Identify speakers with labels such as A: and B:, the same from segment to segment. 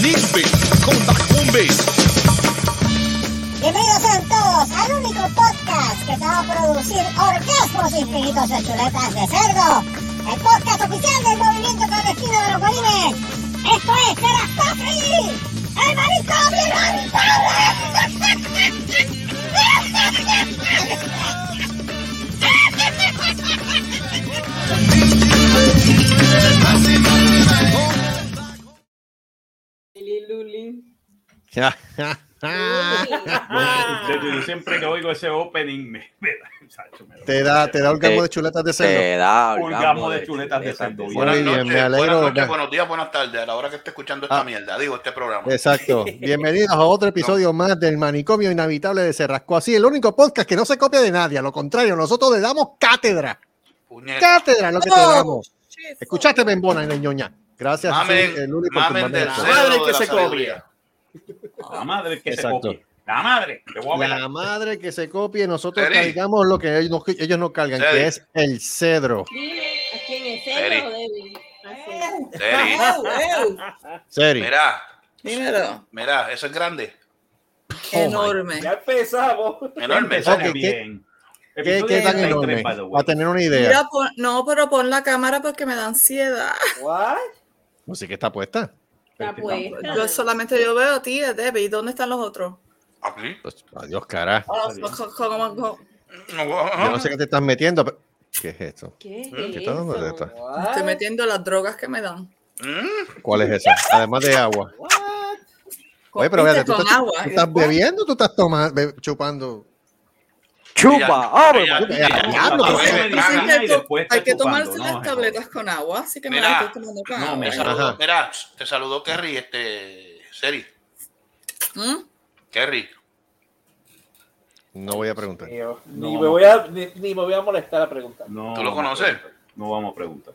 A: Lisbe con
B: Bienvenidos sean todos al único podcast que te va a producir orgasmos infinitos de chuletas de cerdo. El podcast oficial del movimiento clandestino de los bolines. Esto es Teras Patri, el marico de Ronnie
C: Lili Luli.
D: Yo, yo- yo siempre que oigo ese opening, me, me da, Sacho, me da.
E: Te da, te da orgasmo
F: Te-
E: de chuletas de cerdo.
F: Te da
D: Un
F: orgasmo
D: gamo de chuletas de cerdo.
E: Muy
G: Buenas
E: bien,
G: noches,
E: me alegro,
G: buenas noches,
E: ¿verdad?
G: buenos días, buenas tardes, a la hora que esté escuchando esta
E: Ah.
G: mierda, digo, este programa.
E: Exacto. Bienvenidos a otro episodio más del manicomio inhabitable de Cerrasco. Así, el único podcast que no se copia de nadie. A lo contrario, nosotros le damos cátedra.
G: Puñeta.
E: Cátedra, lo que te damos. Escuchaste, Bembona y la ñoña. Gracias. sí,
G: Mamen,
E: el único
G: mamen
E: tumbadero.
G: del
D: La
G: cerdo
D: madre
G: de
D: que
G: la
D: se
G: sabiduría.
E: Exacto.
D: La madre que se copie. La madre. Te voy a pegar.
E: La madre que se copie, nosotros
G: Feli.
E: cargamos lo que ellos no, ellos no cargan,
G: Feli.
E: que es el cedro.
C: Dile, ¿a quién es
G: Eri.
C: él o Debbie? Ah, sí.
G: Seri,
E: Seri.
G: Mira,
H: Dímelo.
G: mira, eso es grande,
E: my
H: Enorme.
I: Ya empezamos.
G: enorme.
E: Empezó.
G: ¿sabes?
E: ¿qué-
D: Bien.
E: ¿Qué,
D: Episodio
E: qué tan
D: 33,
E: enorme?
D: by the way.
E: Para tener una idea.
H: Mira, pon- no, pero pon la cámara porque me da ansiedad.
I: What?
E: Pues sí que está puesta.
C: Está puesta.
H: Yo solamente yo veo a ti, a Debbie. ¿Dónde están los otros?
G: Aquí.
E: Pues, adiós, cara.
H: Co- co- como- co-
E: Yo no sé qué te estás metiendo. pero- ¿Qué es esto?
C: ¿Qué es
E: ¿Qué está dando de
C: eso?
E: esta?
I: What?
H: Estoy metiendo las drogas que me dan.
G: Mm,
E: ¿Cuál es esa? Además de agua.
I: What?
E: Oye, pero
H: Copita
E: fíjate, tú
H: con
E: estás,
H: agua.
E: tú estás bebiendo, tú estás tomando, be- chupando.
G: Ella-
F: Chupa, abre,
G: ella-
F: maldita.
G: ella-
E: diablo,
G: ella-
E: pero-
G: ella-
H: Dicen que
D: Ah, y
H: hay, que-
D: después está
H: hay que
D: chupando,
H: tomarse
D: ¿no?
H: las
D: Joder.
H: tabletas con agua, así que me
G: Mira.
H: las estoy tomando con
D: No, me
H: agua.
D: saca.
E: Ajá.
G: Mira, te saludó Kerry, este, Seri,
H: ¿Mm?
G: Kerry.
E: No voy a preguntar.
I: Tío, ni,
D: No.
I: me voy a, ni, ni me voy a molestar a preguntar.
D: No,
G: ¿Tú lo
D: no,
G: conoces?
D: No vamos a preguntar.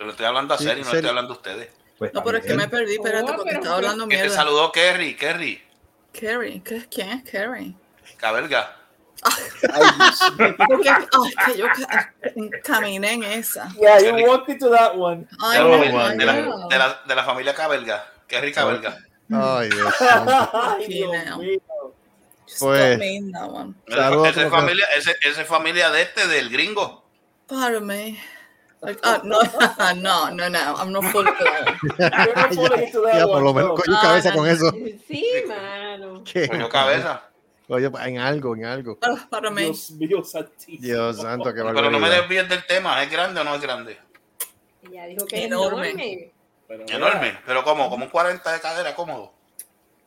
G: Le estoy hablando a
E: Sí,
G: Seri, no le
E: Seri.
G: estoy hablando a ustedes.
D: Pues
H: No, pero es que me
D: también.
H: perdí, espérate,
C: No,
H: porque
C: pero-
H: estaba hablando
G: Que te
H: mierda.
G: saludó Kerry, Kerry,
H: Carrie, ¿qué- ¿quién es Carrie?
G: caberga.
H: Porque, ay, que yo ca- caminé en esa.
I: Yeah, you
G: Seri.
I: walked into that one.
H: Ay,
G: De
H: me-
G: la-
H: ay,
G: de la-
H: no.
G: de la- de la familia caberga, Kerry caberga.
E: Ay, Dios. santo.
I: Ay, Dios
H: Fucking hell.
I: mío.
H: Just
E: Pues-
H: don't mean that one.
E: Saludos,
G: Esa es
E: como que-
G: familia, ese, ese es familia de este, del gringo.
H: Pardon me. Like, ah, no, no, no, no, I'm not full of that.
I: You're not falling into that
E: Ya, por lo
I: one,
E: menos
I: no.
E: coño
H: Ah,
E: cabeza
H: no.
E: con eso.
C: Sí, mano.
E: ¿Qué?
G: Coño cabeza.
E: Oye, pues, en algo, en algo.
H: Ah, Pardon me.
I: Dios mío, santísimo.
E: Dios santo, qué
G: Pero no me
E: barbaridad.
G: desvíes del tema, ¿es grande o no es grande?
C: Ella dijo que es
H: Enorme.
C: enorme.
I: Pero mira,
G: Enorme, pero ¿cómo? Como un 40 de cadera, cómodo.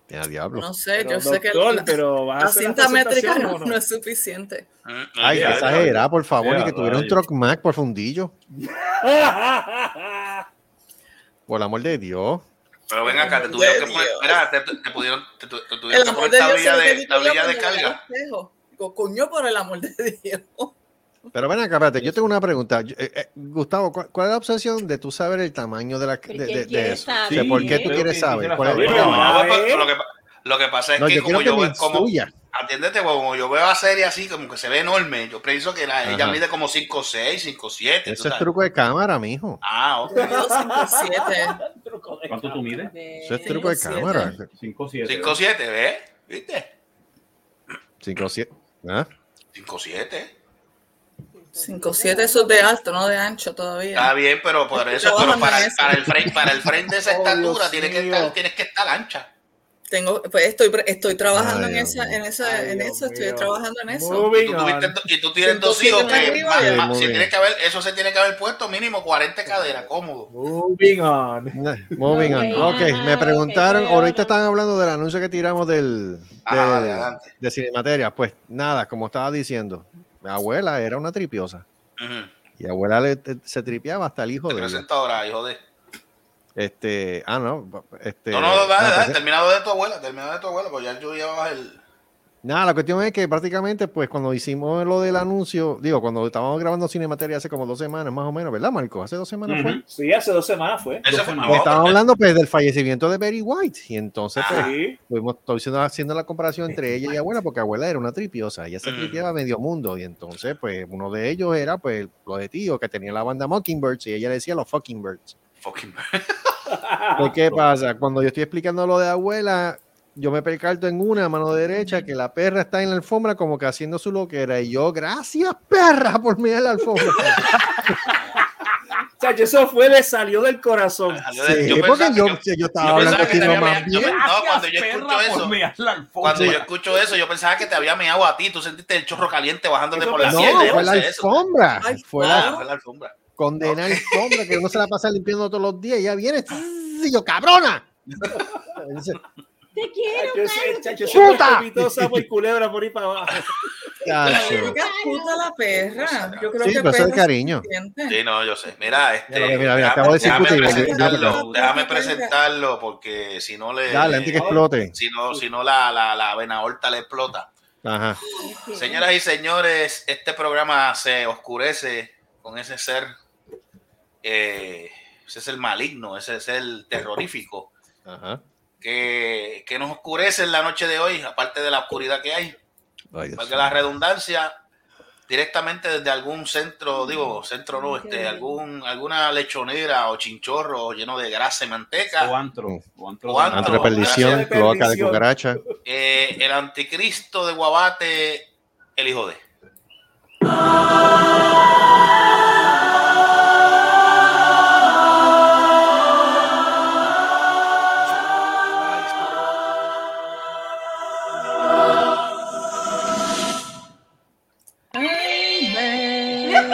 E: Ya, diablo.
H: No sé,
I: pero,
H: yo sé que
I: doctor,
H: la,
I: pero ¿vas a
H: la
I: hacer
H: cinta
I: las
H: métrica
I: presentaciones
H: no,
I: o
H: no es suficiente.
G: Mm,
E: Ay, que
G: ya, ya.
E: exagerada, por favor, y
D: Ya,
E: que tuviera un
D: rayo.
E: truck Mac por fundillo. Por el amor de Dios.
G: Pero ven acá, te tuvieron que
H: Dios.
G: poner, mira, te, te pudieron, te, tu- te tuvieron
H: El
G: que
H: amor
G: poner
H: de Dios
G: tablilla
H: se
G: de, tablilla de carga.
H: carga. Digo, coño, por el amor de Dios.
E: Pero ven acá, espérate, yo tengo una pregunta. Yo- eh, eh, Gustavo, ¿cuál, cuál es la obsesión de tú saber el tamaño de, la, de,
C: Porque
E: de-
C: él
E: de
C: quiere
E: eso?
C: saber.
E: O sea, ¿Por
D: Sí,
E: qué tú
D: creo
E: quieres
D: que
E: saber?
D: quisiera
E: ¿Cuál es-
D: saber.
E: cuál es la-
I: Bueno,
G: No,
I: Ah,
G: pues,
I: ¿eh?
G: lo, que, pa- lo que pasa es
E: No,
G: que
E: yo
G: como
E: quiero que
G: yo
E: me
G: veo, como,
E: instruya.
G: atiéndete, como yo veo a serie así, como que se ve enorme, yo pienso que la, ella
E: Ajá.
G: mide como 5, 6, 5, 7.
E: Eso es truco de cámara, mijo.
G: Ah, ok.
H: Dios, cinco, siete.
I: Truco de
D: ¿Cuánto tú mides?
E: Eso
C: Eh,
E: es
H: Cinco,
E: truco de
H: siete.
E: cámara.
D: 5 7.
G: 5, 7, ¿ves? ¿Viste?
E: Cinco, siete. ¿Ah?
G: 5, 7.
H: Cinco, siete, eso es de alto, no de ancho
G: Está
H: todavía.
G: bien, pero por eso,
H: Trabajan
G: pero para,
H: en eso.
G: para el frame, para el frame de esa
I: Oh, Dios
G: estatura tienes que
I: mío.
G: estar, tienes que estar ancha.
H: Tengo, pues estoy, estoy trabajando en
E: Ay, Dios
H: esa,
E: mío.
H: en esa,
I: Ay,
H: en
I: Dios
H: eso, estoy
I: mío.
H: trabajando en eso.
G: Y
I: Moving
G: tú,
I: on.
G: tuviste, y tú tienes dos
H: 100%
G: hijos que
H: arriba.
G: más-
E: Sí,
G: más-
E: muy
G: si
E: bien.
G: tiene que haber, eso se tiene que haber puesto mínimo 40 caderas, cómodo.
I: Moving on.
E: Nah, Eh, Moving on.
C: Ok,
E: Ok,
C: ajá,
E: me
C: ok,
E: preguntaron,
C: pero
E: ahorita
C: no.
E: estaban hablando del anuncio que tiramos del
G: Ajá,
E: de,
G: adelante.
E: de Cinemateria. Pues nada, como estaba diciendo, mi abuela era una tripiosa.
G: Ujú.
E: Y abuela le- te- se tripeaba hasta el hijo
G: Te
E: de ella.
G: presento ahora, hijo de.
E: Este, ah, no, este.
G: No, no, dale,
E: nada,
G: dale,
E: te-
G: terminado de tu abuela, terminado de tu abuela, pues ya yo llevaba el.
E: Nada, la cuestión es que prácticamente, pues cuando hicimos lo del anuncio, digo, cuando estábamos grabando Cinemateria hace como dos semanas más o menos, ¿verdad, Marco? Hace dos semanas fue.
D: Ujú.
I: Sí, hace dos semanas fue.
G: Eso fue
D: semanas.
G: no,
E: Estábamos
G: eh,
E: hablando pues del fallecimiento de Betty White y entonces pues,
I: Sí.
E: fuimos estoy haciendo, haciendo la comparación entre ella y abuela porque abuela era una tripiosa, ella se
G: Mm.
E: tripeaba a medio mundo y entonces pues uno de ellos era pues los de tío que tenía la banda Mockingbirds y ella le decía los fucking birds.
G: Fucking
E: Porque pasa? Cuando yo estoy explicando lo de abuela, yo me percalto en una mano derecha que la perra está en la alfombra como que haciendo su loquera. Y yo, gracias, perra, por mirar la alfombra.
I: Chacho, eso fue, le salió del corazón.
G: Salió de-
E: Sí,
G: yo
E: porque
G: pensaba que
E: yo,
G: yo-
E: yo estaba
G: yo
E: hablando
G: pensaba que
E: aquí
G: te
E: no
G: había
E: más
G: meado.
E: bien.
G: No, cuando yo
D: Gracias,
G: escucho
D: perra,
G: eso.
D: por mirar la alfombra.
G: Cuando yo escucho eso, yo pensaba que te había meado a ti. Tú sentiste el chorro caliente bajándote
I: Eso
G: por la
E: No,
G: sien.
E: fue la alfombra.
H: Ay,
E: Fue
H: claro.
E: la
G: fue la alfombra.
E: condena alfombra este que uno se la pasa limpiando todos los días. Y ya viene, tss, y yo, cabrona. Entonces,
C: Te quiero,
I: Chacho, ese- chacho,
E: ¡Puta!
I: siempre vomitó sapo y culebra por ahí para abajo.
E: chacho.
H: Diga puta la perra. Yo creo
E: Sí,
H: que
E: pero eso es
H: perra
E: cariño.
H: suficiente.
G: Sí, no, yo sé. Mira, este.
E: Mira, mira, mira, acabo de
G: déjame
E: discutir.
G: presentarlo,
H: Ya, ya.
G: déjame presentarlo porque si no le.
E: Dale, antes que explote.
G: si no, si no la, la, la vena horta le explota.
E: Ajá.
C: perra.
G: Señoras y señores, este programa se oscurece con ese ser. eh, ese ser maligno, ese ser terrorífico.
E: Ajá.
G: que, que nos oscurece en la noche de hoy, aparte de la oscuridad que hay,
E: Ay, Dios
G: porque la redundancia directamente desde algún centro, digo, centro no, este, algún, alguna lechonera o chinchorro o lleno de grasa y
D: O
G: manteca,
D: antro. O antro.
G: O antro.
E: Antro de perdición,
I: Gracias.
E: cloaca de
I: Perdición.
E: cucaracha.
G: eh, el anticristo de Guabate, el hijo de.
H: Amen.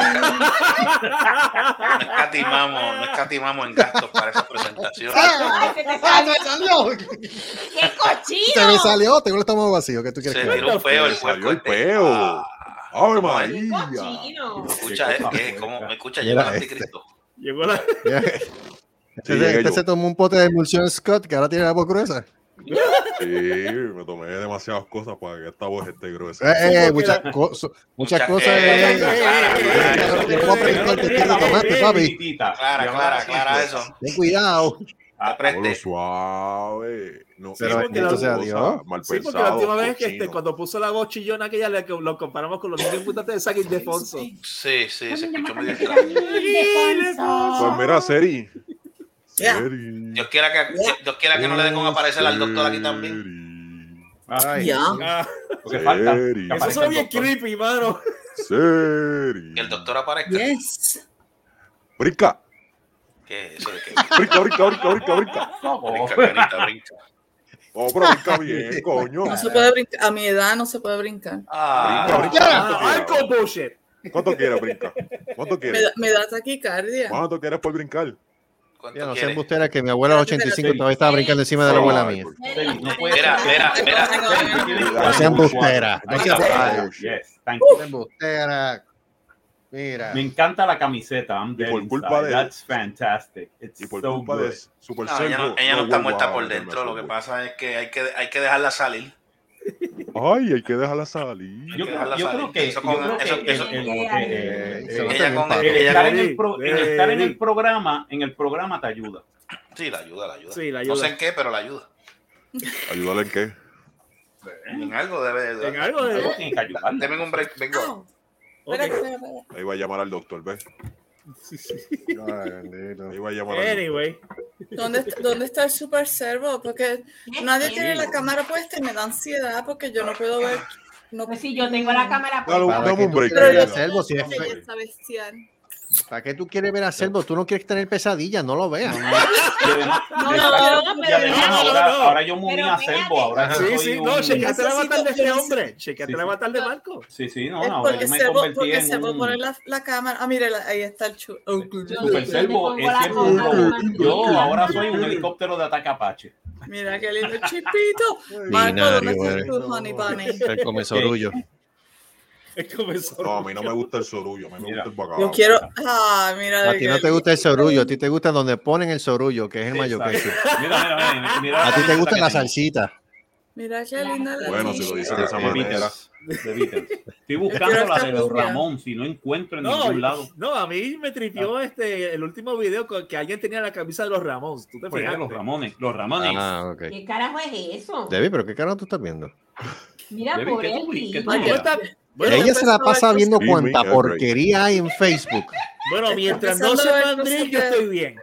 G: No escatimamos, no escatimamos en gastos para esa presentación.
E: ¡Ah! ¡Ah, me salió!
C: ¡Qué cochino!
E: Se me salió, tengo el estómago vacío. ¿Qué tú
G: Se
E: quieres que haga?
G: tiró un peo el
D: Salió
G: cuerpo.
D: el peo. ¡Ay,
C: ¡Qué
D: María!
C: cochino!
G: Escucha, eh, que- como me escucha, llega
E: Mira
G: el
E: este.
G: anticristo.
I: Llegó la.
E: Este,
A: Sí, llegué
E: este
A: yo.
E: se tomó un pote de emulsión Scott que ahora tiene la voz gruesa. Eh,
A: Sí, me tomé demasiadas cosas para que esta voz esté
E: Eh,
A: gruesa.
E: eh, eh, muchas cosas. Muchas cosas. eh,
G: eh,
E: eh,
G: clara,
E: eh,
G: clara,
E: eh,
G: eso.
E: te puedo apretar, te quiero tomarte, papi.
G: Clara, clara, clara, eso.
E: Ten cuidado.
G: Te
A: Hablo
G: preste.
A: suave. No,
E: Pero
A: no,
I: porque la-
A: cosa,
E: adiós.
A: ah, mal
I: Sí, porque la
A: pensado,
I: última vez que
A: cochino.
I: este, cuando puso la voz chillona aquella, le, lo comparamos con los niños putantes de San Ildefonso.
G: Sí, sí, se escuchó medio extraño.
A: Pues
B: Ildefonso.
D: Ah.
A: mira, Seri.
H: Ya.
A: Seri.
G: Dios quiera que, Dios quiera que no le den con aparecer al doctor aquí también.
H: Ya.
I: Ah,
D: Lo que falta.
A: Seri.
D: Que
I: eso
D: aparezca
I: suena
D: el
I: bien
D: doctor.
I: creepy, mano.
A: Seri.
G: Que el doctor aparezca.
H: Yes.
A: Brinca,
G: ¿Qué es eso de qué?
A: brinca, brinca, brinca, brinca, brinca.
G: Brinca, canita, brinca.
A: Oh, pero brinca bien, coño.
H: No
E: eh.
H: se puede brincar. A mi edad no se puede brincar.
A: Brinca,
G: Ah,
A: brinca. ¿Cuánto
I: Ah,
A: quieras?
I: alcohol bullshit.
A: ¿Cuánto quieres, brinca? ¿Cuánto
H: Me
A: quieres?
H: da, me da taquicardia.
A: ¿Cuánto quieres por brincar?
E: Ya,
G: ¿cuánto
E: no sean
G: quieres?
E: busteras que mi abuela de 85 todavía estaba brincando encima de la abuela mía.
D: Seri, no puede-
G: Espera, espera, espera.
E: No sean busteras. No sean
A: Ah,
D: Yes, thank you.
E: sean busteras. Mira.
D: Me encanta la camiseta. I'm
A: Y
D: dead
A: por culpa
D: inside.
A: de-
D: That's fantastic. It's
A: Y por
D: so
A: culpa
D: good.
A: de Super
G: No, ella no,
A: Servo,
G: ella no está
A: vuelvo a
G: muerta por
A: beberme
G: dentro. Lo que
A: Super
G: pasa es que hay que, hay que dejarla salir.
A: Bowl. Ay, hay que dejarla salir.
D: Yo,
G: que
D: creo-
G: dejarla
D: yo
G: salir.
D: creo que
G: Eso con-
D: yo creo
G: eso-
D: que
G: eso-
D: el- el-
E: Eh,
D: el-
E: se
D: el-
E: nota
G: ella
E: bien,
G: con-
E: papá.
D: el estar en el pro- el estar en
I: Ey.
D: el programa en el programa te ayuda.
G: Sí, la ayuda, la ayuda.
I: Sí, la
G: No
I: ayuda.
G: sé en qué, pero la ayuda.
A: ¿Ayudarla en qué?
G: En algo debe de
I: En
G: ayudar.
I: algo de.
D: Algo tiene que ayudar.
G: Deme un break, vengo.
I: Ok.
A: Ahí va a llamar al doctor, ¿ves?
E: Ay, bendito.
A: Ahí va a llamar al doctor.
I: Anyway,
H: ¿Dónde, ¿Dónde está el super servo? Porque nadie tiene la cámara puesta y me da ansiedad porque yo no puedo ver. No
C: Pues sí, yo tengo la cámara
A: Dale un,
E: Para
A: dame
E: que
A: un
E: tú
A: break.
E: creas
A: dale.
E: que Servo, si es fe-
H: Esa bestial.
E: ¿Para qué tú quieres ver a Servo? Tú no quieres tener pesadillas, no lo veas.
D: Y además-
C: No,
D: Exacto.
C: no,
D: Y además
C: pero-
D: ahora,
I: no, no.
D: ahora yo me uní
C: Pero
D: a Servo. Ahora
I: sí,
D: yo soy
I: sí,
D: un-
I: no, chequeate la
H: Necesito-
I: batalla de este hombre. Chequeate
D: Sí,
I: la
D: sí.
I: batalla de Marco.
D: Sí, sí, no,
H: Es
D: no, ahora
H: porque
D: yo me
H: se va,
D: convertí
H: porque se
D: en
H: va a
D: un
H: poner la, la cámara. Ah, mira, la- ahí está el chu. oh,
D: super
A: Pues,
D: servo.
C: Yo
D: es
C: tengo
D: siempre un
C: la
D: robot.
C: cola.
D: Yo ahora soy un helicóptero de ataque Apache.
H: Mira qué lindo chipito.
A: Ay,
H: Marco, ¿dónde
E: Binario,
H: está
E: eh.
H: tu honey bunny?
E: El comesorullo.
I: Él comenzó.
A: No, a mí no me gusta el sorullo, a mí me
D: Mira.
A: gusta el bacalao.
H: Yo quiero. Ah, mira.
E: A ti no te gusta el sorullo, a ti te gusta donde ponen el sorullo, que es el mayo
D: Exacto.
E: queso.
D: Mira, mira, mira, mira, mira la
E: A ti te
D: camiseta
E: gusta
D: que
E: la
D: tengo.
E: salsita.
H: Mira qué linda la
A: Bueno, si
H: niña.
A: lo dices de esa
D: The
A: manera.
D: Beatles, The Beatles. Estoy buscando
H: Pero
D: la
H: esta
D: de los
H: cumbia.
D: Ramón, si no encuentro en
I: No,
D: ningún lado. Ah.
I: no, a mí me tripió este, el último video con- que alguien tenía la camisa de los Ramones. ¿Tú te
D: Pues,
I: fijaste?
D: los Ramones, los Ramones.
E: Ah, ok.
C: ¿Qué carajo es eso?
E: Debbie, pero qué carajo tú estás viendo.
C: Mira,
D: Debbie,
C: por
D: ¿qué tú
C: él.
D: vi- qué tú
I: Bueno,
D: miras?
I: está- bueno,
E: Ella se la
H: empezaba
E: pasa
H: el
E: viendo
A: proceso.
E: cuánta
A: Give me a break.
E: porquería hay en Facebook.
I: bueno, mientras no
H: empezando a ver
I: sepan drink, yo
H: cosas que-
I: estoy bien.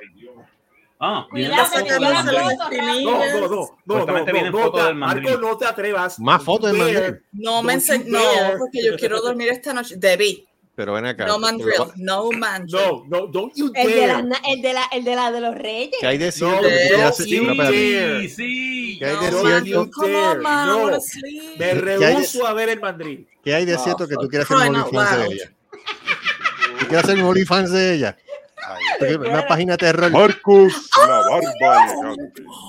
D: Ah,
C: Cuidado,
H: Esa
C: que yo
H: camisa
C: la
H: la
C: foto,
H: optimí.
I: No, no, no, no, no,
D: Supuestamente viene
I: no, no,
D: foto
I: no,
D: del Madrid.
I: Marco, no te atrevas.
E: Más fotos del
I: Bear,
E: Madrid.
H: No me
I: Don't you
H: ense- no,
I: dare.
H: porque yo quiero dormir esta noche. Debbie,
E: Pero ven acá.
H: no man real, no man real.
I: No, no, don't you
C: El de, la,
I: dare.
C: el, de la, el de la de los reyes.
E: Que hay de cierto
I: No,
E: que tú quieras-
I: no,
E: Sí, pero espérate.
D: sí,
I: espérate.
D: sí.
E: ¿Qué hay de
H: No,
E: cierto?
H: man, you- come on, man, I
I: No.
H: wanna
I: Me
H: sleep.
E: ¿Qué hay
I: rehuso a ver el Madrid.
E: ¿Qué hay de
H: Oh,
E: cierto que tú
H: fuck.
E: quieras ser un
H: Crying out
E: OnlyFans de
H: loud.
E: ella? ¿Tú quieres ser un OnlyFans de ella? Porque Una página de terror.
A: Marcus, la barba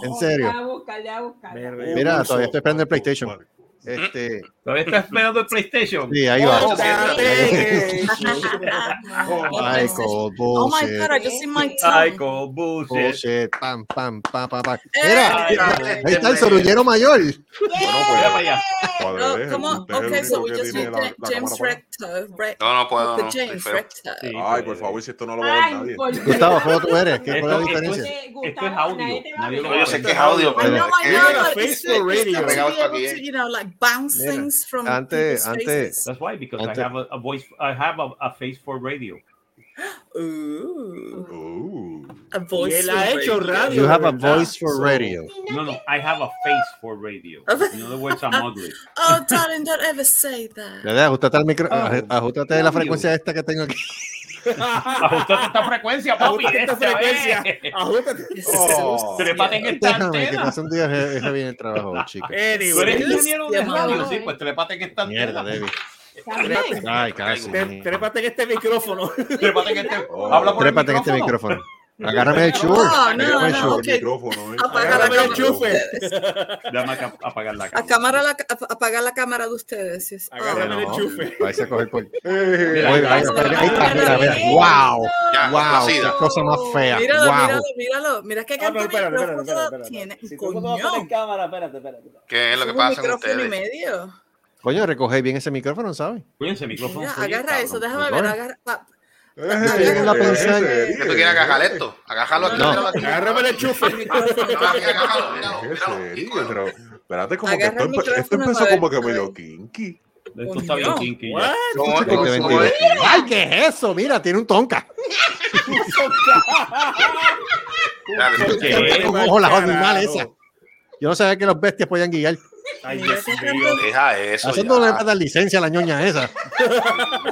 E: En serio.
C: Ya busca, ya busca.
I: Me
A: elegante.
E: Mira,
A: Marcus,
E: todavía estoy esperando el PlayStation.
A: Marcus,
E: Este,
D: Todavía está esperando el PlayStation.
E: sí, ahí
G: Oh,
E: va.
I: Ótate.
E: Michael,
H: Oh my
E: bullshit.
H: god, I just see my
D: Ay,
H: tongue.
D: con bullshit.
E: Bullshit. Pam, pam, pam, pam, pam.
H: Eh,
E: Mira,
D: Ay,
E: ahí está el sorullero mayor.
D: Mira para allá.
A: pues, padre,
H: pues, No,
A: deje,
H: come on.
A: usted es el
H: Okay, so
A: único
H: we
A: que
H: just
A: tiene
H: need
A: la- la
H: James
A: cámara para-
H: Rector. Re-
G: No, no puedo.
H: the
G: No, estoy
H: James
G: feo.
H: Rector.
D: Sí, pues.
A: Ay, por favor, si esto no lo va a ver
C: Ay,
A: nadie.
C: por
E: Gustavo, ¿cómo tú eres? ¿Qué
D: Esto-
E: cuál es la
D: esto es-
E: diferencia?
D: Esto es audio. Nadie lo
G: No,
D: va a
G: yo sé
D: ver.
G: que es audio,
H: I
G: pero
H: know, I
G: es
H: know,
G: que-
I: Yeah,
H: but it's
I: Facebook
H: the- it's the
G: radio.
H: to be able
G: Yeah.
H: to, you know, like bounce
E: Mira,
H: things from
E: antes-
H: people's
E: antes-
H: faces.
D: That's why, because
E: Antes-
D: I have a, a voice, I have a, a face for radio.
H: Ooh,
A: Uh,
H: a
I: Y
H: voice
I: él ha
H: for
I: hecho
H: radio.
I: radio.
E: You
I: de
E: have a
I: verdad.
E: voice for
I: So,
E: radio.
D: No, no, I have a face for radio. In other words, I'm ugly.
H: Oh, darling, don't ever say that.
E: ¿Verdad? Ajustate al micro,
D: Oh,
H: Ah.
E: aj- ajustate la
D: audio.
E: frecuencia esta que tengo aquí.
D: Ajustate esta frecuencia, papi.
I: Ajustate esta frecuencia. Ajustate.
E: Oh,
D: Trepate en esta
E: déjame que
D: antena.
E: pasó un día je- je bien el trabajo, chica.
D: Tú eres
I: Anyway.
D: ingeniero de
H: Dios mío.
D: radio, sí, pues trepate en esta
E: Mierda,
D: antena.
E: Debbie.
C: También.
E: Ay, casi.
I: Tre- Trépate en este micrófono.
D: Trepate en este.
A: Oh.
D: Habla por el
E: Trépate en este micrófono. Agárrame el chur.
H: No, no,
E: Agárrame el
H: no,
E: chur.
H: ok.
A: el micrófono, eh.
H: Apaga
I: Agárrame
H: la
I: el enchufe.
H: cámara. de ustedes.
D: Dame acá- apagar la
H: A
D: cámara.
H: cámara la, a- apagar la cámara de ustedes. yes. Ah,
I: Agárrame el
E: No,
I: enchufe.
E: Vais a coger por.
A: Eh,
D: Mira,
E: Oye,
D: ya,
E: ahí está, ahí está, mira, mira.
C: Eso.
E: ¡Wow!
G: Ya,
E: ¡Wow! ¡Qué
G: complacida.
E: cosa más fea!
H: Míralo, míralo,
E: ¡Wow!
H: míralo. Mira qué
I: Ah, no,
H: cantidad de
I: espérate, espérate,
H: micrófono
I: espérate,
H: tiene.
I: espérate. Si tú no vas a poner
H: Coño,
I: cámara, espérate, espérate. espérate.
G: ¿Qué es lo que
H: un
G: pasa con
H: micrófono y
G: ustedes?
H: medio.
E: Coño, recoge bien ese micrófono, ¿sabes?
D: Cuídense, micrófono.
H: Mira,
D: frío,
H: agarra
D: cabrón.
H: eso, déjame ver.
E: Bueno.
H: Agarra. pa-
A: eh,
E: la
A: eh,
E: pantalla.
A: eh,
G: ¿Qué tú quieres agarrar esto? Agárralo aquí.
E: No.
G: míralo aquí.
I: Agárrame el enchufe.
G: No, aquí, agárralo, míralo,
A: ¿En
G: míralo.
A: serio? Pero, espérate, como que
H: Agarra
A: esto,
H: el
A: empe- esto
H: micrófono
A: empezó
H: para
A: como que
H: ver.
A: medio kinky.
D: Esto está bien
H: Coño.
D: kinky. ya.
I: What?
G: ¿Cómo-
E: Este
G: cómo- cómo
E: 22.
G: es?
E: ¡Ay, qué es eso! Mira, tiene un tonka.
G: Claro,
D: ¿Qué?
G: sí.
E: Con ojos las animales esas. Yo no sabía que los bestias podían guiar.
I: Ay,
H: Mira
I: Dios
H: qué
I: mío.
H: cantidad-
G: Deja eso.
E: Haciendo
G: ya.
E: una dar licencia a la ñoña esa.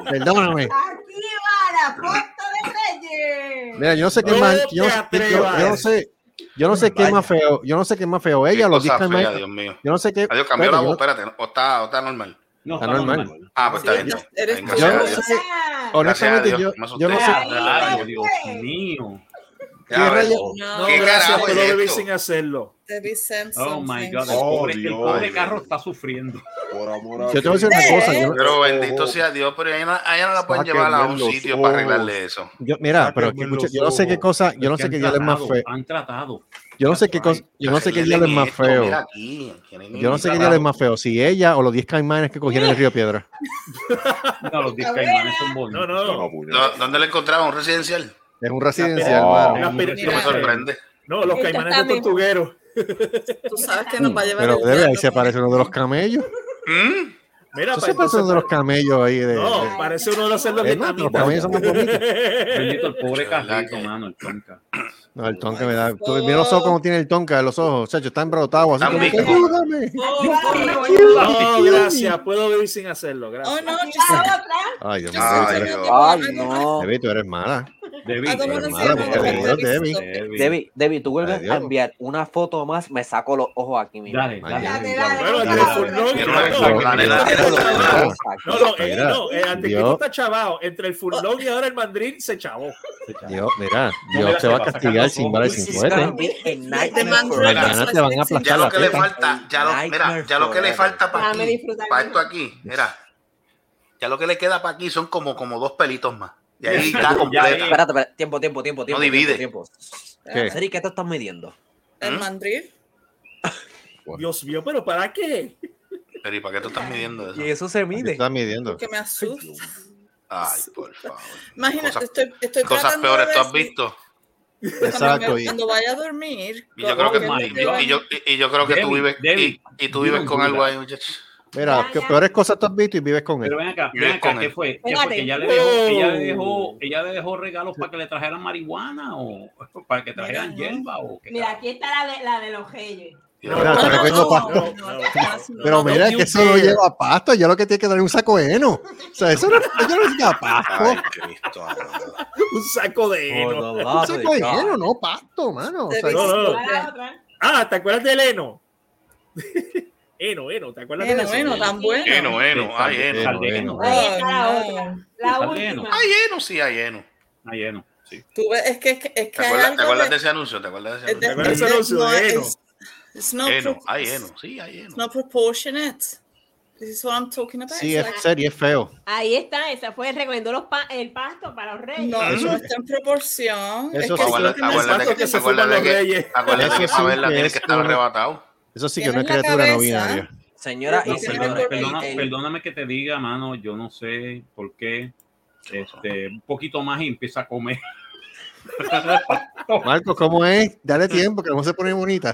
E: Perdóname.
C: Aquí va la foto de Reyes.
E: Mira, yo no sé qué
I: No
E: más.
I: te
E: Yo, yo-
I: atrevas.
E: yo no sé. Yo no sé qué más feo. Yo no sé qué más feo.
G: Qué
E: Ella o los
G: cosa
E: discos
G: fea,
E: Michael.
G: Dios mío.
E: Yo no sé qué.
G: Adiós, cambió la
E: espérate,
G: voz, espérate. ¿no? O está, o está normal.
D: No,
E: Está
D: está
E: normal.
D: normal.
G: Ah, pues está bien.
H: eres- eres
G: Venga,
H: tú.
E: Yo
G: gracias a
E: no
G: Dios.
E: sé.
C: Ah,
E: yo- honestamente,
G: Gracias a
E: yo,
G: Dios, me asusté.
E: yo no sé.
D: Vea,
C: sé.
D: ay, Dios mío.
G: Ya ves.
E: rayos?
D: Oh.
H: No,
I: No,
G: ¿Qué
I: gracias,
G: carajo
I: pero
G: es
I: debí
G: esto?
I: sin hacerlo.
H: Debbie Sampson.
D: Oh my God, el
H: thanks.
A: Oh,
D: pobre, el
A: Dios.
D: pobre carro está sufriendo.
A: Por amor a
E: Yo te voy a decir una
A: Dios.
E: cosa. Yo,
G: Pero bendito
A: Ojo.
G: sea Dios, pero ella no, a ella no la pueden
A: Está
G: llevar a un
A: quemando los
G: sitio para arreglarle
A: ojos.
G: eso.
E: yo- mira, pero
A: Sáquenme
E: escucha,
A: los
E: yo no sé qué
A: ojos.
E: cosa. Yo no sé
D: Es que
E: qué
D: han
E: diablo es más
D: tratado,
E: feo.
D: Han tratado.
E: Yo no sé qué cosa. Yo no sé qué diablo es más
G: Esto,
E: feo.
G: mira aquí, arreglen
E: Yo no sé qué
G: esto.
E: diablo es más feo. Si ella o los 10 caimanes que cogieron el río Piedra.
D: No, los discaimanes son
I: No,
D: bonitos.
I: no.
A: No, puñal.
G: ¿Dó- ¿dónde le encontraron? ¿Un residencial?
E: Es un residencial,
A: No.
E: hermano.
I: Las
G: No
I: pir-
G: me
I: las-
G: sorprende.
I: No, los
H: Este
C: Esto
I: caimanes
C: está
I: son tortugueros.
H: Tú sabes que nos va a llevar.
E: Mm, Pero
H: el
E: debe, ahí
H: diablo
E: se
H: con-
E: aparece uno de los camellos.
G: ¿Mm?
I: Mira,
E: Eso
I: pa-
E: se parece uno de los camellos ahí. De, Eh,
I: No,
E: de-
I: parece uno de los cerdos
E: Es más, los camellos
I: vietnamitas.
E: son más bonitos.
D: Bendito el pobre
G: De verdad
D: carrito,
G: que-
D: mano, el tonka.
E: No, el tonka me da. Tú, mira los ojos como tiene el tonka, los ojos. O sea, yo está embrotado. Así
G: Tan
E: como, que,
G: rico.
E: ayúdame.
H: Oh,
I: No, gracias, puedo vivir sin hacerlo.
H: Oh
I: Gracias.
H: no,
C: Aquí
H: yo
C: va otra.
E: Ay, Dios
H: Yo
E: mío.
G: Ay,
H: soy
E: Debbie,
G: Dios.
F: Ay,
H: Ay,
F: no.
E: Debbie, tú eres mala.
D: Debbie,
H: I don't wanna
E: Debbie,
D: hermano,
H: see
E: mala,
H: another
E: busca
D: Debbie,
E: videos,
H: Debbie
E: Debbie.
H: Sampson.
F: Debbie, Debbie, tú vuelves
E: Adiós.
F: a enviar una foto más, me saco los ojos aquí mismo.
D: Dale, dale.
C: Dale,
D: dale.
C: dale.
I: Bueno, el
E: Claro.
I: teléfono,
G: Mira,
I: claro.
G: la- la nena tiene
F: Saco los
G: teléfono.
F: ojos aquí.
I: No, no, eh,
E: Mira,
I: no, eh, antes que
E: Dios.
I: tú estás chavado, entre el furlón y ahora el mandril se chavó.
E: Dios, mira,
D: No
E: Dios
D: me la
E: te va a
D: sepas,
E: castigar
D: sacar
E: sin
D: los
E: vara y
D: ojos.
E: sin
F: This is
E: fuerte.
F: gonna be a nightmare
H: man
F: for
H: real.
F: us.
E: Mañana te van a aplastar
G: Ya
E: la
G: lo que le
E: teta.
G: falta, ya lo, mira, ya lo que le falta para
C: Déjame
G: aquí,
C: disfrutar.
G: para esto aquí, mira. Ya lo que le queda para aquí son como, como dos pelitos más. Y ahí está
D: Ya,
G: completa.
D: ya.
F: Espérate, espérate, tiempo, tiempo, tiempo, tiempo.
G: divide.
F: tiempo,
E: ¿Qué?
F: tiempo. Seri, ¿qué te estás midiendo?
H: El
G: ¿Mm?
H: mandril.
I: Dios mío, pero ¿para qué?
G: Pero ¿y para qué tú estás midiendo
F: Y
G: eso?
F: eso se
E: Te
F: mide.
E: estás
G: ¿Mm?
E: midiendo.
H: Que me asusta.
G: Ay, por favor.
H: Imagínate,
G: Cosas-
H: estoy, estoy
G: Cosas
H: tratando de
G: peores tú
H: ver
G: has
H: si-
G: visto.
E: Exacto.
H: Cuando,
E: Y,
H: cuando vaya a dormir.
G: Y yo creo
D: Oh
G: que,
D: my
G: y yo, y yo- y yo creo que tú
D: Debbie,
G: vives, y,
D: Debbie,
G: y tú
D: dime
G: vives
D: un
G: con algo
D: Buda.
G: ahí, muchachos.
E: Mira,
J: Ya,
E: que
J: ya.
E: peores cosas tú has visto y vives con él.
D: Pero ven acá,
G: Yo
D: ven
G: es
D: acá,
G: con
D: ¿qué
G: él.
D: fue? ¿Qué
J: Espérate.
D: fue? ¿Que ella le dejó, ella le
E: Oh.
D: dejó, ella le dejó regalos para que le trajeran marihuana o para que trajeran hierba o qué
J: Mira,
D: carajo?
J: aquí está la de, la de los reyes.
E: Mira, pero que no pa-
I: no,
H: no,
I: no.
H: no, no.
E: Pero mira, es que eso no lleva pasto. Yo lo que tiene que traer es un saco de heno. O sea, eso no, yo no lleva
G: Ay,
E: pasto.
G: Cristo. amado.
I: Un saco de heno.
F: Oh, the
E: Un
F: love
E: saco de
F: of
E: heno,
F: God.
E: no pasto, mano. O sea,
I: No, no, no.
J: Ahora la otra.
I: Ah, ¿te acuerdas del heno? heno, heno, ¿te acuerdas
H: Bueno,
I: del
H: bueno, tan bueno.
G: Heno, heno, hay heno.
D: Sal de heno.
J: Ahí
H: Ay,
J: está la
H: no.
J: otra. La
D: Está
J: última.
D: lleno.
G: Hay heno, sí, hay heno.
D: Está lleno, sí.
H: Tú ves, es que, es que, es que
G: ¿Te
H: hay
G: acuerdas,
H: algo
G: ¿te acuerdas de
H: de-
G: ese anuncio? ¿Te acuerdas de
H: es
G: ese
H: de-
I: acuerdas
G: anuncio?
I: ese anuncio
H: no,
I: de
H: es-
I: heno?
H: it's not
G: Heno,
H: pro-
G: hay heno, sí, hay heno.
H: It's not proportionate. This is what I'm talking about.
E: Sí,
H: It's
E: es
H: like,
E: serio, es feo.
J: Ahí está, esa fue, recomendó los pa- el pasto para los reyes.
H: no, eso no está en proporción.
E: Eso
H: es
E: sí.
H: que
G: Aguárdate,
H: sí,
G: aguárdate
I: que
G: que,
I: se
G: acuérdate
I: fuman los
G: que-
I: reyes.
G: acuérdate
E: Eso
G: que
E: sí
G: para verla
E: que
G: tiene
E: es
G: que estar
E: un-
G: arrebatado.
E: Eso sí que
H: Tiene
E: no es
H: la
E: criatura no
H: cabeza.
E: binaria.
F: Señora
H: No,
F: y
H: sí,
D: Perdona-
H: no,
F: señores.
D: perdona-
F: el-
D: perdóname que te diga, mano, yo no sé por qué. Este, un poquito más y empieza a comer.
E: Marcos, ¿cómo es? Dale tiempo, que no se pone bonita.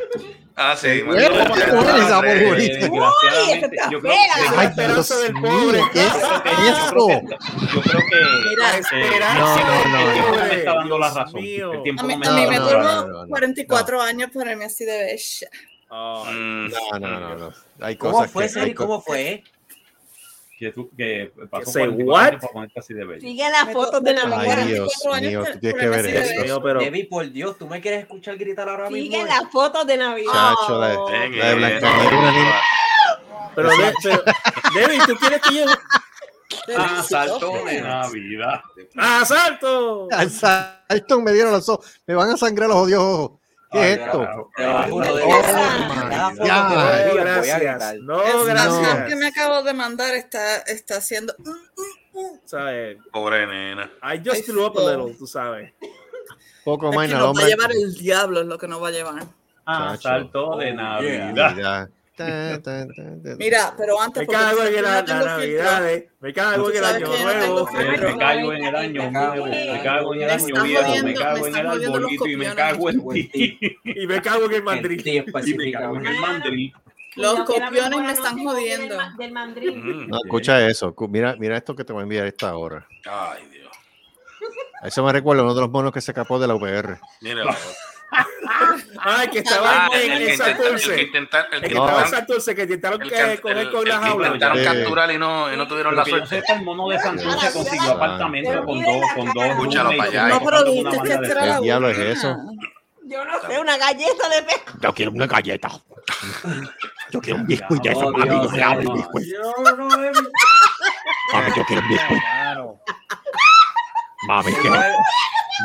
G: Ah, sí.
E: Bueno, bueno, esa
D: Eh,
E: bonita.
D: desgraciadamente,
J: esa
D: yo
J: está
D: creo
J: fea.
I: La
E: Ay,
I: esperanza
E: Dios
I: del
E: mío,
I: pobre.
E: ¿qué es
D: yo creo que- yo creo que
H: Mira,
D: eh,
I: esperanza
E: No, no,
D: el
E: no,
D: tiempo
I: no.
D: me está dando la
I: Dios
D: razón.
I: mío.
D: El
H: A
D: tiempo
H: mí,
D: no me
H: a mí
D: está
H: me
E: No,
D: dando la
E: duermo-
H: tomó
D: razón.
E: no, no, no.
H: 44 años ponerme así de bella.
I: Ay,
K: Mm.
E: No, no, no, no. Hay
F: ¿Cómo
E: cosas
F: fue,
E: que, hay
F: Sari?
E: cosas-
F: ¿Cómo fue?
D: Que tú- que pasó
I: say
D: 44
I: what?
D: años para ponerte así de bello.
J: Sigue la
H: Me
J: foto
H: to-
J: de la
H: me tomó
E: Ay,
J: mujer.
E: Dios
H: 44 años
E: mío, tú tienes que
H: ponerme
E: ver
H: así de
E: eso.
H: bella.
I: Dios, pero
F: Debbie, por Dios, ¿tú me quieres escuchar gritar ahora mismo?
J: Sigue la foto de Navidad.
E: Chacho, la,
G: Ven,
E: la de Blanca
G: eh,
E: Nieves, una niña-
I: pero, de- pero Debbie, tú quieres que yo
G: eh.
D: Ah, saltó de Navidad.
I: asalto.
E: Al salto me dieron los ojos. Me van a sangrar los odios ojos. ¿Qué
D: Ay,
E: es esto?
D: carajo.
F: Te lo juro, de
J: Oh,
F: verdad.
E: my
F: Cada foto
E: God.
F: que
I: No,
F: veo, voy a
I: gracias.
F: gritar.
I: No,
H: Snap que
I: gracias.
H: me acabo de mandar está, está haciendo. mm,
I: ¿Sabes?
G: Pobre nena.
I: I just threw up a little, tú sabes.
E: Poco
H: Es
E: más
H: que nos
E: nada
H: va a
E: hombre.
H: llevar el diablo, es lo que nos va a llevar.
D: Ah,
E: Chacho.
D: saltó de
F: Oh,
D: Navidad.
E: Mira. Ta, ta, ta, ta, ta.
H: Mira, pero antes.
I: Me
H: porque
I: cago en ¿eh?
H: yo
I: el-
H: no
I: las
H: tengo filtro.
I: navidades, me cago en el
H: sabes
I: año
H: que yo no tengo
I: nuevo.
D: Me, me cago en el año nuevo, me cago en el
H: Me
D: año
H: están
D: viejo, me
H: jodiendo,
D: cago
H: me
D: en
H: están
D: el
H: jodiendo los
D: arbolito y me
H: copiones.
D: cago en ti.
I: Y me cago en el
F: En
I: Madrid.
F: ti
D: Y me cago en el
F: específicamente.
D: mandril.
H: Los
J: Cuidado que la
H: copiones me
J: mejor
H: están
J: anoche copia
H: jodiendo.
J: Del, ma- del mandril.
G: Mm.
E: No, escucha eso. Cu- Mira, mira esto que te voy a enviar esta hora.
G: Ay, Dios.
E: A Eso me recuerda uno de los monos que se escapó de la UPR.
G: Mira. la otra.
I: Ay, que estaba
G: Ah,
I: en,
G: el
I: en
G: que intenta- el que
I: Santurce.
G: intenta- el
I: El que
G: que
E: No.
I: estaba en
G: intentaron-
I: Santurce, que intentaron
G: el
I: que
G: que-
I: coger
G: el-
I: con
G: el
I: las
G: que
I: aulas.
G: intentaron
E: Sí.
G: capturar y no, y no tuvieron
D: Lo
G: la
D: que yo
G: suerte.
D: sepa, el mono de Santurce
E: Dios
D: consiguió
E: santo.
D: apartamento con dos, con dos.
G: Escúchalo
D: roommates,
G: para allá,
D: con
H: No,
G: Ay,
H: pero
D: una
H: dijiste que
D: banda de
H: esta era la
E: ¿Qué diablo es
H: última.
E: eso?
J: Yo no sé, una galleta de pe-
E: Yo quiero una galleta. Yo quiero un
D: biscuit de esos,
F: Oh, mami, Dios, dame un Dios.
E: pues. Yo quiero un biscuit. Mami,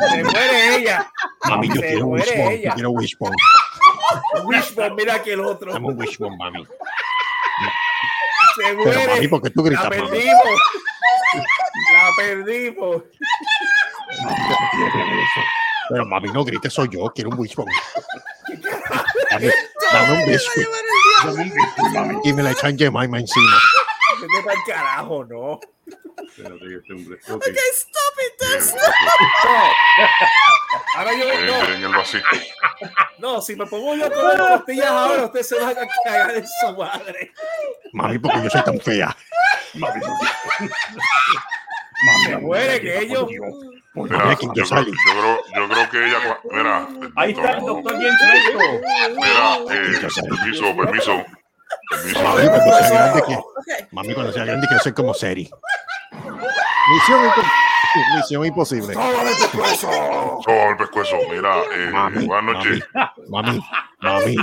I: Se muere ella.
E: mami,
I: yo se quiero un muere wishbone, yo ella.
E: quiero wishbone.
I: Wishbone, mira que el otro.
E: un wishbone, mami.
I: Se muere.
E: porque tú
I: La perdimos. La perdimos.
E: Pero mami, no grites, soy yo, quiero un wishbone. Dame, dame un biscuit. Dame un biscuit, mami. Y me la echan Jemima encima.
I: Vete para el carajo, no.
D: Espérate que este hombre- ok.
I: Ahora yo no.
L: Eh.
A: en el vasito.
I: No, si me pongo yo con las costillas ahora, usted se va a cagar en su madre.
E: Mami, porque yo soy tan fea.
D: Mami, no.
I: Se muere que ellos.
A: Mira, yo, creo, yo creo- yo creo que ella. cua- Mira,
D: Ahí está el doctor bien fresco.
A: Mira, eh, permiso, permiso.
E: Mami, cuando sea grande que...
H: Ok,
E: Mami, cuando sea grande quiero ser como Seri. Misión, impo- Misión imposible.
A: Todo el pescuezo. Mira, eh,
E: Mami,
A: buenas
E: mami,
A: noches.
E: mami, mami.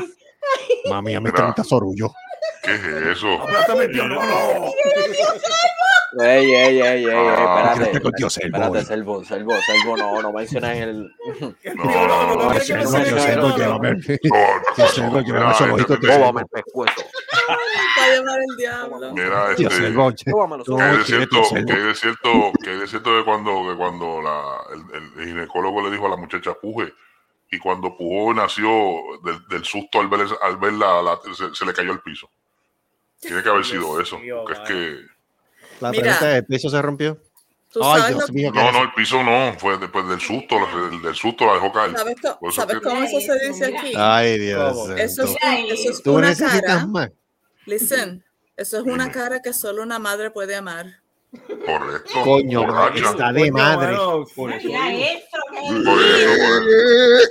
E: Mami, a mí te
A: Mira.
E: gusta sorullo.
A: ¿Qué es eso?
I: Aplátame el piano.
F: Ey, ey, ey, ey, ey,
A: Ah,
F: espérate.
E: que te cogió Selvo,
F: Espérate,
E: eh.
F: Selvo, Selvo, Selvo, no, no mencionas el.
A: No, no, no, no,
E: Ay,
A: no,
E: Selvo,
A: no,
E: yo Selvo, llévame.
A: Todo el
E: Yo
A: pescuezo.
E: Selvo, llévame esos
A: Mira,
E: ojitos que
A: este-
E: Selvo.
F: Tómame el pescuezo.
H: va a llevar el diablo.
A: Mira,
E: Yo
A: este.
E: Selvo, che-
F: Tómame los
E: No,
A: Que
F: ojos.
A: hay de
E: quieto,
A: cierto,
E: Selvo.
A: que hay de cierto, que hay de cierto de cuando, de cuando la, el, el ginecólogo le dijo a la muchacha puje y cuando pujó nació del, del susto al ver, esa- al ver la, la- se, se le cayó al piso. Tiene que haber sido
I: Dios
A: eso.
I: mío,
A: porque es
I: mano.
A: que
E: La
H: Mira.
E: pregunta es, ¿el piso se rompió?
H: Tú
E: Ay,
H: sabes,
E: Dios
H: lo-
E: mío, ¿qué
A: no,
E: es
A: no,
E: eso?
A: el piso no, fue después del susto, el, del susto la dejó caer.
H: sabes co-
A: Por eso
H: sabes
A: que-
H: cómo eso se dice aquí.
E: Ay, Dios
I: ¿Cómo?
E: santo.
H: Eso es,
J: Ay,
H: eso es
E: Tú
H: una
E: necesitas
H: cara.
E: más.
H: Listen, Eso es una cara que solo una madre puede amar.
A: Correcto.
E: Coño,
A: borracha.
E: está de madre.
D: Por eso
J: Mira
D: digo.
J: eso, qué
A: Por eso, por eso.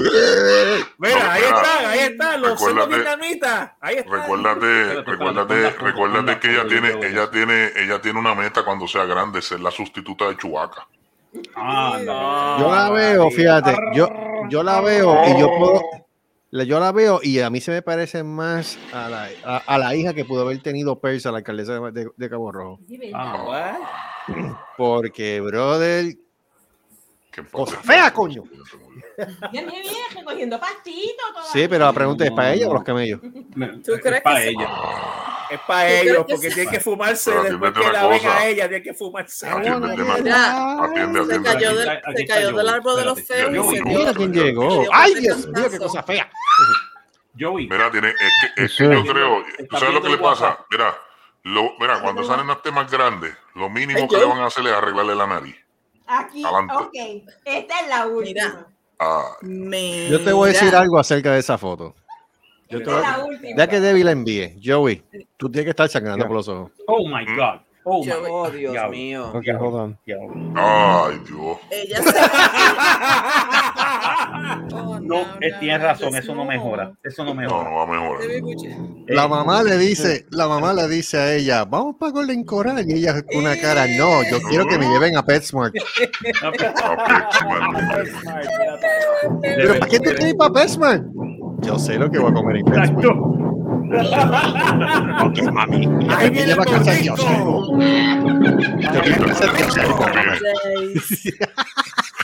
I: Mira, ahí
A: No, espera.
I: están, ahí están, los
A: Recuérdate-
I: cinco vietnamitas. Ahí están.
A: Recuérdate,
D: Espérate,
A: recuérdate,
D: espérate, ponla,
A: recuérdate
D: ponla,
A: que ella
D: ponla,
A: tiene,
D: ponla.
A: ella tiene, ella tiene una meta cuando sea grande, ser la sustituta de Chubaca.
D: Ah, no.
E: Yo la veo, fíjate, yo, yo la veo y yo puedo, la- yo la veo y a mí se me parece más a la, a, a la hija que pudo haber tenido Persa, la alcaldesa de, de- de Cabo Rojo.
D: Ah,
E: Porque, brother,
A: Que en paz
E: Cosa
A: descanse,
E: fea, coño.
J: Ya me viene cogiendo pastito todavía.
E: sí, pero la pregunta es para ella o los camellos.
D: me-
H: ¿Tú
D: es
H: crees
D: para
H: que sí?
D: ella.
I: Es
H: Yo
I: para
H: creo
I: ellos,
H: que
I: porque
H: sí.
I: tienen que fumarse
A: Pero
I: después
A: atiéndete
I: que
A: una
I: la ven
A: cosa.
I: a ella, tienen que fumarse.
A: Atiende el tema.
H: Mira,
A: Atiende,
H: se
A: atiende.
H: cayó,
A: aquí.
H: del,
D: Aquí está-
H: se
D: aquí
H: cayó
D: está
H: del
D: Joey,
H: árbol de los
D: espérate.
H: feos y se
A: Joey,
H: dio
E: Mira quién llegó. ¡Ay, Dios mío, qué cosa fea!
D: Joey,
A: Mira, tiene, es que, es que yo creo, ¿tú sabes lo que le pasa? Mira, lo, mira, cuando salen las temas grandes, lo mínimo que le van a hacer es arreglarle la nariz.
J: Aquí,
A: Adelante.
J: ok. Esta es la última.
H: Mira.
A: Ah,
H: Mira.
E: Yo te voy a decir algo acerca de esa foto. Yo
J: Esta
E: te
J: es
E: voy-
J: la última.
E: ya que Debbie la envíe, Joey, tú tienes que estar sangrando por los ojos.
D: oh my God. Oh my
H: Joey.
F: Oh, Dios
D: Diablo.
F: mío.
E: Ok, hold on.
D: God.
A: ay, Dios.
H: Ella se... Oh,
D: No, eh, tienes razón,
H: Dios,
D: eso no mejora. Eso no
A: No, no
D: mejora. Eh,
A: va a mejorar.
H: Debbie Gucci.
E: La mamá le dice, la mamá le dice a ella, vamos para Golden Coral. Y ella con una cara, no, yo quiero que me lleven a PetSmart.
A: Papi, maldito.
E: Pero ¿para qué te quieres ir para PetSmart? Yo sé lo que voy a comer en PetSmart.
D: Exacto.
E: Ok, mami. Ya me
I: Ahí viene el
E: lleva a casa de Dios.
I: gordito.
E: Yo quiero casa de Dios.
H: Jace.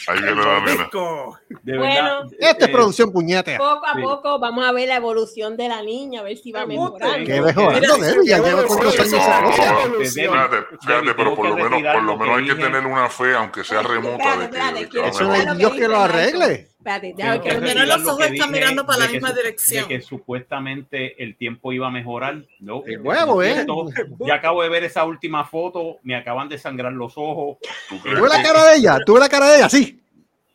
A: Ahí viene la nena.
I: Gordito.
D: De verdad.
J: Bueno.
E: Esta es
D: eh,
E: producción puñetea.
J: Poco a
D: Sí.
J: poco vamos a ver la evolución de la niña, a ver si va
D: Me gusta,
J: mejorando.
E: Que mejorando,
I: Mira,
E: Debbie. Ya
I: qué
E: lleva cuántos años
A: evolución.
E: esa cosa.
A: Espérate, espérate, pero por lo menos, por lo menos hay que tener una fe, aunque sea remota, de que, de que va a
E: Eso no hay
A: mejorar.
E: Dios que lo arregle.
J: Espérate, déjame que
H: Por lo
J: lo
H: menos
J: mire.
H: los ojos están mirando para la
D: de que
H: misma
D: su-
H: dirección.
D: De que supuestamente el tiempo iba a mejorar. No,
E: El huevo, ¿eh?
D: Esto- Ya acabo de ver esa última foto, me acaban de sangrar los ojos. Este,
A: ¿Tú
E: Tuve
A: crees?
E: la cara de ella, tuve la cara de ella, sí.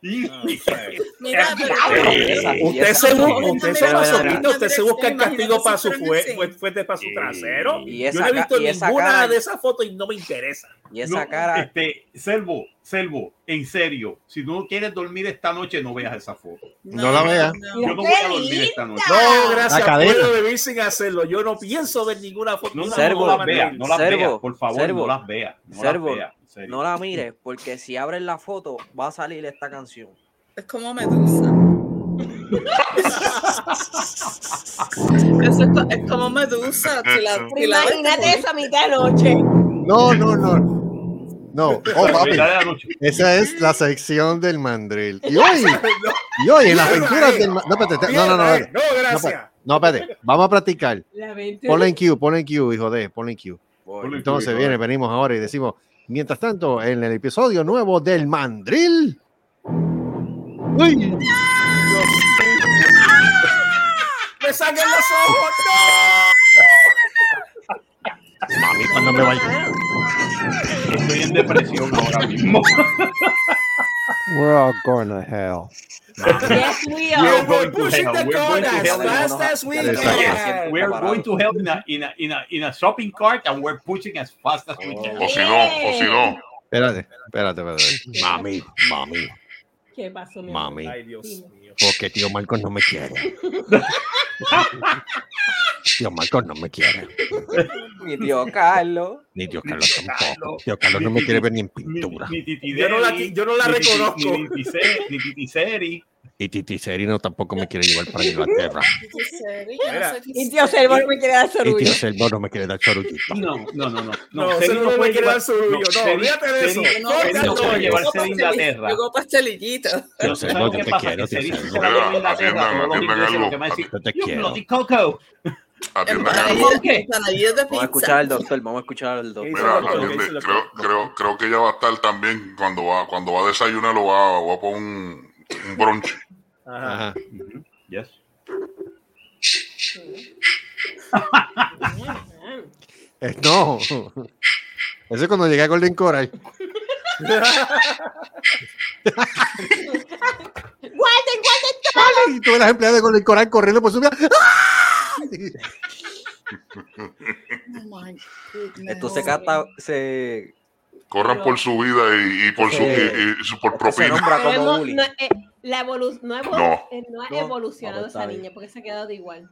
H: Mira, pero-
I: Usted se
H: Pero-
I: busca, usted se
H: Pero-
I: masoquista, usted se busca el
H: Imagínate
I: castigo
H: si
I: para su
H: fueran
I: fue-
H: así.
I: fue- fuente, para su
D: Sí.
I: trasero.
F: Y
I: Yo
F: esa
I: no he
F: ca-
I: visto
F: y esa
I: ninguna
F: cara-
I: de esas fotos y no me interesa.
F: Y esa
D: No,
F: cara.
D: Este, Selvo, Selvo, en serio, si no quieres dormir esta noche, no veas esa foto.
E: No la vea.
D: Yo no voy a dormir esta noche.
I: No,
E: La
I: gracias.
E: cadena.
I: Puedo vivir sin hacerlo. Yo no pienso ver ninguna foto.
D: No, no,
F: Servo,
D: no las veas, no las
F: Servo,
D: veas, por favor,
F: Servo,
D: no las veas. No
F: Servo,
D: las veas, en serio.
F: No la mires, porque si abres la foto va a salir esta canción.
H: Es como Medusa. Eso es, co- es como Medusa. Si la, si la ves,
J: Imagínate eso a mitad de noche.
E: No, no, no. No, oh,
D: La
E: papi.
D: mitad de la noche.
E: Esa es la sección del mandril. Y hoy, y hoy en las aventuras del mandril. No, espérate, no, no, no. espérate.
I: eh, No,
E: No,
I: gracias.
E: espérate. No, espérate. Vamos a practicar.
J: La aventura.
E: Ponle en Q, ponle en Q, hijo de, ponle en Q. Entonces viene, venimos ahora y decimos, mientras tanto, en el episodio nuevo del mandril. Uy,
I: Me saquen los ojos.
E: mami, cuando me vaya.
D: Estoy en depresión ahora mismo.
K: We're all going to hell.
J: Yes, we
I: No.
J: are.
I: We're going to hell. We're going to hell.
F: in a
I: Fast
F: monoja-
I: as we
E: Exacto.
I: can.
D: We're going to help in a, in a, in a, in a shopping cart and we're pushing as fast as
E: Oh.
D: we can.
A: O si no, o si no,
E: Espérate, espérate, espérate. Mami, mami,
J: ¿Qué pasó, mi amor?
E: mami.
I: Ay, Dios mío.
E: Porque tío Marcos no me quiere. tío Marcos no me quiere.
F: Mi tío Carlos.
E: Ni tío Carlos tampoco. Tío Carlos no me quiere ver ni en pintura.
D: Ni, ni Titi
I: Yo no la-
D: Deli,
I: yo no la
D: ni Titi-
I: reconozco.
D: ni Titi Se- Ni Titi Seri.
E: Y Titi Serino tampoco me quiere llevar para Inglaterra.
H: dice, "Seri, yo no
I: Mira.
H: sé qué
J: Y tío
H: sé".
J: Servo no me quiere dar
E: Y tío
J: sorullo.
E: Servo no me quiere dar chorullito.
D: No, no, no, no.
I: No, Seri no puede quedar suyo. No, olvídate de eso.
H: No,
I: Corta
H: Seri
D: no
I: todo.
D: puede llevar
H: Llegó
D: Seri a Inglaterra.
H: pastel- Llegó pastelillita.
E: Tío
D: Pero
E: Servo,
D: ¿sabes
E: yo
D: qué
E: te
D: pasa?
E: quiero,
D: Que
E: tío
D: Seri se
E: Servo.
D: la lleva a
A: Mira,
D: Inglaterra,
A: atiendan-
D: todos los
A: atiendan
D: ingleses
A: algo.
D: lo que van a decir,
E: Yo te
D: "You
E: quiero".
D: bloody coco".
H: En
A: atiendan algo.
H: Panamá,
F: ¿Por
H: en panadillas de
F: Vamos a
H: pizza.
F: escuchar al doctor, vamos a escuchar al doctor.
I: Eso
A: Mira,
I: es lo que- eso
A: atiende,
I: es lo
A: creo,
I: que-
A: creo, creo que ella va a estar también cuando va, cuando va a desayunar lo va, va a poner un, un bronche.
I: Ajá.
E: Ajá.
D: Yes.
E: Eh, No. Eso es cuando llegué a Golden Coral.
J: Guarden, guarden.
E: ¡Ay! Y tuve las empleadas de Golden Coral corriendo por su vida. ¡Ah!
F: Esto se cata, se.
A: Corran por su vida y, y por su y- y su- por propina.
J: No hemos- no, eh, la evolu- no hemos-
A: No.
J: eh, no ha
A: No.
J: evolucionado
A: No, está
J: esa
A: bien.
J: niña porque se ha quedado de igual.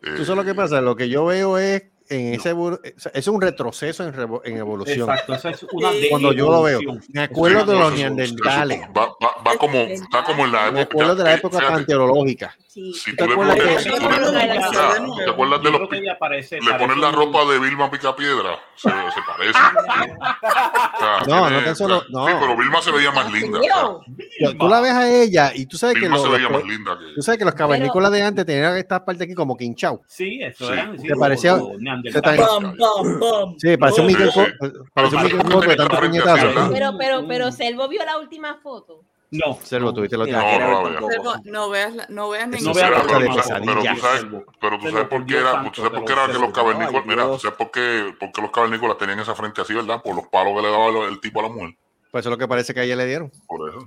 E: Tú sabes lo que pasa, lo que yo veo es en ese evo- o sea, es un retroceso en, revo- en evolución.
D: Exacto, esa es una Sí.
E: Cuando yo lo veo,
D: devolución.
E: me acuerdo de
A: Sí,
E: los
A: eso- eso-
E: neandertales,
A: Va, va- va como, está como en la
E: me
A: época.
E: acuerdo de la
A: eh,
E: época
A: fíjate,
E: panteológica.
A: Si
E: ¿Tú
A: tú
E: te
A: le
E: acuerdas
A: pones,
E: que-
A: si tú le pones- ah, ¿te acuerdas de
D: Yo
A: los
D: creo que
A: pi-
D: ella parece-
A: Le pones
D: parece
A: la
D: un- Ah.
A: ropa de Vilma Picapiedra. Se, se parece. O sea,
E: No, no
A: tiene-
E: tan solo-
A: o sea, Sí,
E: no.
A: pero Vilma se veía más linda. o sea,
E: Yo- Tú la ves a ella y tú sabes que
A: Vilma
E: los,
A: se veía
E: los-
A: más linda que-
E: tú sabes que los cavernícolas de antes tenían esta parte aquí como quinchao.
D: Sí, eso
E: Sí.
D: era. sí,
E: Te parecía-
D: o- o
E: se
D: neandertal.
E: tan- Sí, parecía un Miguel Co- parecía un Miguel Cotto de tantos puñetazos.
J: Pero, pero, pero Selvo vio la última foto.
D: No.
E: Se lo tuviste lo
A: No, no la veas.
H: Selvo, no veas, la- no veas
A: Eso
H: ninguna.
A: será,
E: cosa
A: pero
E: de
A: tú sabes-
E: pesadilla.
A: pero tú sabes- Pero tú sabes por qué era, tú sabes por qué era que los cavernícolas, mira, tú sabes por qué, por qué los cavernícolas tenían esa frente así, ¿verdad? Por los palos que le daba el, el tipo a la mujer.
E: Pues eso es lo que parece que a ella le dieron.
A: Por eso.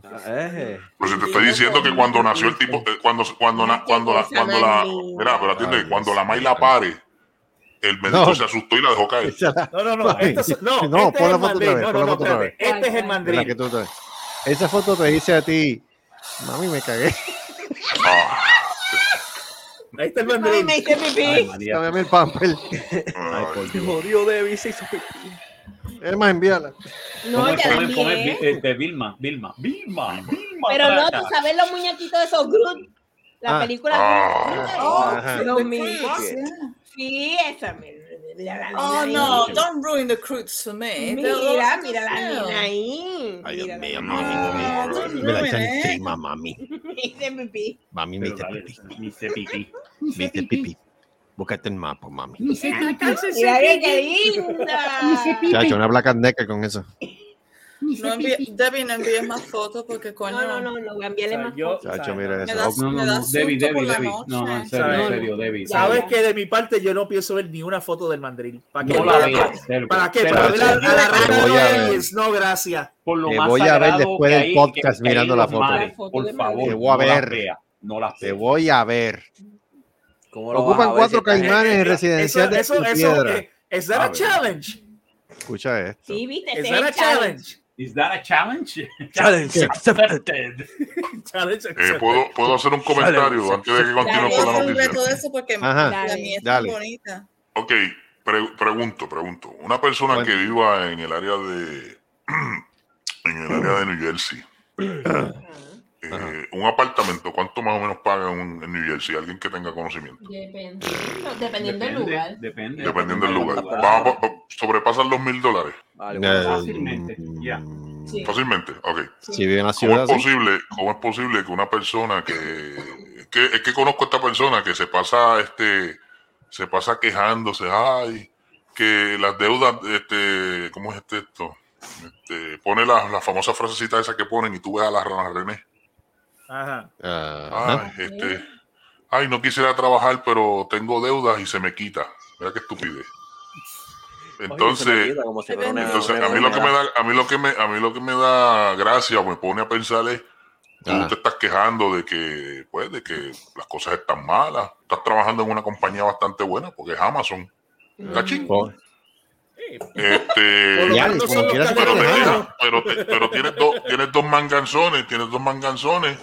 A: Pues si te estoy diciendo que cuando nació el tipo, eh, cuando, cuando, na- cuando, la, cuando la, mira, pero atiende, que cuando la May la pare, el médico
E: No.
A: se asustó y la dejó caer.
I: No, no, no. Este es, no,
E: No,
I: este
E: pon la
I: es el
E: foto otra
I: mandril.
E: vez,
I: No,
E: pon
I: no,
E: la
I: no,
E: foto otra
I: espérate. Este es el
E: La que
I: mandril.
E: tú traes. Esa foto te dice a ti, mami, me cagué. Ah.
I: Ahí está Este el mandril.
F: me hice pipí. Ay,
D: María.
E: Cámbiame el pamper.
F: Jodió de visa y su pipí.
E: Es más, envíala.
J: No,
D: ¿Cómo es?
J: ya la
D: ¿Cómo es? ¿Cómo es?
J: miré.
D: Vi- eh, de Vilma, Vilma, Vilma, Vilma.
J: Pero no,
D: Traca.
J: tú sabes los muñequitos de esos Groot. La
D: Ah.
J: película.
D: Ah.
J: Oh,
D: Ajá.
H: Pues
J: Dios mío. Sí, esa. me- la- la- la-
H: Oh
J: la-
H: no,
J: la-
H: don't ruin the cruise for me.
J: Mira, mira la nena ahí.
E: Ay, Dios mío,
J: don't
E: mami. Me la
J: ruin
E: echan
J: it.
E: encima, mami.
J: Hice pipí.
E: Mami, me hice pipí.
D: Me hice pipí.
E: Me hice pipí. Búscate el mapa, mami.
J: Mira bien, qué linda.
E: Chacho, una Black and Decker con eso.
H: No envíe- Debbie, no envíes más fotos porque coño.
J: No, no, no, no, voy a enviarle más
E: Chacho, mira
H: Me
E: eso.
H: das-
D: Oh, No, no,
H: me
D: no.
H: das
D: Debbie,
H: susto
D: Debbie,
H: por la
D: Debbie.
H: noche.
D: No, en serio, en serio, Debbie.
I: Sabes
D: Debbie.
I: que de mi parte yo no pienso ver ni una foto del mandril. ¿Para qué?
D: No la
I: ¿Para,
D: veas,
I: qué?
D: Sergio.
I: ¿Para qué?
D: Sergio,
I: ¿Para ver a, a la
D: Sergio.
I: rata
E: Te voy a ver.
I: Reyes? No, gracias.
D: Por lo
E: Te
D: más
E: voy a ver
D: sagrado
E: después
D: que
E: del
D: hay-
E: podcast
D: que hay en
E: mirando la
D: los
E: foto.
D: mares, Por favor,
E: Te voy a
D: no las
E: ver.
D: vea, No las
E: Te
D: vea.
E: voy a ver.
F: ¿Cómo lo vas
E: Ocupan
F: a ver si
E: cuatro
F: esta gente-
E: caimanes en residencial de
I: Eso, eso,
E: piedra.
I: eh, ¿es that
E: A
I: a
E: ver.
I: challenge?
E: Escucha esto.
J: Sí, viste,
I: ¿Es
J: ese
I: that
J: es
I: a
J: el challenge.
I: challenge?
D: Is that a challenge?
F: Challenge
D: accepted.
I: Challenge
A: Eh,
I: accepted.
A: ¿puedo, ¿Puedo hacer un comentario
F: Dale.
A: antes de que continuemos con
H: Yo
A: la noticia?
H: resolví todo eso porque
E: Ajá.
H: la mía es tan
E: Dale.
H: bonita.
A: Ok, pre- pregunto, pregunto. Una persona que viva en el área de en el área de New Jersey. eh, un apartamento, ¿cuánto más o menos paga un- en New Jersey? Alguien que tenga conocimiento.
J: Dependiendo, dependiendo del lugar.
D: Depende.
A: Dependiendo del lugar. Vamos, a- sobrepasan los mil dólares.
E: Mm.
D: Fácilmente. ya.
J: Sí.
A: Fácilmente, ok.
E: Si vive en la
A: ¿Cómo
E: ciudad,
A: es,
E: sí.
A: posible, ¿Cómo es posible que una persona que, que- es que conozco a esta persona que se pasa este se pasa quejándose, ay, que las deudas este ¿cómo es este esto? Este, pone la, la famosa frasecita esa que ponen y tú ves a la rana René.
I: Ajá.
E: Ah, Ajá.
A: Ay, este, ay, no quisiera trabajar, pero tengo deudas y se me quita. Mira qué estupidez. Entonces, entonces, a mí lo que me da, a mí lo que me, a mí lo que me da gracia o me pone a pensar es, tú
E: Ajá.
A: te estás quejando de que, pues, de que las cosas están malas. Estás trabajando en una compañía bastante buena porque es Amazon. Está chingón. Este,
I: Mm. Por lo
E: Oh. Ya,
I: menos
E: como
I: son los
E: quieras,
A: pero, te
I: canales de
A: quejas,
I: Amazon.
A: pero, te- pero tienes dos, tienes dos manganzones, tienes dos manganzones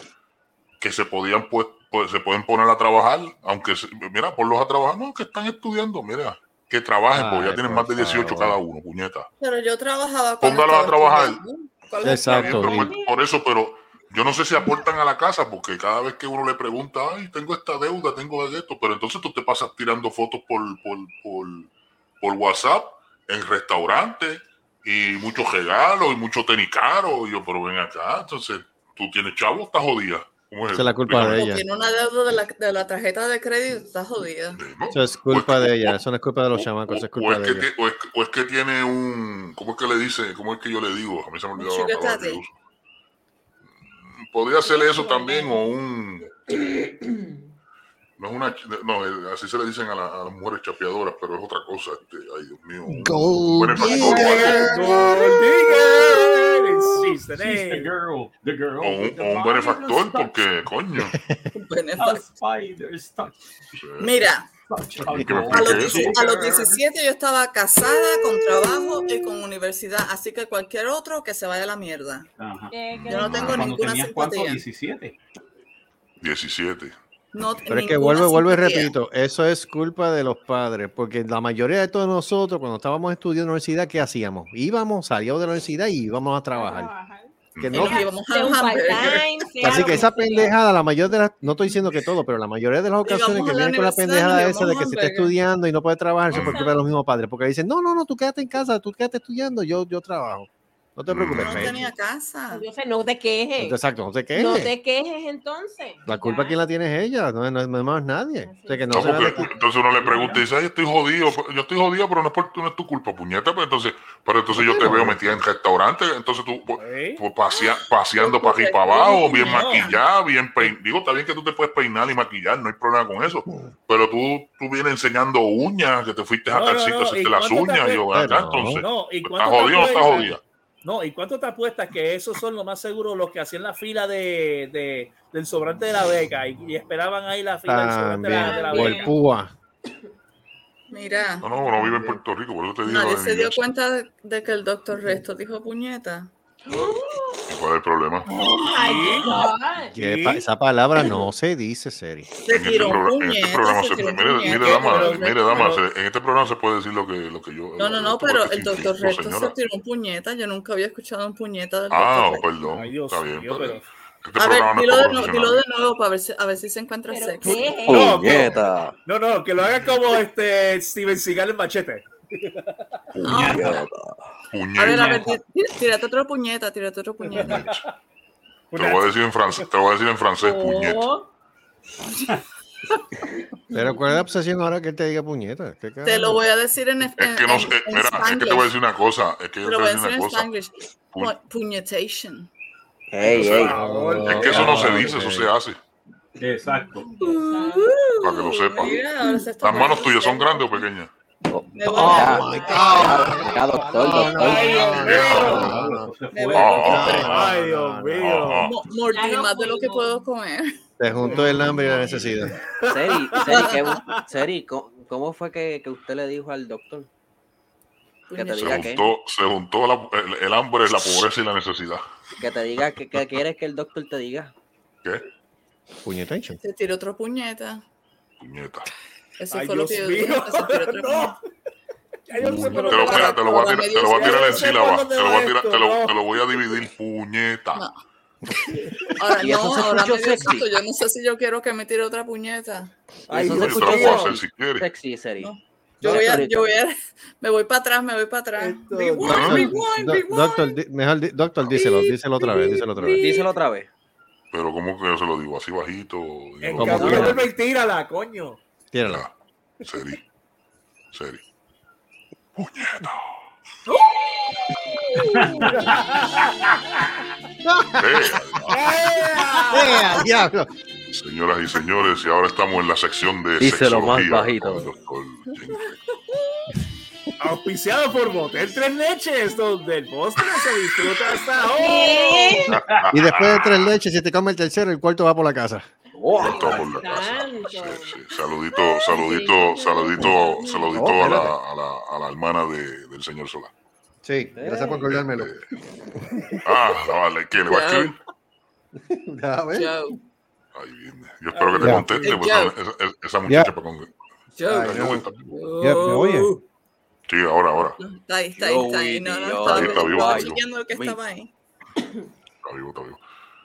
A: que se podían pues, pues, se pueden poner a trabajar, aunque se- mira, ponlos a trabajar, no, que están estudiando, mira, que trabajen, porque ya
E: Ay,
A: tienen
E: por
A: más de 18
E: favor.
A: cada uno, puñeta.
H: Pero yo trabajaba cuando
A: Póngalos a
H: estaba
A: trabajar.
H: estudiando. ¿Cuál es el
E: Exacto.
A: Pero,
E: sí.
A: pues, por eso, pero yo no sé si aportan a la casa, porque cada vez que uno le pregunta, ay, tengo esta deuda, tengo esto, pero entonces tú te pasas tirando fotos por, por, por, por WhatsApp en restaurantes y muchos regalos y mucho tenis caro. Y yo, pero ven acá, entonces tú tienes chavo, estás jodida. ¿Cómo
E: Esa es la culpa de
H: Como
E: ella.
H: tiene una deuda de la, de la tarjeta de crédito, está jodida.
E: Eso es culpa de ella. Eso no es culpa de los chamacos. Eso es
A: O
E: culpa
A: Pues es,
E: de
A: que,
E: ella.
A: tie- o, es, que- o es que tiene un. ¿Cómo es que le dice? ¿Cómo es que yo le digo? A mí se me olvidó la
H: Sugar
A: palabra que
H: daddy.
A: uso. Podría ser eso también, o un. No es una. ch- No, eh, así se le dicen a, la- a las mujeres chapeadoras, pero es otra cosa. este, ay, Dios mío.
E: Gold
A: Bueno,
E: digger.
A: gold digger.
I: Gold digger. insiste,
D: She's the girl, the girl.
A: O un,
D: The
A: o un
D: body
A: benefactor,
D: was touched.
A: porque, coño.
D: A spider's touch.
H: Mira,
D: Touch
A: Ay, que me
D: girl.
H: a los,
A: explique eso.
H: dieci- a los 17 yo estaba casada, con trabajo y con universidad, así que cualquier otro que se vaya a la mierda.
D: Ajá.
H: Yo no tengo
D: Cuando
H: ninguna
D: tenías cuánto,
H: simpatía.
D: 17.
A: 17.
H: No,
E: Pero es que
H: ninguna
E: vuelvo, vuelvo y
H: simpatía.
E: repito, eso es culpa de los padres, porque la mayoría de todos nosotros cuando estábamos estudiando en la universidad, ¿qué hacíamos? Íbamos, salíamos de la universidad y íbamos a trabajar.
A: Mm.
E: Que no,
H: Nos íbamos a
J: Sea un
H: los hamburgers.
J: part-time, sea
E: así
J: lo
E: que esa
J: sea.
E: pendejada, la mayor de las, no estoy diciendo que todo, pero la mayoría de las ocasiones
H: Íbamos
E: que
H: a la
E: vienen con la
H: universidad,
E: pendejada
H: nos
E: esa de que
H: íbamos
E: se
H: a
E: está
H: hamburger.
E: estudiando y no puede trabajar, eso es
A: Ajá.
E: por culpa de los mismos padres, porque dicen, no, no, no, tú quédate en casa, tú quédate estudiando, yo, yo trabajo. No
A: Mm.
E: te preocupes,
H: No
E: men.
H: tenía casa.
J: Entonces, Pues, no te quejes.
E: Exacto, no sé qué.
J: No te quejes entonces.
E: La culpa
J: Ya.
E: quién la tiene es ella, no, no, no es más nadie. O sea, que no
A: No,
E: se van a
A: porque entonces uno le pregunta y dice, ay, estoy jodido, yo estoy jodido, pero no es, por, no es tu culpa, puñeta, pero entonces, pero entonces yo te veo metida en restaurantes, entonces tú pues, pasea-
E: Ah,
A: paseando para arriba y para abajo, bien maquillada, bien
E: Eh.
A: peinada. Digo, está bien que tú te puedes peinar y maquillar, no hay problema con eso,
E: Mm.
A: pero tú, tú vienes enseñando uñas, que te fuiste a
I: No,
A: tal
I: no,
A: sitio,
I: no,
A: hacerte
I: ¿y
A: las
I: cuánto
A: uñas,
I: te
A: y yo,
E: hace-
A: ven acá,
E: Pero no.
A: entonces,
I: No, ¿y
A: ¿estás
I: cuánto te
A: jodido o estás
I: cuesta?
A: jodida?
I: No, ¿y cuánto te apuestas que esos son lo más seguro los que hacían la fila de, de- del sobrante de la beca y, y esperaban ahí la fila del sobrante de la, de la
E: También, o el
I: beca?
E: púa.
H: Mira,
A: No, no, no vive en Puerto Rico, por eso te digo.
H: nadie
A: en
H: se dio
A: inglés.
H: cuenta de, de que el doctor Resto dijo puñeta.
A: ¿Cuál es el problema?
J: Ay, Oh God.
E: Que
I: Sí.
E: pa- esa palabra no se dice, Seri.
H: Se
A: En este,
H: tiró
A: programa-
H: un
A: en este
H: puñeta,
A: programa
H: se
A: se
H: tiró un
A: mire, mire,
H: puñeta.
A: dama,
I: pero-
A: mire, dama,
I: pero-
A: se- en este programa se puede decir lo que, lo que yo.
H: No, no, no,
A: lo que
H: pero
A: yo
H: el
A: sentí,
H: doctor
A: no,
H: Resto se
A: señora.
H: tiró un puñeta. Yo nunca había escuchado un puñeta del
A: Ah,
H: doctor Resto.
A: perdón.
I: Ay, Dios
A: está bien.
I: mío,
A: pero
I: pero-
A: este
H: A
A: programa
H: ver,
A: no
H: dilo
A: es
H: de,
A: para
H: nuevo, dilo
A: profesionales.
H: de nuevo para ver si, a ver si se encuentra
J: Pero
H: sexo.
J: qué es.
I: No,
K: Puñeta.
I: No, no, que lo haga como este Steven Seagal en machete.
K: Puñeta.
H: A ver,
A: Puñeta.
H: a ver, tí- tí- tírate otro puñeta, tírate otro puñeta.
A: Te lo voy a decir en francés, te lo voy a decir en francés, puñeta.
J: Oh,
E: Pero cuál es la obsesión ahora que él te diga puñeta. ¿Qué
H: Te lo
E: carajo?
H: voy a decir en, en,
A: Es que no
H: en-
A: sé,
H: en
A: mira, es que te voy a
H: Spanglish.
A: decir una cosa, es que
H: Te lo
A: yo te
H: voy
A: voy
H: a
A: a
H: decir
A: decir
H: en
A: una cosa.
H: Spanglish.
A: Pu-
H: Pu- Puñetation.
K: Ey,
I: Por
K: ey.
I: favor,
A: Es que eso no se
D: Ah,
A: dice, eso
D: ok.
A: se hace,
D: Exacto.
A: para que lo sepas.
H: Mira, ahora se está
A: ¿Las manos
H: poniendo
A: tuyas son
H: serio.
A: grandes o pequeñas?
H: Me voy a-
K: Oh, my God. Ya, doctor, doctor.
D: Entonces
H: Me
D: fue-
A: Oh,
H: voy a-
I: Ay, Dios mío.
A: Ah,
H: Mo- Mordí
J: Ya no
H: más de lo que
J: fuimos.
H: puedo comer.
E: Te juntó el hambre y la necesidad.
F: Seri, Seri, ¿qué bu- Seri, ¿cómo, cómo fue que, que usted le dijo al doctor? Que te
H: Puñeta.
A: Se
F: diga que,
A: juntó, se juntó la- el, el hambre, la pobreza y la necesidad.
F: que te diga que, que quieres que el doctor te diga.
A: ¿Qué?
E: Puñetation.
H: Se tiró otro puñeta.
A: Puñeta.
H: Eso
I: Ay,
H: fue lo
I: Dios
H: que yo
I: mío.
H: dije. que se tiró otro
I: No.
H: puñeta.
I: Ya yo no sé por
A: Te lo,
I: dónde
H: Pero
A: mira,
I: va.
A: te lo voy a tirar, te lo voy a tirar en sílabas. Te lo voy a tirar, te lo, te lo voy a dividir.
H: No.
A: Puñeta.
H: Ahora
F: Y eso
H: no,
F: se
H: ahora me
F: escuchó
H: dio
F: sexy.
H: susto. Yo no sé si yo quiero que me tire otra puñeta.
I: Ay,
F: Eso se
A: Yo te lo
F: escuchó
A: puedo hacer
F: sexy,
A: si quieres.
F: sexy, Seri.
H: No. Yo voy a, yo voy a, me voy para atrás, me voy para atrás.
I: Esto-
H: Rewind, rewind,
E: Do-
H: rewind.
E: doctor, di- mejor, di- doctor, díselo, díselo otra vez, díselo otra vez.
F: Díselo otra vez.
A: Pero ¿cómo que yo se lo digo? Así bajito.
I: En
A: Digo,
E: Como
I: cambio,
E: quiera.
I: vuelve y tírala, coño.
E: Tírala.
A: Seri. Seri. Puñeta.
E: ¡Ea, diablo!
A: Eh, señoras y señores, y ahora estamos en la sección de
K: Díselo más
A: sexología
K: bajito.
A: con el doctor Jenkins.
I: Auspiciado por Motel Tres Leches, donde el postre se disfruta hasta hoy.
J: ¿Qué?
E: Y después de tres leches, si te come el tercero, el cuarto va por la casa.
A: Ya está por la casa.
J: Santo.
A: Sí, sí. Saludito, saludito, saludito, saludito a la, a la, a la hermana de- del señor Solá.
E: Sí, gracias por acordármelo.
A: Eh. Ah, vale, ¿qué le va a escribir?
E: A ver.
H: Joe,
A: Ay, bien. Yo espero que te
K: Ya.
A: conteste, pues,
H: Ya.
A: esa, esa- esa muchacha
K: Ya.
A: para con...
H: Joe,
E: Ay, no.
K: Ya, ¿me oye?
A: Sí, ahora, ahora.
H: No, Está ahí, está ahí, está ahí. No, no, estaba,
A: Ahí está vivo,
H: estaba
A: ahí vivo.
H: chequeando que estaba ahí.
A: Está vivo, está vivo.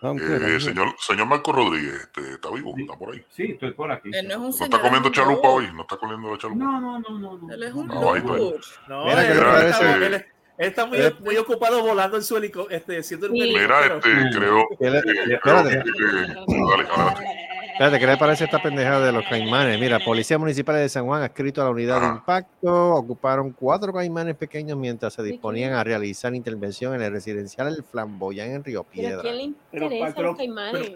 K: I'm
A: Eh,
K: good, I'm good.
A: señor, señor Marco Rodríguez, este, está vivo, está por ahí.
D: Sí, estoy por aquí.
H: Él no es un
A: No
H: señor.
A: está comiendo
H: es un
A: chalupa
H: lord.
A: hoy, no está comiendo la chalupa.
D: No, no, no, no. no.
H: Él es un
A: Ah, ahí está.
H: lord.
I: No,
E: Mira, ¿qué
I: él,
E: le
I: él
E: parece?
I: está, él- él está muy,
E: Eh.
I: muy ocupado volando en su helicóptero, este, siendo un
J: Sí.
A: Mira,
I: helicóptero.
A: este, creo.
E: ¿Qué le-
A: eh, creo que,
E: Espérate,
A: eh, dale, adelante.
E: espérate, ¿qué le parece esta pendejada de los caimanes? Mira, Policía Municipal de San Juan ha escrito a la unidad de
A: Ajá.
E: impacto, ocuparon cuatro caimanes pequeños mientras se disponían a realizar intervención en el residencial El Flamboyán en Río
J: Pero
E: Piedra.
J: ¿quién le
I: Pero,
J: interesa
I: pero-
J: los caimanes?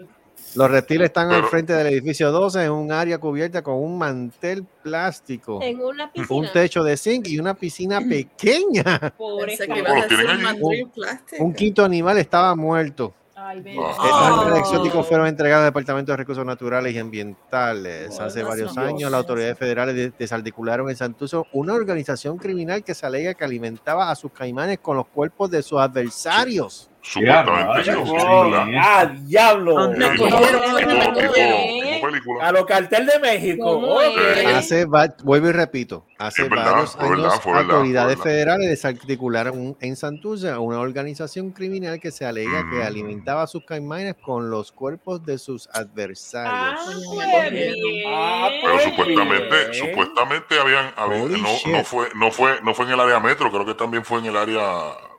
E: Los reptiles están
A: Pero-
E: al frente del edificio 12 en un área cubierta con un mantel plástico,
J: En una piscina.
E: un techo de zinc y una piscina pequeña.
J: Pobre
H: Pensé que
J: cabrón.
H: ibas a decir
E: allí.
H: mandril plástico.
E: Un quinto animal estaba muerto.
J: Ay, ven.
E: Estos animales exóticos fueron entregados al Departamento de Recursos Naturales y Ambientales. Hace varios
K: Dios.
E: años, las autoridades federales de- desarticularon en Santuso una organización criminal que se alega que alimentaba a sus caimanes con los cuerpos de sus adversarios.
A: Supuestamente, sí, sí, ¿verdad?
I: ¡Ah, diablo!
A: Sí, tipo- tipo- tipo- tipo película.
I: A los cartel de México.
J: ¿Cómo
I: Oye,
E: Hace va- vuelvo y repito, hace
A: Es verdad,
E: varios
A: fue
E: años
A: verdad, fue verdad,
E: autoridades
A: fue verdad.
E: federales desarticularon un- en Santurce a una organización criminal que se alega
A: Mm.
E: que alimentaba a sus caimanes con los cuerpos de sus adversarios.
A: Ah, Pero supuestamente, supuestamente habían, habían-
E: Holy
A: no,
E: shit.
A: no fue, no fue, no fue en el área metro, creo que también fue en el área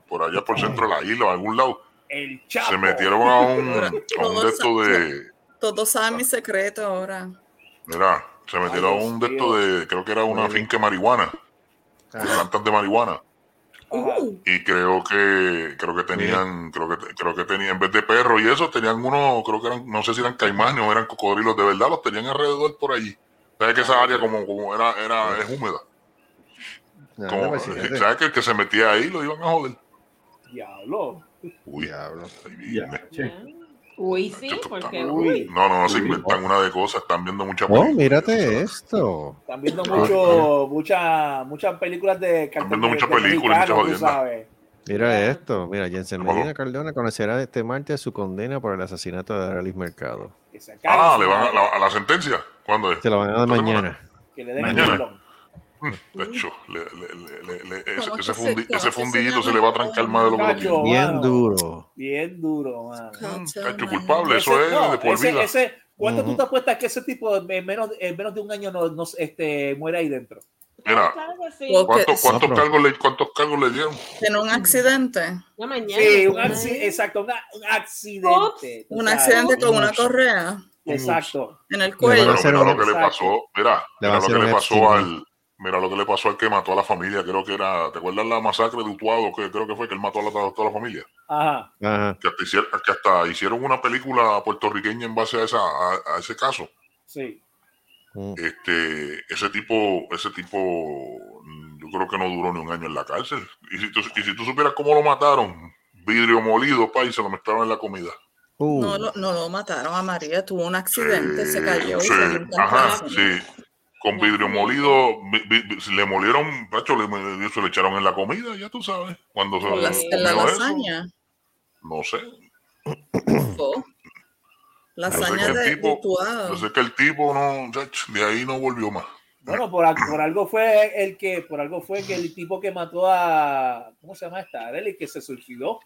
A: por allá por el centro de la isla o algún lado.
I: el chapo.
A: Se metieron a un, a un de estos de,
H: Todos saben mi secreto ahora.
A: mira, se metieron a un de estos de, creo que era una finca de marihuana, de plantas de marihuana. Y creo que, creo que tenían, creo que, creo que tenían, en vez de perros y eso, tenían uno, creo que eran, no sé si eran caimanes o eran cocodrilos, de verdad los tenían alrededor por allí. Sabes que
E: Ah,
A: esa área como, como era, era, es húmeda.
E: Nada,
A: Como-
E: Ah.
A: eh,
E: pues, fíjate.
A: ¿Sabes que el que se metía ahí lo iban a joder?
I: Diablo.
A: Uy,
J: Uy, sí, porque.
A: Uy. No, no, no, se inventan una de cosas, están viendo mucha
E: Oh,
A: película,
E: mírate esto.
I: Están viendo mucho, mucha, muchas películas de cartel
A: Ah, viendo
I: de-
A: muchas
I: de
A: películas,
I: mexicanos,
A: muchas
I: tú
A: jodiendas.
I: sabes.
E: Mira esto, mira, Jensen
A: Ojo.
E: Medina Cardona conocerá este martes su condena por el asesinato de Aralis Mercado.
I: Que se acabe,
A: Ah,
I: se
A: ¿le van a
I: acabe,
A: la, a la sentencia? ¿Cuándo es?
E: Se la van a dar mañana.
I: que le den el
A: mañana.
I: pilón.
A: De hecho, le- le- le- le- le- ese,
I: ¿Cómo que se-
A: ese fundi-
I: cómo
A: ese
I: que se
A: fundillito se
I: llama?
A: le va a trancar más de lo que lo
I: Cacho,
A: tiene.
E: Bien
I: mano.
E: duro.
I: Bien duro, mano.
A: Cacho Mm, culpable, eso es
I: no,
A: de por
I: ese-
A: vida.
I: ese- ¿Cuánto
E: Ujú.
I: tú te apuestas que ese tipo en menos, en menos de un año no, no, este, muere ahí dentro?
A: Mira,
J: Claro que sí.
H: Porque-
A: ¿cuánto-
E: No,
A: ¿cuántos,
E: pero-
A: cargos le, ¿cuántos cargos le dieron?
H: En un accidente.
J: La mañana.
I: Sí, un
J: Ay.
I: acci- exacto, una- un accidente. tú
H: Un
I: sabes.
H: accidente con una correa
I: Exacto.
H: en el
E: Le van a
H: cuello.
E: hacer
A: Pero mira lo
E: un,
A: que le pasó,
E: Le
A: mira,
E: va a
A: mira lo
E: hacer
A: que
E: un
A: le pasó
E: Epstein.
A: al... Mira lo que le pasó al que mató a la familia, creo que era, ¿te acuerdas la masacre de Utuado? Que creo que fue que él mató a la- a toda la familia.
I: Ajá.
E: Ajá.
A: que hasta hicieron, que hasta hicieron una película puertorriqueña en base a, esa, a, a ese caso.
I: Sí.
E: Mm.
A: Este, ese tipo, ese tipo, mm, yo creo que no duró ni un año en la cárcel. Y si tú, y si tú supieras cómo lo mataron, vidrio molido, pa, y se lo mezclaron en la comida.
E: uh,
H: No lo, no lo mataron a María, tuvo un accidente, se
A: Eh,
H: cayó. y
A: sí,
H: salió en
A: ajá,
H: casa.
A: sí. Con vidrio molido, vi- vi- si le molieron, macho, le, me- se le echaron en la comida, ya tú sabes. Cuando se
H: Con las- en la
A: comió eso,
H: lasaña.
A: no sé,
H: fo. Lasaña
A: Yo sé que el
H: de,
A: tipo-
H: de tuado.
A: yo sé que el tipo no, chacho, de ahí no volvió más.
I: Bueno, por, al- por algo fue el que, por algo fue que el tipo que mató a, ¿cómo se llama esta? Arely, que se suicidó.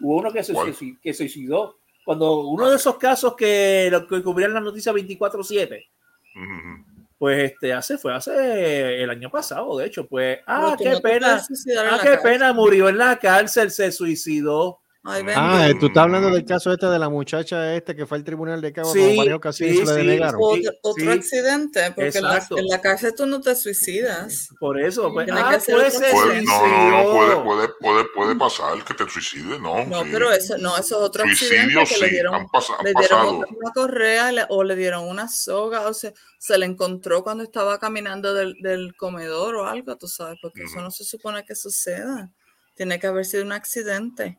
I: Hubo uno que se,
A: ¿Cuál?
I: suici- que se suicidó. Cuando uno de esos casos que, lo que cubrían la noticia 24-7,
A: Ujú.
I: pues este, hace, fue hace el año pasado, de hecho, pues, ah,
H: Pero tú
I: qué
H: no te
I: pena,
H: puedes suicidar en
I: ah,
H: la
I: qué
H: cárcel.
I: pena, murió en la cárcel, se suicidó.
H: Ay, ven.
E: Ah, eh, tú estás hablando del caso este de la muchacha este que fue al tribunal de Cabo
I: Sí,
E: como varias ocasiones
I: sí,
E: se le
I: sí,
E: denegaron.
I: sí.
H: otro, otro accidente, porque en la,
I: exacto.
H: en la cárcel tú no te suicidas.
I: Por eso, pues,
H: Tiene que
I: ah,
H: hacer
I: pues
H: otro
I: se
A: Puede- no, no, no, puede,
I: suicidó.
A: puede, puede, puede pasar que te suicides, ¿no?
H: No,
A: sí.
H: pero eso, no, eso es otro
A: Suicidio
H: accidente que le
A: sí,
H: dieron,
A: han, pas- han
H: le dieron
A: pasado.
H: otra- una correa le- o le dieron una soga o se, se le encontró cuando estaba caminando del, del comedor o algo, tú sabes, porque eso no se supone que suceda. Tiene que haber sido un accidente.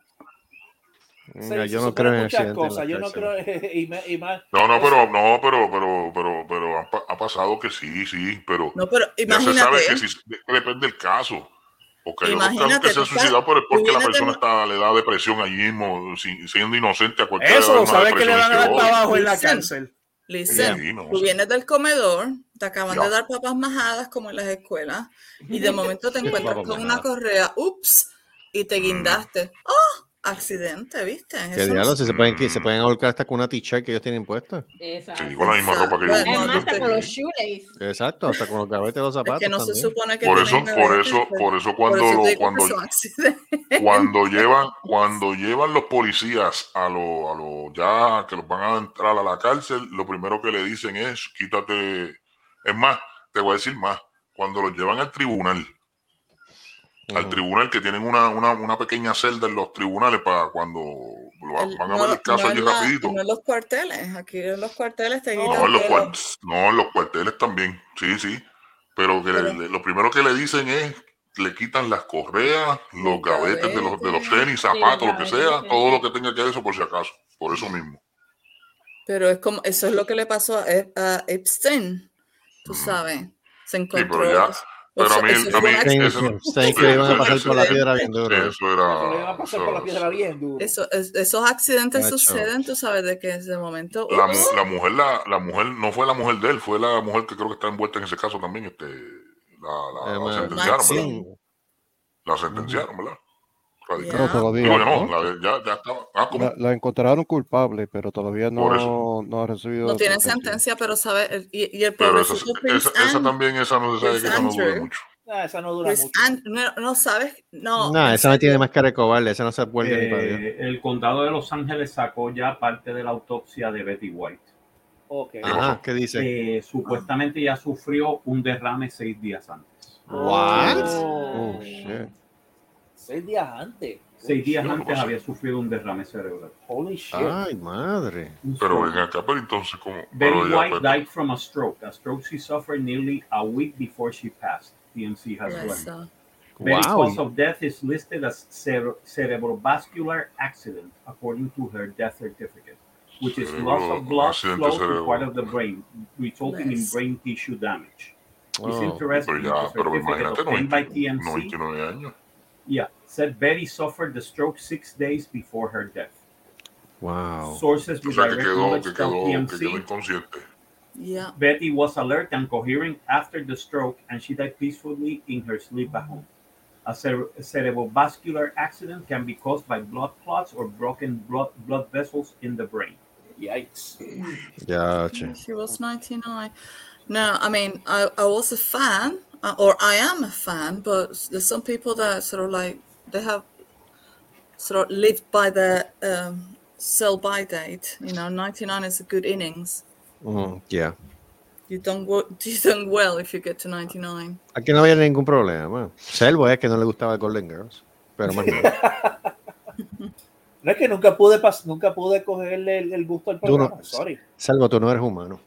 E: Mira,
I: Se-
E: yo
I: se
E: no creo en
I: supone muchas
E: accidentes. en
I: cosas,
E: la
I: yo no
E: cárcel.
I: creo, y más- y más-
A: No, no, pero, no, pero, pero, pero, pero han pa- ha, pasado que sí, sí, pero
H: No, pero
A: ya se sabe que
H: imagínate, ¿eh?
A: sí, de- depende del caso. Porque hay otros casos
H: Imagínate,
A: que se han
H: tú sabes,
A: suicidado por, porque la
H: imagínate-
A: persona está, le da depresión allí mismo, sin- siendo inocente a cualquier
I: Eso, ¿sabes que le van a dar para abajo en la
H: Dicen.
I: cárcel?
H: Listen,
A: Sí, no,
H: tú
A: sí.
H: vienes del comedor, te acaban
A: Ya.
H: de dar papas majadas como en las escuelas, y de momento te encuentras
E: Papas
H: con una
E: majadas.
H: correa, ups, y
A: Mm.
H: te guindaste. ¡Oh! Accidente, ¿viste?
E: ¿Qué
H: Eso no
E: diablos?
H: se-
E: Si se pueden, que se pueden ahorcar hasta con una t-shirt que ellos tienen puesta.
J: Exacto.
A: Sí, con la misma ropa que yo.
H: Bueno,
J: Es más,
A: uso.
J: hasta con los shoelaces.
E: Exacto, hasta con los cabetes de los
H: Es
E: zapatos.
H: que no se
E: también.
H: supone que
A: Por
H: tienen
A: eso-
H: que
A: por
H: haber
A: eso-
H: accidente.
A: por eso cuando
H: te
A: lo-
H: digo que
A: cuando-
H: son accidentes.
A: cuando llevan cuando llevan los policías a los a los ya que los van a entrar a la cárcel lo primero que le dicen es quítate es más te voy a decir más cuando los llevan al tribunal al tribunal que tienen una, una, una pequeña celda en los tribunales para cuando lo van-
H: El-
A: van a
H: no,
A: ver el caso
H: no
A: allí
H: en la-
A: rapidito.
H: no en los cuarteles, aquí en los cuarteles te
A: No,
H: quitan
A: en los,
H: pelo.
A: cuart- no, en los cuarteles también, sí, sí. Pero que le- le- lo primero que le dicen es, le quitan las correas, los gavetes de los, de los tenis,
H: Sí, los
A: zapatos, lo que
H: gavetes,
A: sea,
H: sí.
A: todo lo que tenga que ver eso por si acaso, por eso mismo.
H: Pero es como, eso es lo que le pasó a, Ep- a Epstein, tú sabes. Se
A: Mm. Sí,
H: encontró.
A: pero ya, pero a mí,
H: eso
A: a mí,
H: fue un
A: ese-
H: accidente.
E: Saben que le iban a pasar por la piedra bien duro.
A: Eso era...
H: Eso- es- esos accidentes
A: Gacho.
H: suceden, tú sabes, de que es de momento.
A: La,
H: ups,
A: mu- la mujer, la, la mujer, no fue la mujer de él, fue la mujer que creo que está envuelta en ese caso también, este, la, la- la
E: bueno.
A: sentenciaron, ¿verdad?
E: Maxine.
A: La sentenciaron, ¿verdad? Radical.
K: Pero todavía
A: Digo, no,
K: no.
A: la- ya, ya estaba, ah, como
K: La, la encontraron culpable, pero todavía
A: Por
K: no, no ha recibido.
H: no tiene
K: sentencia.
H: sentencia, pero sabe. el- Y, y el
K: Pero
H: pobrecito
K: esa-
H: Prince
A: esa, esa
H: Andrew-
A: también, esa no se sabe que
H: Prince
A: esa no dure
H: Andrew.
A: mucho.
I: Ah, esa no dura
H: Prince
I: mucho.
H: An- no, no sabes, no.
E: No, esa me tiene más cara de cobarde, esa no se vuelve ni para Dios.
D: Eh, el condado de Los Ángeles sacó ya parte de la autopsia de Betty White.
I: Ok.
E: Ajá, Ah, ¿qué dice?
D: Eh, supuestamente ya sufrió un derrame seis días antes.
E: What?
I: Oh, Seis días antes.
D: Seis días
I: Holy shit.
D: antes había sufrido un derrame cerebral.
I: Holy shit.
E: Ay, madre.
A: Pero ven acá, pero entonces, ¿cómo?
D: Betty
A: Pero ya,
D: White
A: pues,
D: died from a stroke, a stroke she suffered nearly a week before she passed, TMC has
H: Yes,
D: learned.
E: sir.
D: Betty's
E: Wow.
D: cause of death is listed as cere- cerebrovascular accident, according to her death certificate, which is loss of blood
A: Accidente
D: flow to
A: cerebral.
D: part of the brain, resulting in
A: Nice.
D: brain tissue damage. It's
A: Wow.
D: interesting.
A: Oh. Pero ya,
D: the
A: pero
D: certificate
A: imagínate,
D: obtained by TMC
A: 99 años.
D: yeah, said Betty suffered the stroke six days before her death.
L: Oh.
E: Wow.
D: Sources
A: O
D: with
A: sea, que
D: direct
A: quedó,
D: knowledge
A: que
D: tell
A: quedó, que quedó
D: TMC
A: inconsciente.
H: Yeah.
D: Betty was alert and coherent after the stroke, and she died peacefully in her sleep at home. A cere- cerebrovascular accident can be caused by blood clots or broken blood, blood vessels in the brain.
I: Yikes.
E: Ya, che.
H: She was 99. No, I mean, I, I was a fan, uh, or I am a fan, but there's some people that sort of like, they have sort of lived by their um, sell by date. You know, 99 is a good innings.
E: Mm, ya.
H: You don't, wo- you don't well if you get to 99.
E: Aquí no había ningún problema. Bueno, Selvo es que no le gustaba el Golden Girls. Pero más nada.
I: No es que nunca pude pas- nunca pude cogerle el, el gusto al
E: Tú
I: programa.
E: no,
I: Sorry.
E: Selvo, tú no eres humano.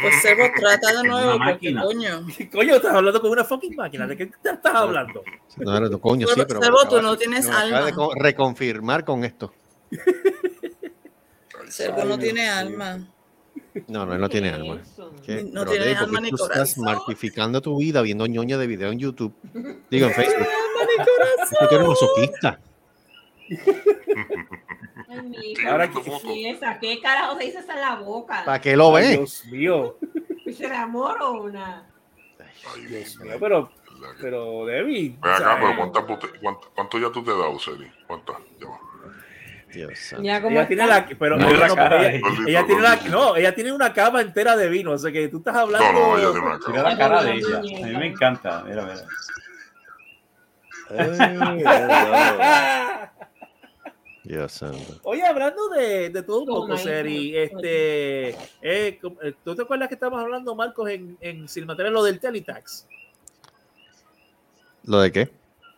H: Pues Sebo, trata de nuevo,
E: una
H: porque
E: máquina.
H: coño.
I: Coño, estás hablando con una fucking máquina. ¿De qué te estás hablando?
E: No eres tu coño, sí,
H: Selvo,
E: pero.
H: Selvo, tú
E: acabas-
H: no tienes
E: me acabas
H: alma.
E: de co- reconfirmar con esto.
H: Servo no tiene alma.
E: No, no, él no tiene alma. ¿Qué?
H: No
E: Pero,
H: tiene
E: Dave, ¿por
H: alma
E: qué
H: ni
E: tú estás
H: corazón.
E: martificando tu vida viendo ñoña de video en YouTube. Digo, en
H: No
E: Facebook.
H: tiene alma ni corazón.
E: Es que tú eres masoquista.
J: Ay, mi
E: Sí, ahora
J: hijo,
E: que-
J: ¿qué es esa? ¿Qué carajo se dice esa en la boca?
E: ¿Para qué lo
I: Ay,
E: ves?
I: Dios mío.
J: ¿Es el amor o una?
I: Dios mío, pero, pero Debbie.
A: Ven acá,
I: ¿sabes?
A: pero ¿cuántas bote- cuánto, cuánto ya tú te has dado, Seri? ¿Cuántas? Ya va.
J: Ya, ¿cómo
I: Ella tiene
J: está?
I: la, pero
A: No,
I: ella,
A: no,
I: no, pero ella-
A: gordito,
I: ella tiene la, no, ella tiene una cama entera de vino, o sea que tú estás hablando.
A: No, no, ella tiene una cama.
D: Mira la cara de ella. A mí me encanta. Mira, mira.
E: Dios santo.
I: Oye, hablando de, de todo un poco,
J: my
I: Seri, este, eh, com- eh, ¿tú te acuerdas que estábamos hablando, Marcos, en, en Sin Materia, lo del Telitax?
E: ¿Lo de qué?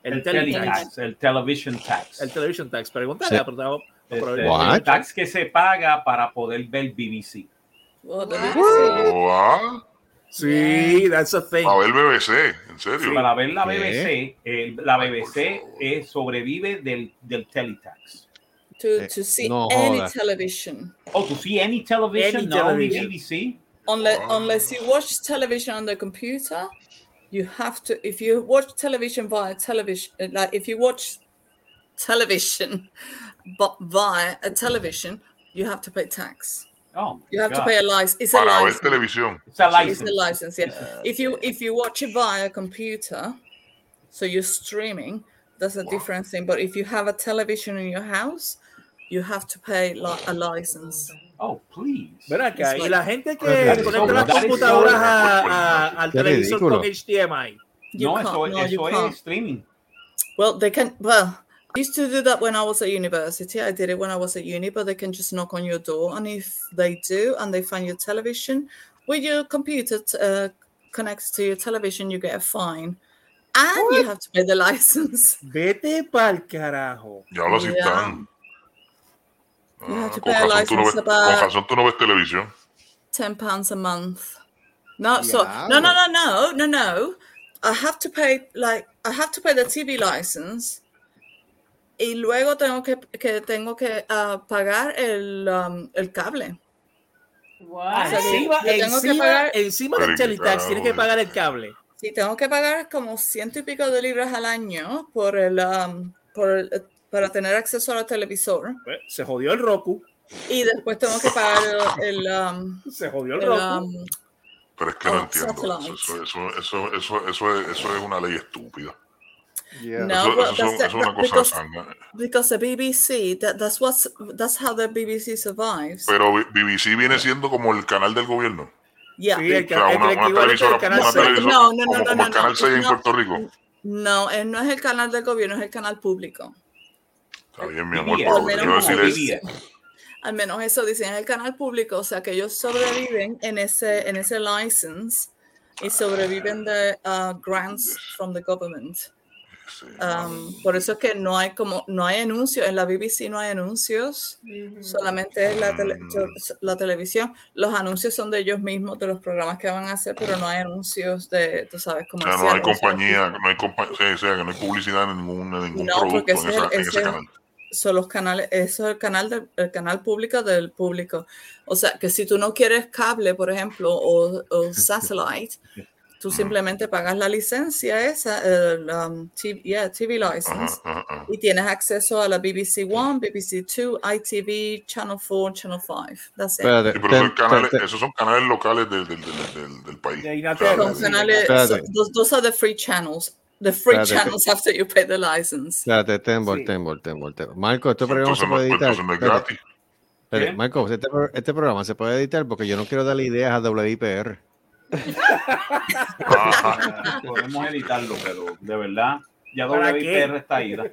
I: El,
D: El
I: Telitax,
D: teletax, el television tax.
I: el Television Tax. Pregúntale
E: Sí.
I: a Protagón- a
D: Este,
I: Protagón-
E: What?
D: el tax que se paga para poder ver BBC.
I: Sí, that's a thing.
A: A ver, BBC, en serio.
D: Para ver la BBC, eh, la BBC eh, sobrevive del, del teletax.
H: To, to see
D: no
H: any
D: jodas.
H: television.
D: Oh, to see any television,
H: Any
D: not only
H: television.
D: BBC.
H: Unless, unless you watch television on the computer, you have to. If you watch television via television, like if you watch television, but via a television, you have to pay tax.
D: Oh,
H: you have to
A: God.
H: pay a license. It's a
A: Para ver
H: license.
A: televisión. Ah,
H: It's a license. Yeah. If you if you watch it via a computer, so you're streaming, that's a different thing. But if you have a television in your house, you have to pay li- a license.
D: Oh, please.
I: Ven
H: It's
I: acá, y
H: like-
I: la gente que
H: That is
I: conecta las
H: so-
I: computadoras a- a- al
H: Qué
I: televisor con
H: ridículo.
I: HDMI.
H: You
D: no,
H: can't- no,
D: eso,
H: you
D: eso
H: can't.
D: es streaming.
H: Well, they can. Well, I used to do that when I was at university. I did it when I was at uni, but they can just knock on your door, and if they do, and they find your television with your computer t- uh, connected to your television, you get a fine, and you have to pay the license.
I: Vete pa'l carajo. Ah,
A: Ya lo así
H: Yeah.
A: están.
H: You have to
A: Con
H: pay a
A: razón, tú no ves,
H: license
A: con
H: about
A: razón tú no ves televisión.
H: 10 pounds a month. No, so no, no,
A: Diablo.
H: no, no, no, no. I have to pay like I have to pay the TV license y luego tengo que, que tengo que ah, pagar el, um, el cable.
C: Wow.
H: sea, que
L: Encima,
H: Ah, yo tengo que
L: encima,
H: pagar-
L: encima
H: Pero
L: del
H: qué
L: Telitax
H: carajo,
L: tienes que
H: eh.
L: pagar el cable.
H: Sí, tengo que pagar como ciento y pico de libras al año por el, um, por el- para tener acceso al televisor.
L: Pues, Se jodió el Roku.
H: Y después tengo que pagar el, um,
L: Se jodió el
H: el,
L: Roku.
H: um,
A: Pero es que no
H: Oh,
A: entiendo.
H: satellite.
A: Eso, eso, eso, eso, eso, es, eso es una ley estúpida.
H: No,
A: eso,
H: but
A: eso son-
H: that's-
A: eso es una
H: but
A: cosa
H: because-
A: sana.
H: because the BBC, that, that's what's that's how the BBC survives.
A: Pero B- BBC viene siendo como el canal del gobierno.
H: Yeah.
A: O sea, una, una televisora, una
H: No,
A: televisora
H: no,
A: como,
H: no, no,
A: como
H: no,
A: el canal
H: no,
A: 6 en
H: no.
A: Puerto Rico.
H: No, eh, no es el canal del gobierno, es el canal público.
A: Está bien, mi amor,
H: Al
A: pero lo que
H: menos
A: quiero decir es...
H: BBC. Al menos eso dicen, es el canal público, o sea que ellos sobreviven en ese en ese license y sobreviven de uh, grants from the government. Um, por eso es que no hay como no hay anuncios en la BBC no hay anuncios, solamente es la, tele- so- la televisión. Los anuncios son de ellos mismos de los programas que van a hacer, pero no hay anuncios de, tú sabes,
A: O
H: como
A: sea, no hay compañía, no hay, compa o sea, o sea, que no hay publicidad en ningún, en ningún
H: No,
A: producto
H: porque
A: en,
H: ese, es
A: esa-
H: el-
A: en
H: ese
A: ese
H: es-
A: canal.
H: son los canales, eso es el canal, del, el canal público del público. O sea, que si tú no quieres cable, por ejemplo, o, o satellite, tú simplemente pagas la licencia esa, el um, TV, yeah, TV license,
A: Ajá, ajá, ajá.
H: y tienes acceso a la BBC One, BBC Two, ITV, Channel 4, Channel 5. That's it.
A: Sí, pero son
E: ten-
A: canales-
E: ten-
A: esos son canales locales del, del, del, del, del país.
L: De
A: Inglaterra.
H: Son canales-
E: Espérate.
H: so- those, those are the free channels. The free
E: Espérate,
H: channels after you pay the license.
E: Espérate, Tembol,
H: Sí.
E: Tembol, Tembol, Tembol. Marco, este programa se
A: Entonces
E: puede
A: no-
E: editar.
A: entonces no es
E: Espérate.
A: gratis.
E: Espérate,
A: ¿Qué?
E: Marco, este, pro- este programa se puede editar porque yo no quiero darle ideas a WIPR.
D: Ah, Podemos editarlo, pero de verdad, ya
L: ¿Para
D: WIPR
L: qué?
D: está ida.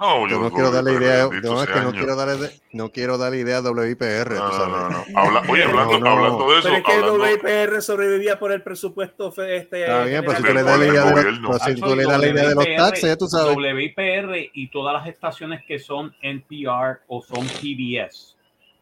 A: No,
E: Yo no
A: lo-
E: quiero darle idea,
A: bendito
E: no, es
A: sea
E: que no
A: este año.
E: quiero darle, no quiero darle idea a WIPR. tú sabes.
A: Habla- oye, hablando- hablando de eso,
L: Pero es que
A: hablando-
L: WIPR sobrevivía por el presupuesto. fe- Este,
E: Está bien, pero si tú
L: general.
E: le das la idea de los,
A: gobierno.
E: pero si
D: Ah,
E: tú le das la idea de los taxes, ya tú sabes.
D: WIPR y todas las estaciones que son NPR o son PBS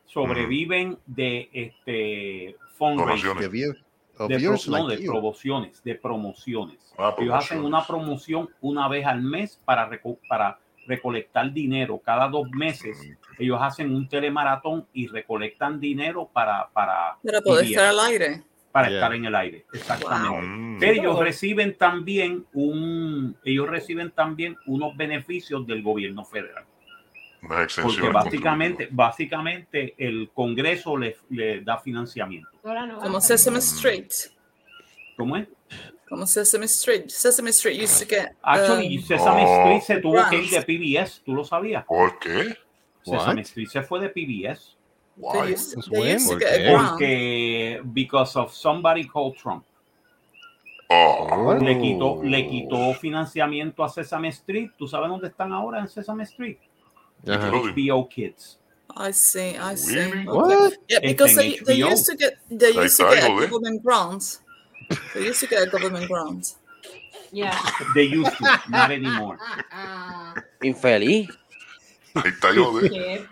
D: sobreviven de este fundraising.
E: Donaciones. De vie- of
D: De,
E: viewers
D: pro- no,
E: like
D: de
E: you.
D: promociones, de promociones.
E: Ah,
D: Ellos hacen
E: promociones.
D: una promoción una vez al mes para, reco- para recolectar dinero. Cada dos meses ellos hacen un telemaratón y recolectan dinero para... Para,
H: Para poder
D: PBS
H: estar al aire.
D: para
H: Yeah.
D: estar en el aire. Exactamente.
H: Wow.
D: Pero Ellos reciben también un, ellos reciben también unos beneficios del gobierno federal.
A: Unas
D: Porque
A: exenciones.
D: básicamente, básicamente el Congreso le, le da financiamiento.
H: Como Sesame Street.
D: ¿Cómo es?
H: Como Sesame Street. Sesame Street used to get.
D: Actually,
H: um,
D: Sesame
A: Oh.
D: Street se tuvo que ir
H: grants.
D: de PBS, ¿tú lo sabías?
A: ¿Por qué?
D: Sesame
A: What?
D: Street se fue de PBS.
A: Why? They used-
H: they used to
D: Porque,
H: get a grant.
D: because of somebody called Trump.
A: Oh.
D: Le quitó, le quitó financiamiento a Sesame Street. ¿Tú sabes dónde están ahora en Sesame Street?
E: Ajá.
D: HBO Kids.
H: I see, I see. Okay.
D: Really? What?
H: Yeah,
D: It's
H: because
D: an
H: they, they
D: HBO.
H: used to get they
D: Ahí
H: used to
D: está,
H: get
D: hijo
H: a
D: de.
H: government grant. They used to get a government grant.
J: Yeah.
D: They used to, not anymore.
F: Infeliz.
A: Ahí está yo, ¿eh?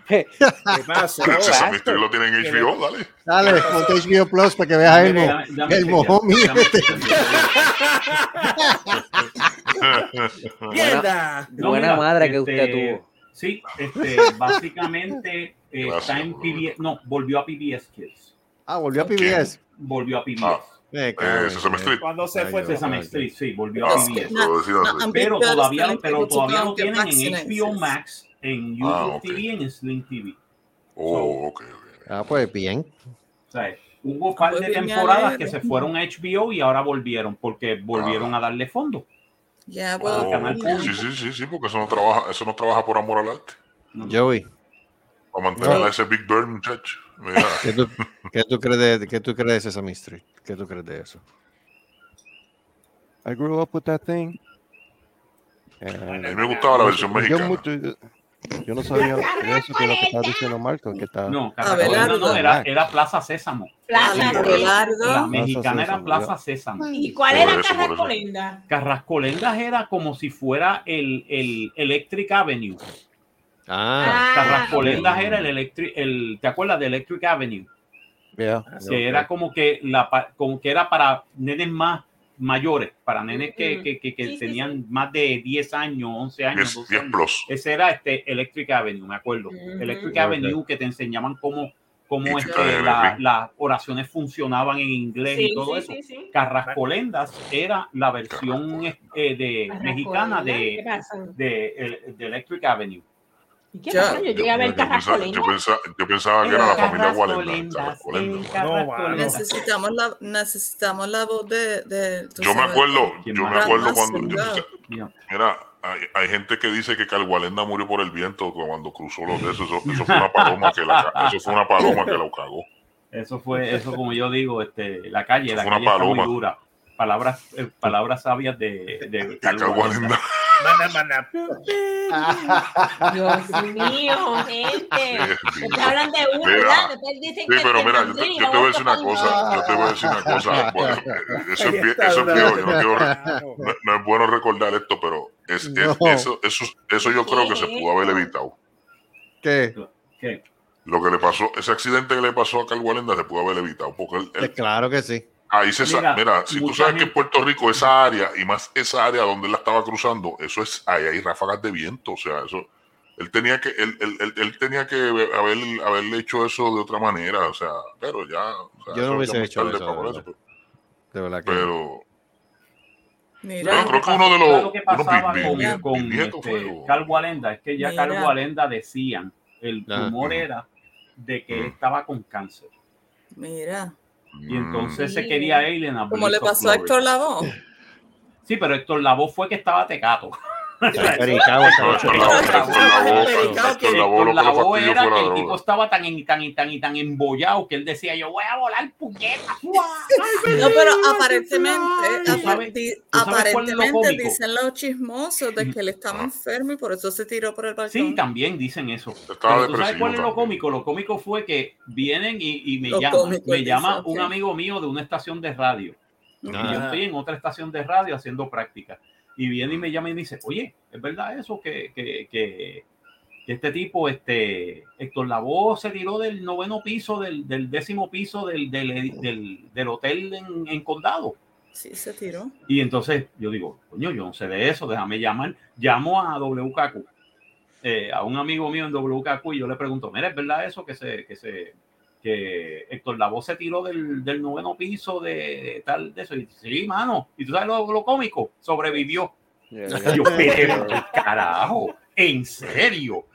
A: de-
F: ¿Qué
L: pasa?
A: Sesame Street lo tienen en HBO, dale.
E: Dale, ponte HBO Plus para que veas a Elmo.
A: Dame- dame
E: Elmo,
A: chequear,
E: homie.
A: dame
L: Mierda.
D: No,
F: Buena
D: mira,
F: madre que
D: este,
F: usted tuvo.
D: Sí, este, básicamente eh, está en PBS, no, volvió a PBS Kids.
E: Ah, volvió a PBS.
D: Volvió a PBS.
E: Me cago en
A: Ah, eh, Sesame
E: Dios.
A: Street.
L: Cuando se fue
D: Sesame
L: Sesame
D: Street, sí, volvió
A: Ah,
D: a PBS.
A: no, no, Pero I'm
D: pero
A: being
D: todavía,
A: honest,
D: pero
A: people to
D: todavía lo
A: count
D: tienen en
A: vaccinations.
D: HBO Max, en YouTube
E: Ah, ok.
D: TV y en Sling TV.
A: Oh, ok.
E: Ah, pues bien.
D: O sea, hubo un par
H: Pues
D: de
H: bien, me
D: temporadas
H: alegro.
D: que se fueron a HBO y ahora volvieron porque volvieron a darle fondo.
H: Yeah,
A: Oh,
H: well, yeah.
A: Ah. sí, sí, sí, sí, porque eso no trabaja, eso no trabaja por amor al arte.
E: Joey,
A: Para mantener
E: No.
A: a ese Big Bird, muchacho. Mira,
E: ¿qué tú, qué tú crees de, qué tú crees de Sesame Street? ¿Qué tú crees de eso?
K: I grew up with that thing. Eh,
A: mí me gustaba la versión
K: yo
A: mexicana.
K: mucho- yo, yo no sabía eso que lo que estaba diciendo Marco, que estaba.
D: No, Carracolera no, no, era, era Plaza Sésamo.
J: Plaza
D: Sí,
J: Sésamo.
D: La
J: Plaza
D: mexicana era
K: Sésamo,
D: Plaza
K: ya.
D: Sésamo.
J: ¿Y cuál era Carracolinda?
D: Carrascolendas era como si fuera el, el Electric Avenue.
E: Ah.
D: Tarrascolendas era el electric, el, ¿te acuerdas de Electric Avenue?
K: Yeah.
D: que era como que la pa- como que era para nenes más mayores, para nenes que, que, que- que tenían más de 10 años, 11 años,
A: 10
D: 12
A: 10
D: años.
A: plus.
D: Ese era este Electric Avenue, me acuerdo. Electric
A: Ok.
D: Avenue que te enseñaban cómo, cómo
A: Y tú
D: este,
A: sabes,
D: la-
A: sí.
D: las oraciones funcionaban en inglés
J: Sí,
D: y todo
J: sí,
D: eso.
J: sí, sí.
D: Carrascolendas era la versión eh, de mexicana
J: ¿Qué
D: de,
J: pasa?
D: de, el- de Electric Avenue.
J: ¿Y qué pasa? Yo llegué a ver
A: pensaba,
J: Carrascolendas.
A: yo pensaba- yo pensaba que era la familia
D: Carrascolendas,
A: Walenda. Carrascolendas.
H: Necesitamos la, necesitamos la voz de. de- tú
A: Yo me
H: sabes,
A: acuerdo,
H: de-
A: yo me acuerdo
H: Ranma
A: cuando.
H: Soldado.
A: yo- mira, hay, hay gente que dice que Calgualenda murió por el viento cuando cruzó los de esos. Eso, eso fue una paloma que la, ca- eso fue una paloma que la cagó.
D: Eso fue, eso como yo digo, este, la calle,
A: Eso
D: la
A: fue una
D: calle está muy
A: paloma.
D: dura. Palabras, eh, palabras sabias de, de Calgualenda.
L: Maná, maná.
J: Dios mío, gente. Ustedes hablan de uno,
A: Mira,
J: ¿verdad? Después dicen
A: Sí,
J: que
A: pero
J: que
A: mira, yo te,
J: Mandini,
A: yo te voy a decir una
J: vamos
A: cosa, yo te voy a decir una cosa, bueno, eso es, vie- eso es viejo, yo no, quiero re- no- no es bueno recordar esto, pero es, es-
E: No.
A: eso, eso, eso yo creo que se pudo haber evitado.
E: ¿Qué?
A: Lo que le pasó, ese accidente que le pasó a Carl Walenda se pudo haber evitado, porque él- él-
E: Eh, Claro que sí.
A: ahí se sa-
E: Mira,
A: mira, si tú
E: mucha
A: sabes que en Puerto Rico esa área y más esa área donde él la estaba cruzando, eso es, ahí hay ráfagas de viento, o sea, eso, él tenía que, él, él- él- él tenía que haber, haberle hecho eso de otra manera, o sea, pero ya, o sea,
E: Yo
A: eso
E: no
A: ya
E: hubiese
A: muy
E: hecho
A: tarde
E: eso.
A: para
E: De
A: eso,
E: verdad,
A: pero-
E: De verdad que no.
A: pero
D: Mira,
A: Yo creo que uno de
D: ¿sabes
A: los-
D: lo que
A: uno
D: pasaba
A: bi- bi-
D: con,
A: bi-
D: con,
A: bisnieto
D: este,
A: fue, o-
D: Carl Walenda es que ya
A: Mira.
D: Carl Walenda decían, el
E: Ah.
D: rumor era de
A: Mm.
D: que él estaba con cáncer.
H: Mira.
D: Y entonces se
H: Sí.
D: quería ir en
H: Como le pasó a Héctor Lavoe.
D: Sí, pero Héctor Lavoe fue que estaba tecato.
E: Pericao,
A: No, Héctor Lavoe- Héctor Lavoe- Héctor Lavoe lo que le
D: Lavoe
A: fastidió
D: era
A: fue la
D: que el
A: droga.
D: tipo estaba tan y tan y tan y tan embollado que él decía yo voy a volar puñeta.
H: No, pero aparentemente,
D: ¿Tú sabes-
H: di-
D: tú sabes cuál es lo
H: aparentemente
D: cómico?
H: dicen los chismosos de que él estaba enfermo y por eso se tiró por el balcón.
D: Sí, también dicen eso. Pero
A: Estaba
D: ¿tú sabes
A: depresivo
D: cuál es lo
A: también.
D: cómico? Lo cómico fue que vienen y, y me
H: Lo
D: llaman.
H: cómico
D: Me
H: es
D: llama
H: eso,
D: un
H: sí.
D: amigo mío de una estación de radio. Y
A: Ah.
D: yo estoy en otra estación de radio haciendo práctica. Y viene y me llama y me dice, oye, ¿es verdad eso que, que, que- que este tipo, este, Héctor Lavoe se tiró del noveno piso, del, del décimo piso del, del, del- del hotel en, en Condado?
H: Sí, se tiró.
D: Y entonces yo digo, coño, yo no sé de eso, déjame llamar. Llamo a WKQ, eh, a un amigo mío en WKQ, y yo le pregunto, mira, ¿es verdad eso que se, que se, que Héctor Lavoe se tiró del, del noveno piso de tal, de eso? Y dice, sí, mano. Y tú sabes lo, lo cómico, sobrevivió.
K: Yeah.
D: Yo, pero, ¿qué carajo, en serio.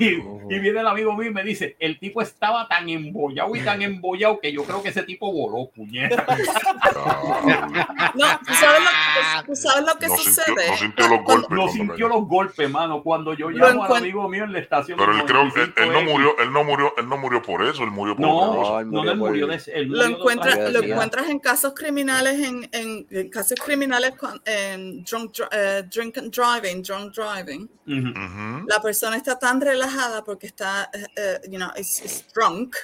D: Y, y viene el amigo mío y me dice, el tipo estaba tan embollado y tan embollado que yo creo que ese tipo voló, puñeta.
H: No, tú sabes lo, tú sabes lo que sucede.
A: los golpes.
D: No sintió los golpes, mano. Cuando yo
H: Lo
D: llamo al
H: encuent-
D: amigo mío en la estación.
A: Pero él creo él, él no
D: 95X.
A: murió, él no murió, él no murió por eso, él murió por otra
D: No,
A: cosa.
D: no, no, él murió de él
H: Lo,
D: murió de
H: encuentras,
D: otra
H: lo
D: cosa.
H: encuentras en casos criminales, en, en, en casos criminales, con- en drunk, dri- eh, drink and driving, drunk driving. La persona está tan relajada porque está, eh, eh, you know, is, is drunk.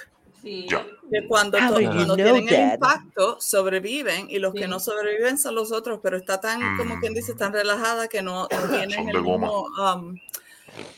A: Ya.
H: que cuando,
A: How
H: to-
A: do Ah, you
H: cuando
A: know
H: tienen el
A: that?
H: impacto sobreviven y los que no sobreviven son los otros, pero está tan, como quien dice, tan relajada que no, no tienen
A: Mm. de
H: el
A: goma.
H: mismo, um,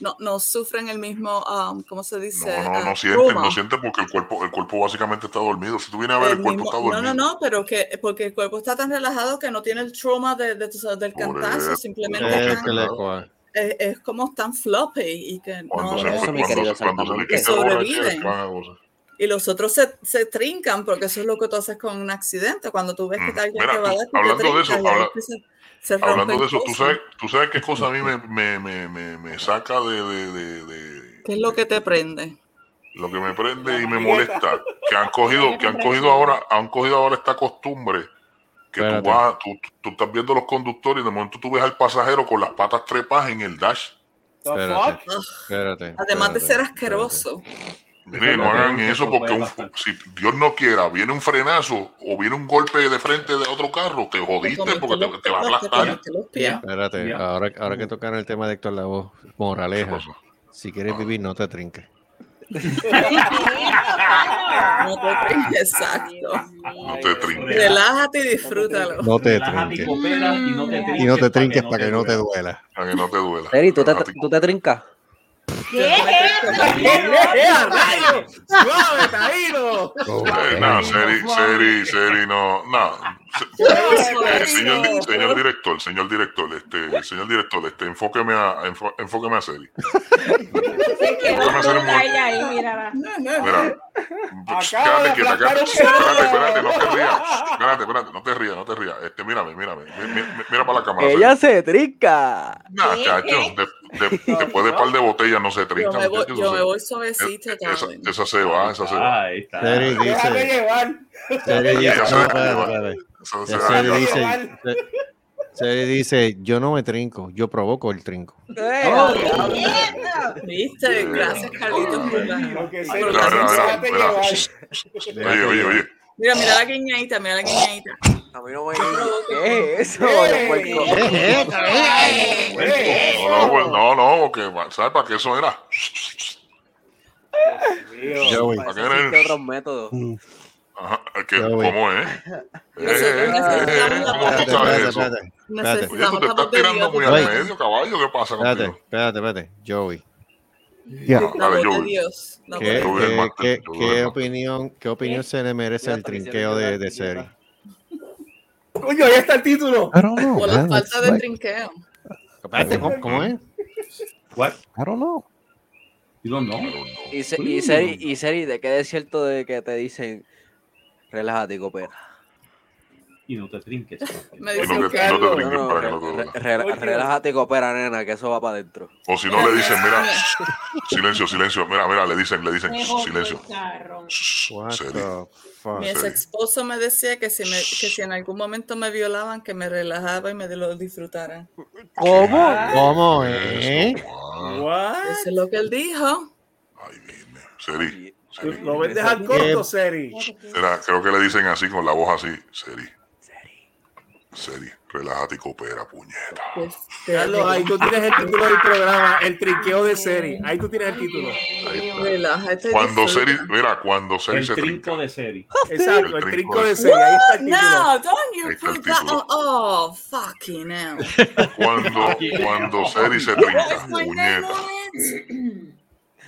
H: no, no sufren el mismo, um, ¿cómo se dice?
A: No, no,
H: Ah,
A: no siente,
H: trauma.
A: no siente porque el cuerpo, el cuerpo básicamente está dormido. Si tú vienes a ver, el,
H: El
A: cuerpo
H: mismo-
A: está
H: no, no,
A: dormido.
H: no, pero que porque el cuerpo está tan relajado que no tiene el trauma de, de, tú sabes, del cantazo, simplemente
E: Eh,
H: están-
E: que le coja.
H: es, es como tan floppy y que no,
A: Cuando se,
H: no-
A: cuando, se- cuando se le quita la borrachera,
H: sobreviven.
A: van a gozar.
H: Y los otros se, se trincan, porque eso es lo que tú haces con un accidente. Cuando tú ves que
A: Mm,
H: te alguien
A: mira,
H: te va a
A: tú-
H: dar, tú te
A: hablando de
H: trincas
A: eso,
H: y ahí
A: habla-
H: es que se- se
A: Hablando
H: rompen
A: de eso, tú
H: cosas.
A: sabes, tú sabes qué cosa a mí me, me, me, me, me saca de- de- de- de,
H: ¿Qué es lo que te prende?
A: Lo que me prende y me
H: manigueta.
A: molesta, que han cogido, que han cogido ahora, han cogido ahora esta costumbre que tú
E: Espérate.
A: vas, tú, tú- tú estás viendo los conductores y de momento tú ves al pasajero con las patas trepas en el dash.
E: Espérate, espérate,
H: Ah, Además de
E: espérate.
H: ser asqueroso.
A: Mire, no hagan eso porque un- si Dios no quiera, viene un frenazo o viene un golpe de frente de otro carro, te jodiste porque te, te va a aplastar.
E: Espérate, ah.
A: Ya.
E: ahora, ahora que tocaron el tema de Héctor Lavoe, moraleja. Si quieres vivir, no te trinques.
H: No te trinques, exacto.
A: No te trinques.
H: Relájate y disfrútalo.
E: No te
D: Relájate y
E: trinques.
D: coopera y no te
E: Y no te trinques para que no te
D: duela.
E: duela.
A: Para que no te duela.
F: Seri, ¿tú te, tú te trincas?
J: ¿Qué es esto?
L: ¡Suave, Taíno!
A: Eh, no, Seri, Seri, Seri, no, no. Eh, señor, señor director, señor director, este, señor director, este, enfóqueme a, enfo- enfóqueme a Seri.
J: Se quedó
A: Vamos a hacer un
J: con Laila ahí, mírala.
A: Mira,
J: Acaba de
A: cállate, quieta,
J: aplastar
A: cállate,
J: un perro.
A: espérate, espérate, no te rías, espérate, espérate, no te rías, no te rías, este, mírame, mírame, mi- mi- mira para la cámara. Seri.
K: Ella se trinca.
A: Nah, chacho, de- de- después de par de botellas no se
H: Yo
A: trinca,
H: me voy,
A: muchachos,
H: yo me
A: eso
H: voy suavecito,
A: se- esa,
H: Darwin.
A: esa se va, esa se va.
D: Ah, Ahí está.
E: Seri
I: Déjame
E: dice.
I: llevar.
E: Seri dice.
A: Esa se
E: no,
A: va a
E: espérate,
A: llevar.
E: espérate.
A: Esa se
E: Ya
A: va a
E: Seri
A: llevar.
E: dice. Se- Seri dice, yo no me trinco, yo provoco el trinco.
H: ¿Viste? Gracias, Carlitos, por la-
I: Lo que
A: Mira,
I: sé,
A: mira, mira,
I: déjate
A: mira.
I: llevar.
A: Oye, oye, oye.
H: Mira, mira la guiñadita, mira la guiñadita.
K: A mí no me ¿Qué es eso? puerco?
A: No, no, pues, no, no, porque, ¿sabes para qué eso era?
E: Joey.
A: ¿Para qué
K: Existe
A: era? el-
K: otros métodos.
E: Mm,
A: Ajá, que-
E: Ya voy.
A: ¿Cómo es? Eh, eh, eh, ¿Cómo tú
E: Espérate,
A: sabes
E: espérate,
A: eso? Oye,
E: espérate. espérate.
A: tú te estás tirando muy al
E: Oye.
A: medio, caballo. ¿Qué pasa
E: Espérate,
A: contigo?
E: espérate, espérate. Joey.
K: Ya.
A: No,
H: La
A: dale,
H: voz de
A: Joey.
H: Dios. ¿Eh? la voz
E: ¿Qué,
H: de Dios.
A: Joey es
E: qué-
A: más-
E: qué-
A: Joey
E: qué
A: es más-
E: opinión, ¿Qué opinión se le merece
K: Ya
E: el
K: hasta me hicieron
E: trinqueo de,
K: llorar,
E: de
K: idiota.
E: Seri?
I: Coño, ahí está el título.
K: I don't know.
H: Por la
K: man.
H: falta
K: It's
H: de
K: like-
H: trinqueo.
E: Espérate, ¿cómo, cómo es?
D: What?
K: I don't know.
D: You don't know?
K: Y, se- y, Seri, y Seri, ¿de qué es cierto de que te dicen relájate y coopera?
D: Y no te trinques.
H: Me
A: Y
H: dice
A: Pues no te-
H: Carlos.
A: no te trinques para que no te
K: re-
A: duela.
K: re-
I: Oye.
K: relájate y coopera, nena, que eso va para adentro.
A: O si no le dicen, mira, silencio, silencio. Mira, mira, le dicen, le dicen,
J: Mejor
A: silencio.
J: cacharrón.
E: What
A: Seri.
E: the fuck?
H: Mi ex esposo pues. me decía que si, me, que si en algún momento me violaban, que me relajaba y me lo disfrutara.
A: eh.
K: ¿Cómo?
E: ¿Cómo eh?
A: Eso, guau.
I: What?
H: Eso es lo que él dijo.
A: Ay, viene. Seri, Seri.
I: Lo ves dejar corto, Seri.
A: Mira, creo que le dicen así, con la voz así. Seri. Seri, relájate y coopera, puñeta.
H: Pues,
I: Carlos, ahí tú tienes el título del programa, el trinqueo de Seri. Ahí tú tienes el título.
A: Ahí está.
H: relájate y
A: Cuando
H: disfruta.
A: Seri, mira, cuando Seri
D: El
A: se trinca.
D: trinco de Seri.
E: Oh,
I: Exacto,
A: El
I: el
A: trinco
I: trinco
A: de-
I: de Seri. Ahí está el título.
H: No, don't
A: Ahí
H: you
A: está el
H: put that
A: título.
H: on. Oh, fucking hell.
A: Cuando, cuando Seri se trinca, puñeta.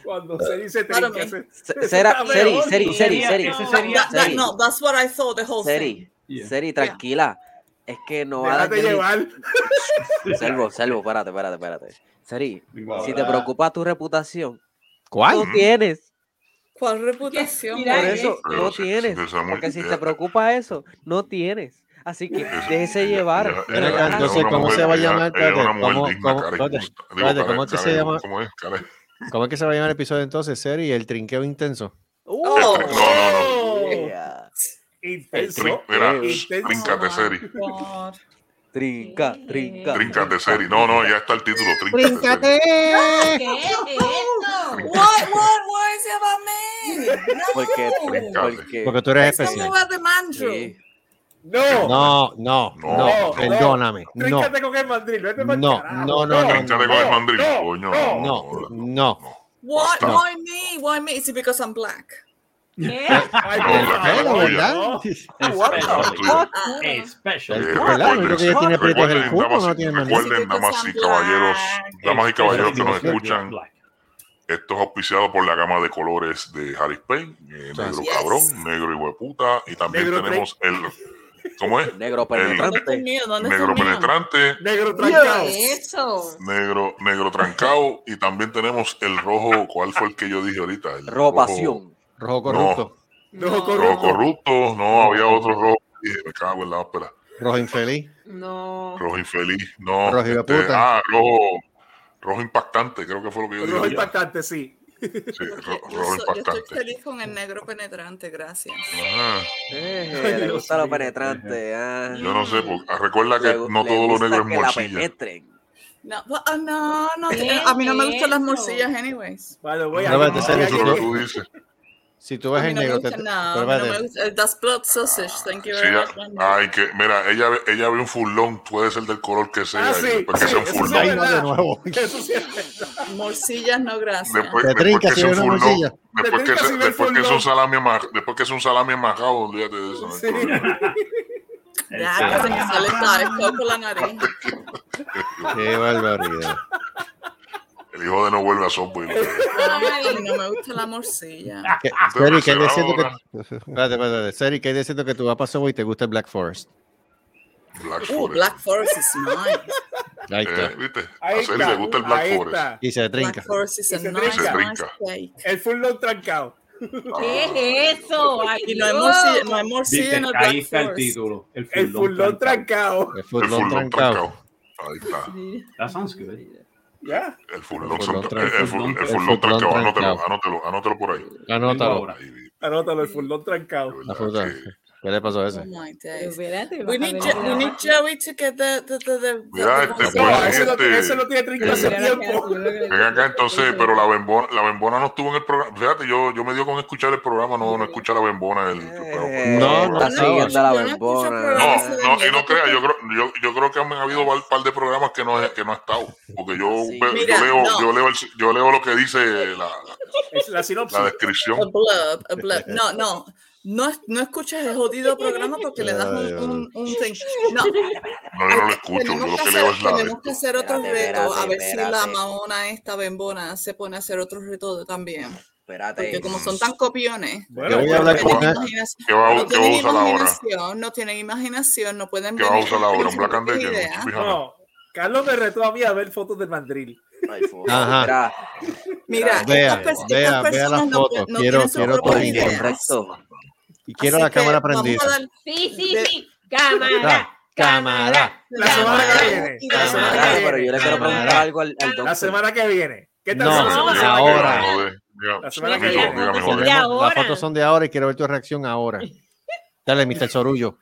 I: Cuando Seri se
H: Claro,
I: trinca. se-
K: Se- Sera-
I: Está
K: Seri,
I: peor.
K: Seri, Seri,
D: Sería-
K: Seri.
D: ese
H: That-
D: sería-
H: that- that-
K: Seri,
H: no, that's what I thought the whole thing.
K: Seri,
D: Yeah.
K: Seri, tranquila. Es que no va a dar
I: Déjate
K: ni-
I: llevar.
K: Selvo, Selvo, espérate, espérate, espérate. Seri,
D: Igual.
K: si te preocupa tu reputación,
E: ¿Cuál?
K: no tienes.
H: ¿Cuál reputación?
J: Mira,
K: Por
J: Ay,
K: eso
A: pero
K: no
A: si- si
K: tienes.
A: te está muy-
K: Porque si
A: ya-
K: te preocupa eso, no tienes. Así que
A: Eso-
K: déjese
A: ella-
K: llevar.
A: ella-
E: Pero,
A: ella- ella
E: entonces,
A: es una
E: ¿cómo
A: mujer-
E: se va a
A: ella-
E: llamar?
A: ella es una
E: Espérate,
A: mujer
E: ¿cómo-
A: digna,
E: cómo-
A: cara
E: espérate,
A: injusta. Digo,
E: espérate,
A: cara-
E: ¿cómo es que se
A: cara-
E: llama?
A: ¿Cómo es? Cara-
E: ¿Cómo es que se va a llamar el episodio entonces, Seri? El trinqueo intenso.
H: Oh,
A: el trin- no, no, no.
K: Yeah.
I: Intenso.
A: Trin- mira,
I: intenso.
A: Tríncate, Seri.
H: God.
K: Trinca, trinca.
A: Tríncate, Seri. No, no, ya está el título. Tríncate, Seri.
E: ¡Tríncate!
J: ¿Qué es esto?
H: What, what, what is it about me? No.
K: Porque,
A: Tríncate.
K: porque,
E: Porque tú eres
H: Tell me
E: especial.
H: about the man, Drew.
K: sí.
I: No.
E: No, no,
A: No,
E: no,
I: no.
E: perdóname. No,
H: este
I: Tríncate con el mandril. Vete pa'l
E: No, no,
I: carajo.
E: no, no,
A: Tríncate con el mandril.
I: no,
A: Coño,
I: no,
E: no, no. Eh,
H: Why,
A: No.
H: why me? Why me? Is it because I'm black?
J: ¿Qué?
I: Ay,
A: No,
I: por
A: la cara
I: favor,
A: tuya.
I: no.
E: eh,
D: Especially.
H: Ah,
E: Es
D: Especially.
A: Eh,
E: verdad, lo único que ella tiene aprieto es el
A: recuerden,
E: culo,
A: damas
E: no
A: y-
E: tiene mandril.
A: Recuerden, damas y caballeros, damas y caballeros que nos escuchan, esto es auspiciado por la gama de colores de Harris Payne, eh, negro
H: Yes.
A: cabrón, negro y hueputa, y también
I: Negro
A: tenemos el, ¿cómo es?
K: Negro
H: ¿Dónde está el
K: penetrante.
H: mío? ¿Dónde está el
A: Negro
H: mío?
A: penetrante,
I: Negro trancado.
J: ¿Qué es eso?
A: negro, negro trancado, y también tenemos el rojo, ¿cuál fue el que yo dije ahorita? El
K: Rojo pasión.
E: Rojo corrupto,
I: No,
A: Rojo
I: corrupto.
A: corrupto, no, había otro rojo, y me cago en la ópera.
E: rojo infeliz.
J: No.
A: Rojo infeliz, no.
E: Rojo hijueputa.
A: ah, rojo, rojo impactante, creo que fue lo que yo dije.
I: Rojo impactante, sí.
A: Sí, ro-
H: Porque yo
A: rojo
H: soy- yo estoy
A: impactante.
H: feliz con el negro penetrante, gracias.
A: Ajá.
K: Eh, le
I: Dios
K: gusta lo
I: mío.
K: penetrante. ah.
A: Yo no sé, porque- ah, recuerda que
K: Le gu-
A: no
K: le
A: todo lo
K: gusta
A: negro es
K: que la
A: morcilla.
K: penetren.
H: No, well, ah, no, no,
J: ¿Qué
H: a mí no me
J: es
H: gustan las
J: eso?
H: morcillas, anyways.
I: Vale, voy a
E: No, espérate, Seri,
A: Eso es lo que
E: tú-
A: tú dices.
E: Si tú
H: A
E: ves
H: mí
E: el
H: no me
E: negro, te-
H: gusta,
E: te-
H: no, a mí no me
E: espérate.
H: gusta. Eh, That's blood sausage, thank you
A: Sí,
H: very
A: ya-
H: much.
I: Ah,
H: Wendy.
A: ay, que, mira, ella, ve- ella ve un furlón, puede ser del color que sea,
I: Ah,
A: y
I: sí,
A: después que
I: sí,
A: sea un
I: eso
A: furlón.
I: sí
E: Ay, no, de
I: ¿verdad?
E: nuevo.
I: Eso sí es verdad.
H: Morcillas, no, gracias.
A: Después,
E: Te
A: después
E: trinca
A: que
E: si
A: sea un
E: ve una
A: furlón,
E: morcilla.
A: después
I: Te
A: que
I: trinca
A: sea,
I: si ve el
A: después que sea
I: furlón.
A: un salami amaj- después que sea un salami amajado, olvídate de eso. no hay
I: Sí.
A: problema.
H: Ya, que se me sale el taco por la nariz.
E: Qué barbaridad.
A: El El hijo de no vuelve a Subway.
H: Ay, no me gusta la morcilla.
L: Ah,
E: Que- Seri, ¿qué hay diciendo que... Espérate, espérate. Seri, ¿qué hay diciendo que tú vas para Subway y te gusta el Black Forest?
A: Black
H: Uh, Black Forest is nice.
E: Ahí está.
A: Eh, ¿viste?
L: Ahí
A: a Seri
L: está,
A: le gusta el Black
L: ahí
A: Forest.
L: está.
E: Y se trinca.
H: Black Forest is a
L: Y se
H: nice,
A: trinca.
H: nice place.
L: El full load trancado.
J: ¿Qué es eso? Ay,
H: Y no hay
J: Dios.
H: morcilla, no hay morcilla
D: Viste,
H: en el
D: ahí
H: Black
D: está el
H: Forest.
D: título. El
L: El full load
D: furlón trancado.
L: trancado.
E: El
A: El
E: furlón
A: furlón
E: trancado.
A: trancado. Ahí está.
D: That sounds good.
L: Ya.
A: El furlón
E: El furlón
A: son-
E: trancado.
A: el furlón-
E: El
A: el furlón
E: furlón
A: trancado.
E: trancado.
A: Anótelo, anótelo, anótelo por ahí.
E: Anótalo.
D: ahora.
A: Ahí,
L: Anótalo, el full load trancado.
A: de
E: La
A: verdad
E: fruta.
A: que-
E: ¿Qué le pasó a ese?
H: Oh my
J: Pero
H: days.
J: espérate,
H: We
J: vas a
H: need,
J: ver
H: Je-
J: la
H: we need
J: vaca.
H: Joey to get the, the, the, the,
A: Mira,
H: the-
A: este,
H: the-
A: pues,
L: No, ese, lo,
A: este-
L: ese lo tiene trincado
A: eh,
L: hace
J: Mira la que-
L: tiempo.
A: Ven acá entonces, pero la bembona, la bembona no estuvo en el programa. Fíjate, yo, yo me dio con escuchar el programa, no, no escuché a la bembona. El,
K: Eh,
E: No, no,
K: está
E: no.
K: siguiendo la
H: Yo no escucho
K: bembona.
H: programas
A: No, no, y no crea, yo creo, yo, yo creo que han habido un par de programas que no, he- que no ha estado. Porque yo,
K: Sí.
A: veo-
H: Mira,
A: yo, leo,
H: no.
A: yo, leo el- yo leo lo que dice la,
L: Es la sinopsis.
A: la descripción.
H: a blurb, a blurb. No, no. No, es- no escuchas el jodido programa porque le das
E: Ay,
L: Eh.
H: un, un, un thing. No,
A: No, yo no lo escucho, yo lo
H: tenemos,
A: que
H: que
A: leo
H: hacer,
A: es la.
H: tenemos que hacer otro
K: Espérate,
H: reto. A
K: espérate,
H: ver si la
K: espérate.
H: maona esta bembona se pone a hacer otro reto también. Porque
K: Espérate.
H: como son tan copiones,
E: Yo
L: Bueno,
E: voy a hablar
H: no
E: con
H: tienen
E: él.
H: imaginación,
A: ¿Qué va,
H: no
A: qué va a
H: tienen
A: usar ahora?
H: imaginación, no tienen imaginación, no pueden
A: ¿Qué va a
H: venir
A: usar ahora? ¿Un
H: con
A: Black and
H: sus
A: Decker?
H: ideas.
A: Fíjate.
L: no. Carlos me retó a mí a ver fotos del mandril.
K: Ay, fu-
E: Ajá.
H: Mira,
K: Mira,
E: Vea,
H: estas, pers-
E: vea,
H: estas
E: vea
H: personas
E: las
H: no,
E: fotos.
H: no
E: Quiero-
H: tienen sus
E: quiero
H: propias
E: todo
K: Oye,
H: ideas.
K: correcto.
E: Y quiero
H: Así
E: la
H: que
E: cámara
H: vamos a
E: prendida.
H: dar-
J: Sí, sí,
H: De-
J: sí. Cámara.
E: Cámara, cámara.
L: La semana que
H: Cámara.
L: viene.
H: Y
L: La
H: la
L: semana
K: Espérate,
L: que
H: cámara.
K: Pero yo
L: viene.
K: le quiero preguntar algo al, al
L: La
K: doctor.
L: semana que viene. ¿Qué tal?
E: No,
L: la semana que viene?
E: ahora.
A: Joder, mira,
L: La semana que
A: amigo,
L: viene.
A: dígame,
J: Son de
A: joder.
J: ahora.
E: Las fotos son de ahora y quiero ver tu reacción ahora. Dale, Mr. Sorullo.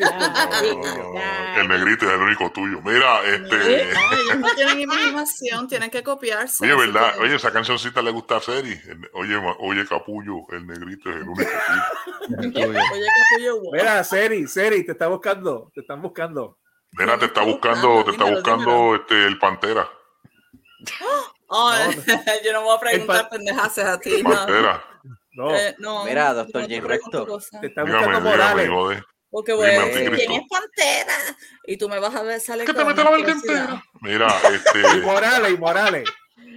A: Oh, No, El negrito es el único tuyo. Mira, este.
H: No, ellos no tienen imaginación, tienen que copiarse.
A: Oye,
H: así
A: ¿verdad?
H: que-
A: Oye, esa cancioncita le gusta a Seri. Oye, ma- oye, capullo, el negrito es el único tuyo.
E: El tuyo.
H: Oye, capullo, wow.
L: Mira, Seri, Seri, te está buscando. Te están buscando.
A: Mira, te está buscando,
H: Dímelo,
A: te está
H: dímelo,
A: buscando
H: dímelo.
A: este el Pantera.
H: Oh, yo no voy a preguntar
L: pa-
H: pendejaces a ti. No.
A: Pantera.
L: No,
H: Eh, no,
K: Mira, doctor
H: yo no
K: Jim
H: pregunto
K: Rector.
H: cosas,
L: te está
A: Dígame,
L: buscando
A: dígame,
L: Morales.
A: joder.
H: Porque voy
A: Dime,
H: a decir,
A: anticristo.
H: ¿quién es Pantera? Y tú me vas a ver, sale
A: ¿Qué te
H: con
A: metió
H: una
A: la verga
H: curiosidad.
A: entera? Mira,
L: Y
A: este,
L: Morales, y Morales.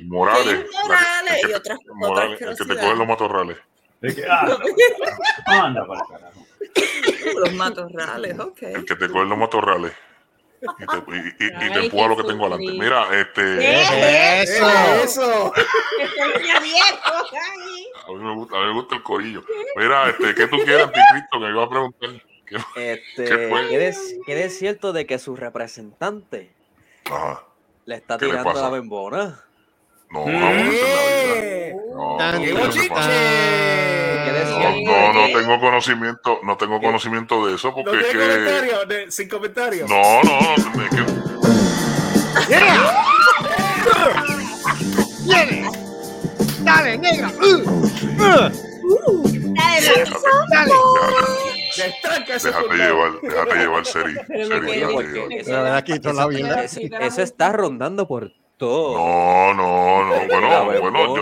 A: Morales.
H: Sí,
A: la que-
H: Morales,
A: el que
H: y
A: te-
H: otras- otras
A: Morales, el que te
H: curiosidades.
A: coge los matorrales.
D: De que, ah, anda para el carajo.
H: Los matorrales, ok.
A: El que te coge los matorrales. Y te, y, y- y te
J: Ay,
A: empuja lo que tengo
J: Jesucristo.
A: adelante. Mira, este.
J: ¿Qué?
E: Eso.
L: Eh, Eso.
J: Estoy ya viejo. ay.
A: A mí, me gusta, a mí me gusta el corillo. Mira, este, ¿qué tú quieres, anticristo? Que me iba a preguntar. ¿Qué?
K: Este,
A: ¿Qué fue?
K: ¿qué es, qué es cierto de que su representante
A: Ajá.
K: le está
A: ¿Qué le
K: tirando
A: pasa?
K: la bembona?
A: No, jamás en la vida.
L: Eh,
A: No,
E: Tan,
A: no,
L: Llegó
E: tan,
A: no, no,
L: Chiche.
K: ¿Qué es
A: no,
K: cierto
A: no,
K: de
A: no
K: que-
A: tengo conocimiento, no tengo conocimiento de eso
L: No
A: porque es
L: tiene
A: que
L: comentario, de- sin comentario.
A: no, no, es que
J: Dale, papi.
A: déjate,
L: Destranca ese
A: déjate
L: soldado.
A: llevar, déjate llevar, Seri,
J: Pero me
A: Seri,
J: quedé
A: déjate
K: porque-
A: llevar.
E: La verdad que hizo la vida.
K: Ese, ese está rondando por todo.
A: No, no,
K: La
A: no, bueno, bueno, yo,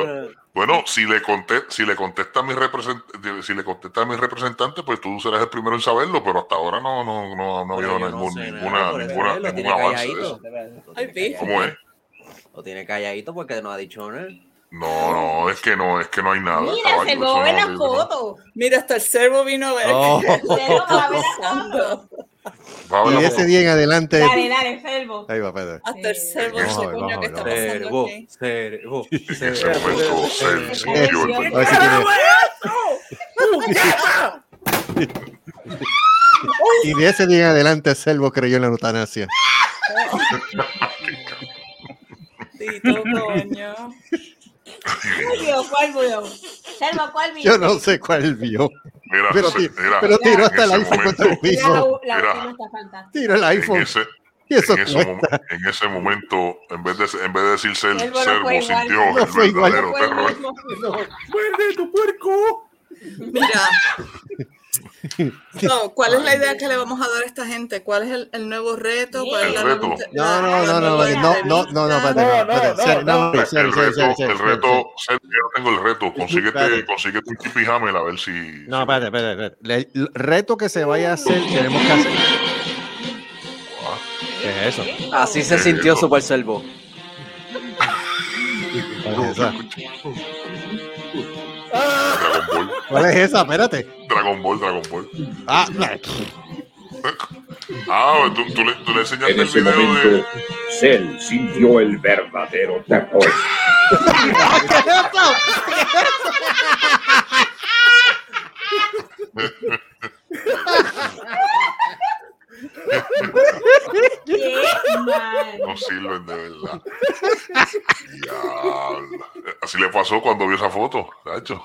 K: bembona.
A: bueno, si le contesta, si le contesta a mi representante, si le contesta a mi representante, pues tú serás el primero en saberlo, pero hasta ahora no, no, no, no ha habido
K: Pero yo no
A: ningún,
K: sé nada,
A: ninguna,
K: por eso
A: ninguna,
K: él lo
A: ningún
K: tiene
A: avance de
K: calladito.
A: eso.
K: Lo
H: Ay,
K: tiene
H: vi.
K: calladito.
A: ¿Cómo es?
K: Lo tiene calladadito porque no ha dicho nada.
A: No, no, es que no, es que no hay nada.
J: Mira,
A: caballo,
J: se
A: eso
J: lo ve
A: no-
J: la
A: no-
J: foto.
H: Mira, hasta el servo vino a ver.
E: Oh.
H: qué
J: Se lo va a ver la foto.
H: pasando.
A: Va a ver
E: Y
A: la
E: de
A: foto.
E: ese día en adelante.
J: Dale, dale, Selvo.
E: Ahí va, Pedro.
H: Hasta el servo
E: Vamos a
H: se
E: ver,
H: coño
E: vamos
H: que
E: a
H: está
E: ver,
H: pasando
K: Servo,
H: aquí.
K: servo,
A: En ese momento,
K: servo.
A: Seri
J: Sí,
A: sintió el
J: sí,
E: A ver si tiene. Y de ese día en adelante, Selvo creyó en la eutanasia.
H: Tito, coño.
J: Julio, ¿cuál video? Selvo, ¿cuál video?
E: Yo no sé cuál vio,
A: Mira,
E: pero,
A: se-
E: ti-
A: mira,
E: pero tiró
A: en
E: hasta el
A: ese
E: iPhone
A: momento,
E: contra el
J: La,
E: piso.
J: la
A: Mira.
J: última está fantástica.
E: Tiró el
A: en
E: iPhone.
A: ese,
E: Y eso
A: en, ese
E: cuesta.
A: momen- en ese momento, en vez de, en vez de decir ser,
J: Él no
A: servo,
J: fue igual.
A: sintió
E: No fue
A: el
E: igual.
A: verdadero
J: Fue el
A: terror.
J: mismo.
L: ¡Muerde tu puerco!
H: Mira. So, ¿Cuál es la idea que le vamos a dar a esta gente? ¿Cuál es el, el nuevo reto? ¿Cuál es
A: El
H: la
A: reto.
H: nueva-
E: No, no, no, no,
J: vale,
E: no, no, no, no, espérate, no, espérate, Seri, no,
A: El,
E: Seri, Seri, Seri,
A: reto,
E: Seri,
A: el
E: Seri,
A: reto, Seri, yo tengo el reto. Consíguete,
E: Espérate.
A: consíguete un Chippy Hamel a ver si.
E: Seri. No, espérate, espérate, espérate. Le- El reto que se vaya a hacer, tenemos que hacer.
A: ah,
E: ¿Qué es eso?
K: Así se sintió Super Servo.
E: esa? ¿Cuál es esa? Espérate.
A: Dragon Ball, Dragon Ball.
E: Ah, la-
A: Ah, tú, tú le, tú le enseñaste
M: En
A: el
M: ese
A: video de.
M: momento, Cell sintió el verdadero terror.
J: Qué mal.
A: pues. No sirven de verdad. Diablo. Así le pasó cuando vio esa foto, Nacho.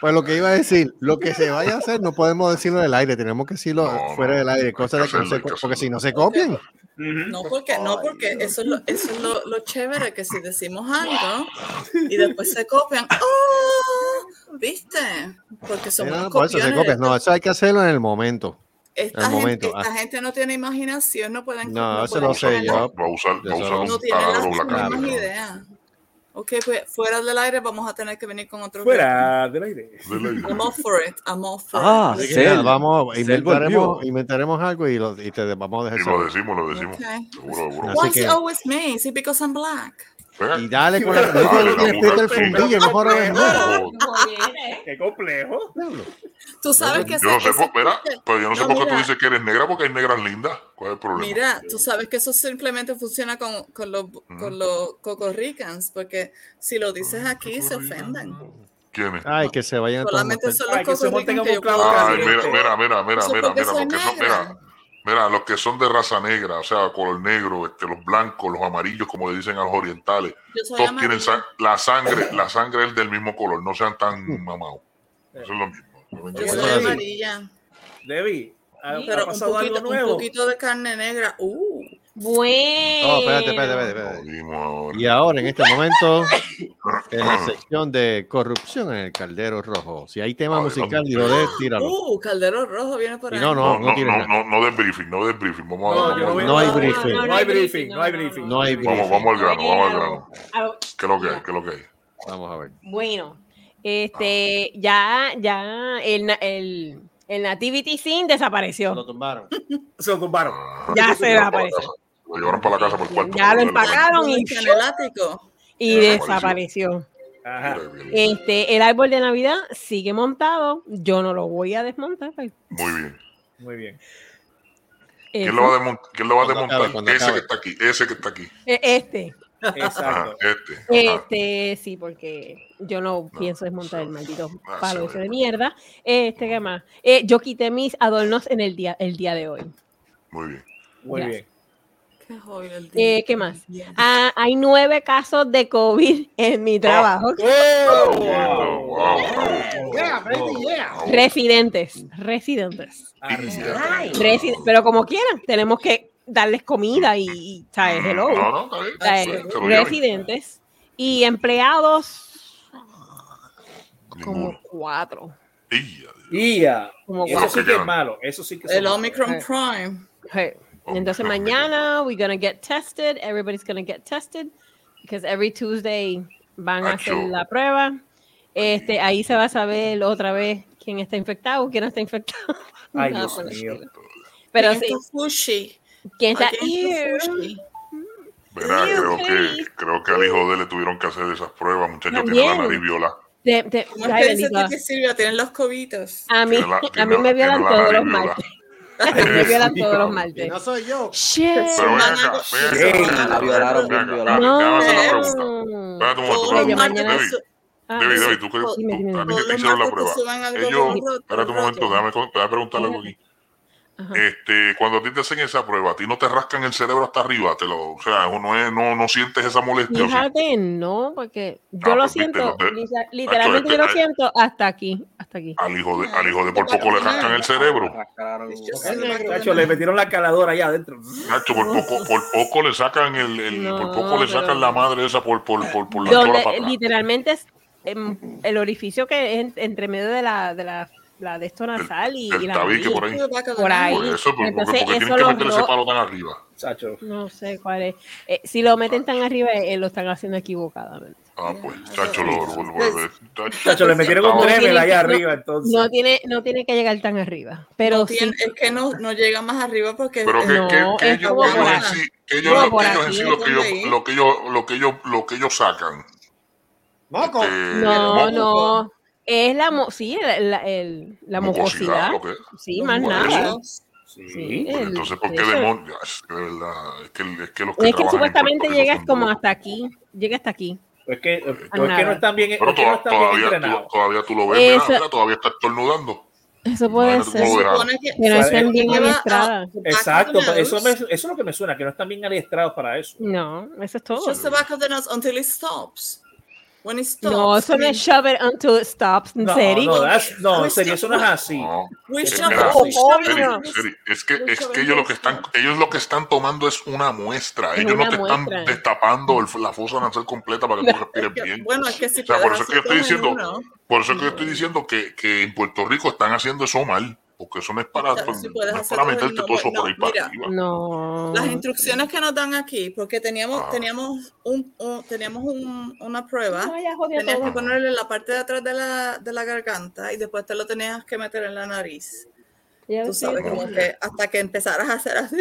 E: Pues lo que iba a decir, lo que se vaya a hacer no podemos decirlo en el aire, tenemos que decirlo fuera del aire, cosas de que no se co- porque si no se copian.
H: No porque, no porque eso es, lo, eso es lo, lo chévere, que si decimos algo y después se copian, ¡oh! ¿Viste? Porque somos
E: No, no,
H: unos
E: por eso se
H: copiones.
E: copian. No, eso hay que hacerlo en el momento.
H: Esta,
E: En el
H: gente,
E: momento.
H: esta
E: ah.
H: gente no tiene imaginación, no pueden
E: No, Ah, eso
H: pueden
E: lo sé
H: crear.
E: yo.
A: Va a usar,
E: Yo
A: va a usar
E: solo-
A: un
H: No tienen
A: taladro
H: las
A: o la
H: mismas
A: cara.
H: ideas. Ok, pues fuera del aire vamos a tener que venir con otro.
L: Fuera del aire.
H: reto. I'm all for it. I'm all for
E: Ah,
H: it.
E: Cel. vamos,
L: Cel
E: inventaremos,
L: volvió.
E: inventaremos algo y, lo- y te vamos a dejar.
A: Y lo decimos, lo decimos.
H: Okay.
A: Seguro, seguro.
H: Why
E: Así
H: is
E: que-
H: it always me? Is it because I'm black?
E: Y dale con la no te- no te el fundillo, no jodas nada.
L: Qué complejo.
H: Tú sabes que
A: Yo no
H: ese-
A: sé,
H: ese-
A: por, mira, pero yo no sé
H: No,
A: por qué tú
H: mira.
A: dices que eres negra porque hay negras lindas. ¿Cuál es el problema?
H: Mira, tú sabes que eso simplemente funciona con, con los, con los cocorricans, porque si lo dices aquí se ofenden.
A: ¿Quién es?
E: Ay, que se vayan a
H: Solamente son los cocorricans que yo
A: Ay, mira, mira, mira, mira,
H: Eso
A: mira,
H: porque
A: mira,
H: soy
A: porque son-
H: negra.
A: mira, mira, los que son de raza negra, o sea, color negro, este, los blancos, los amarillos, como le dicen a los orientales,
H: Yo soy
A: todos
H: amarilla.
A: tienen sang- la sangre, la sangre es del mismo color, no sean tan mamados. Eso es lo mismo. No vengan
H: Yo
A: con
H: soy
A: eso.
H: amarilla.
L: Debbie, ha, ha
H: Pero un
L: pasado
H: poquito,
L: algo
H: un
L: nuevo.
H: poquito de carne negra. Uh.
J: Bueno.
E: No, Oh, espérate, espérate, espérate, espérate. Y ahora, en este momento, en la sección de corrupción en el caldero rojo. Si hay tema musical, y lo de, tíralo.
H: Uh, Caldero Rojo viene por
E: Y
H: ahí.
E: no, no, no, tires nada.
A: No, no, no desbriefing, no desbriefing. Vamos,
E: No,
A: a-
E: yo no
A: vamos,
E: voy- No hay briefing.
L: No hay briefing, no hay briefing.
E: No hay
A: vamos,
E: briefing.
A: vamos al grano, vamos al grano.
J: Ah,
A: ¿Qué es lo que hay? ¿Qué es lo que hay?
E: Vamos a ver.
J: Bueno, este, ya, ya, el, na- el, el Nativity Sin desapareció.
E: tumbaron.
L: Se lo tumbaron.
J: Ya se desapareció.
A: Lo llevaron para la casa por el cuarto.
J: Ya lo empacaron y,
H: En el ático.
J: y desapareció.
L: Ajá.
J: Este, el árbol de Navidad sigue montado. Yo no lo voy a desmontar.
A: Muy bien.
J: eh,
L: Muy bien.
A: ¿Quién lo va a desmon- quién lo va a
E: Cuando
A: desmontar?
E: acabe, cuando
A: ese
E: acabe.
A: que está aquí, ese que está aquí.
J: Eh, Este.
A: Ajá, este.
J: Este, sí, porque yo no, pienso desmontar el maldito palo ese de mierda. Este, ¿qué más? Eh, yo quité mis adornos en el día, el día de hoy. Eh,
A: Muy bien.
L: Muy
J: Ya.
L: bien.
J: Eh, ¿Qué más? Ah, hay nueve casos de COVID en
L: Ah,
J: mi trabajo.
L: Oh, Yeah, baby, yeah.
J: Residentes, residentes.
L: Arre.
J: Resi- Pero como quieran, tenemos que darles comida y, y, ¿sabes? Hello.
L: No, no, está bien.
J: ¿Sabes?
L: Se lo llevan.
J: Residentes y empleados como cuatro.
L: Ia.
J: Como
L: Eso
J: guapo.
L: sí que es malo. Eso sí que es
H: El
L: malo.
H: Omicron
J: Eh,
H: Prime.
J: Hey. Entonces mañana we're gonna get tested. Everybody's gonna get tested because every Tuesday van a hacer
A: Acho.
J: la prueba. Este, ahí se va a saber otra vez quién está infectado, quién no está infectado.
L: Ay,
J: Nada
L: Dios
J: por el
L: mío.
J: estilo. Pero
H: ¿Quién
J: sí.
H: está Fushi.
J: ¿Quién está?
H: ¿Quién está
J: Ew.
H: Fushi?
A: Verá,
J: Sí,
A: creo
J: ok.
A: que, creo que al hijo de él le tuvieron que hacer esas pruebas, muchachos. Tiene la
J: También. Eh,
A: nariz viola.
J: Te- te-
H: ¿Cómo
J: ay,
H: es que dice este
J: bendito.
H: que Silvia? Tienen los cobitos.
J: A mí,
A: Tiene la-
J: a
A: tiene-
J: mí me violan
A: tiene la
J: todos los
A: nariz
J: martes. A mí me violan todos los martes.
E: No soy yo.
A: Pero ven acá, ven acá, ven acá.
K: La violaron,
A: Ven
K: bien
A: acá,
K: violaron.
A: déjame
K: No.
A: hacer una pregunta. Espérate
H: Todos los
A: un momento, espérate un momento.
H: martes
A: Debbie,
H: que su- Ah,
A: Debbie,
H: sí.
A: Debbie, tú que-
H: Todos-
A: tú-
H: dime,
A: a mí
H: todos
A: que te
H: los
A: hicieron la
H: martes que
A: prueba.
H: suban algo
A: Ellos,
H: roto,
A: espérate un
H: roto.
A: momento, déjame, con- déjame preguntarle algo aquí. Este, cuando a ti te hacen esa prueba, a ti no te rascan el cerebro hasta arriba, te lo, o sea, no, es- no, no sientes esa molestia. ¿o sí?
J: Fíjate, no, porque yo
A: Ah,
J: lo
A: pues, viste,
J: siento,
A: no te- Ah,
J: li- literalmente
A: Nacho,
J: yo lo
A: este-
J: siento hasta aquí, hasta aquí.
A: Al hijo de, al hijo de por poco le rascan el cerebro.
L: Chacho, le metieron la caladora allá adentro.
A: Nacho, por poco, por poco le sacan el, el-
J: No,
A: por poco le
J: pero-
A: sacan la madre esa por, por, por, por la
J: Donde
A: cola para atrás.
J: literalmente es em, el orificio que es en- entre medio de la, de la, la de esto nasal y,
A: el
J: y la
A: tabique por
J: nariz.
A: ahí.
J: Por ahí.
A: Por eso, porque,
J: Entonces,
A: porque
J: eso
A: tienen que
J: lo
A: meter ese
J: ro-
A: palo tan arriba.
L: Chacho.
J: No sé cuál es. Eh, si lo meten tan arriba, eh, lo están haciendo equivocadamente.
A: Ah, pues, chacho, lo vuelvo a ver. pues, ah,
L: Chacho, Pues, le metieron
A: estaba-
L: un gremel
J: tiene-
L: allá
J: no-
L: arriba, entonces.
J: No tiene, no tiene que llegar tan arriba. Pero
H: No
J: Oh, sí.
H: tiene- es que no, no llega más arriba porque
A: Pero que,
H: no,
A: que- que
H: es
A: ellos,
H: como
A: que ellos
H: por
A: en
H: acá.
A: sí, que ellos, lo,
H: No, por
A: que ellos en
H: aquí
A: sí,
H: es
A: lo que
H: donde
A: ellos,
H: ir.
A: lo que ellos, lo que ellos, lo que ellos sacan.
E: Moco.
A: Este,
J: No,
A: moco.
J: no. Es la, mo sí, el- la, el- la
A: Mucosidad,
J: mucosidad.
A: lo que es.
J: Sí, más
A: Por
J: nada.
A: eso.
J: Sí,
A: Pues
J: el-
A: entonces, ¿por qué
J: eso.
A: demonios? De verdad, es que, es que los que
J: Es que
A: trabajan en
J: supuestamente
A: Puerto Rico
J: llegas
A: son
J: como
A: duros. ¿eh?
J: hasta aquí. Llega hasta aquí.
L: Es que, eh, es
J: A nada.
L: que no están bien, es
A: Pero
L: que no
A: toda-
L: están bien
A: todavía,
L: entrenados.
A: tú, todavía tú lo ves, mira,
J: Eso-
A: mira, todavía está estornudando.
J: Eso puede
A: Imagínate
J: ser.
A: cómo verás.
J: Que no estén
H: Ah,
J: bien adiestradas.
L: Exacto,
H: Back of the
L: eso, me-
H: nose.
L: eso es lo que me suena, que no están bien adiestrados para eso.
J: No, eso es todo.
H: Just the back of the nose until it stops. When it stops.
J: No, eso no
H: we-
J: es shove it until it stops. ¿En
L: No,
J: serio?
L: no, that's- no, en serio, eso no es así.
H: we
A: Es que,
H: shove-
A: mira,
H: we shove
A: Seri,
H: it-
A: Seri, es que, es que ellos, lo que están, ellos lo que están tomando es una muestra.
H: Es
A: Ellos
H: una
A: no te
H: muestra.
A: están destapando el- la fosa nasal completa para que tú respires bien.
H: Bueno, es que si
A: O sea, por
H: puedes
A: eso es que
H: hacer
A: yo estoy
H: dos en
A: diciendo,
H: uno. Mm.
A: por eso es que yo estoy diciendo que, que en Puerto Rico están haciendo eso mal, porque eso no es para,
H: Claro, si puedes
A: no es
H: hacer
A: para
H: todo el
A: meterte todo
H: nombre.
A: eso por
H: No,
A: ahí para
H: mira.
A: arriba.
J: No.
H: Las instrucciones que nos dan aquí, porque teníamos,
L: Ah.
H: teníamos, un, un- teníamos un- una prueba,
J: No, ya jodió
H: tenías
J: todo.
H: que ponerle en la parte de atrás de la, de la garganta y después te lo tenías que meter en la nariz.
J: Ya
H: Tú
J: ves,
H: sabes,
J: ya
H: como
J: ves.
H: que hasta que empezaras a hacer así.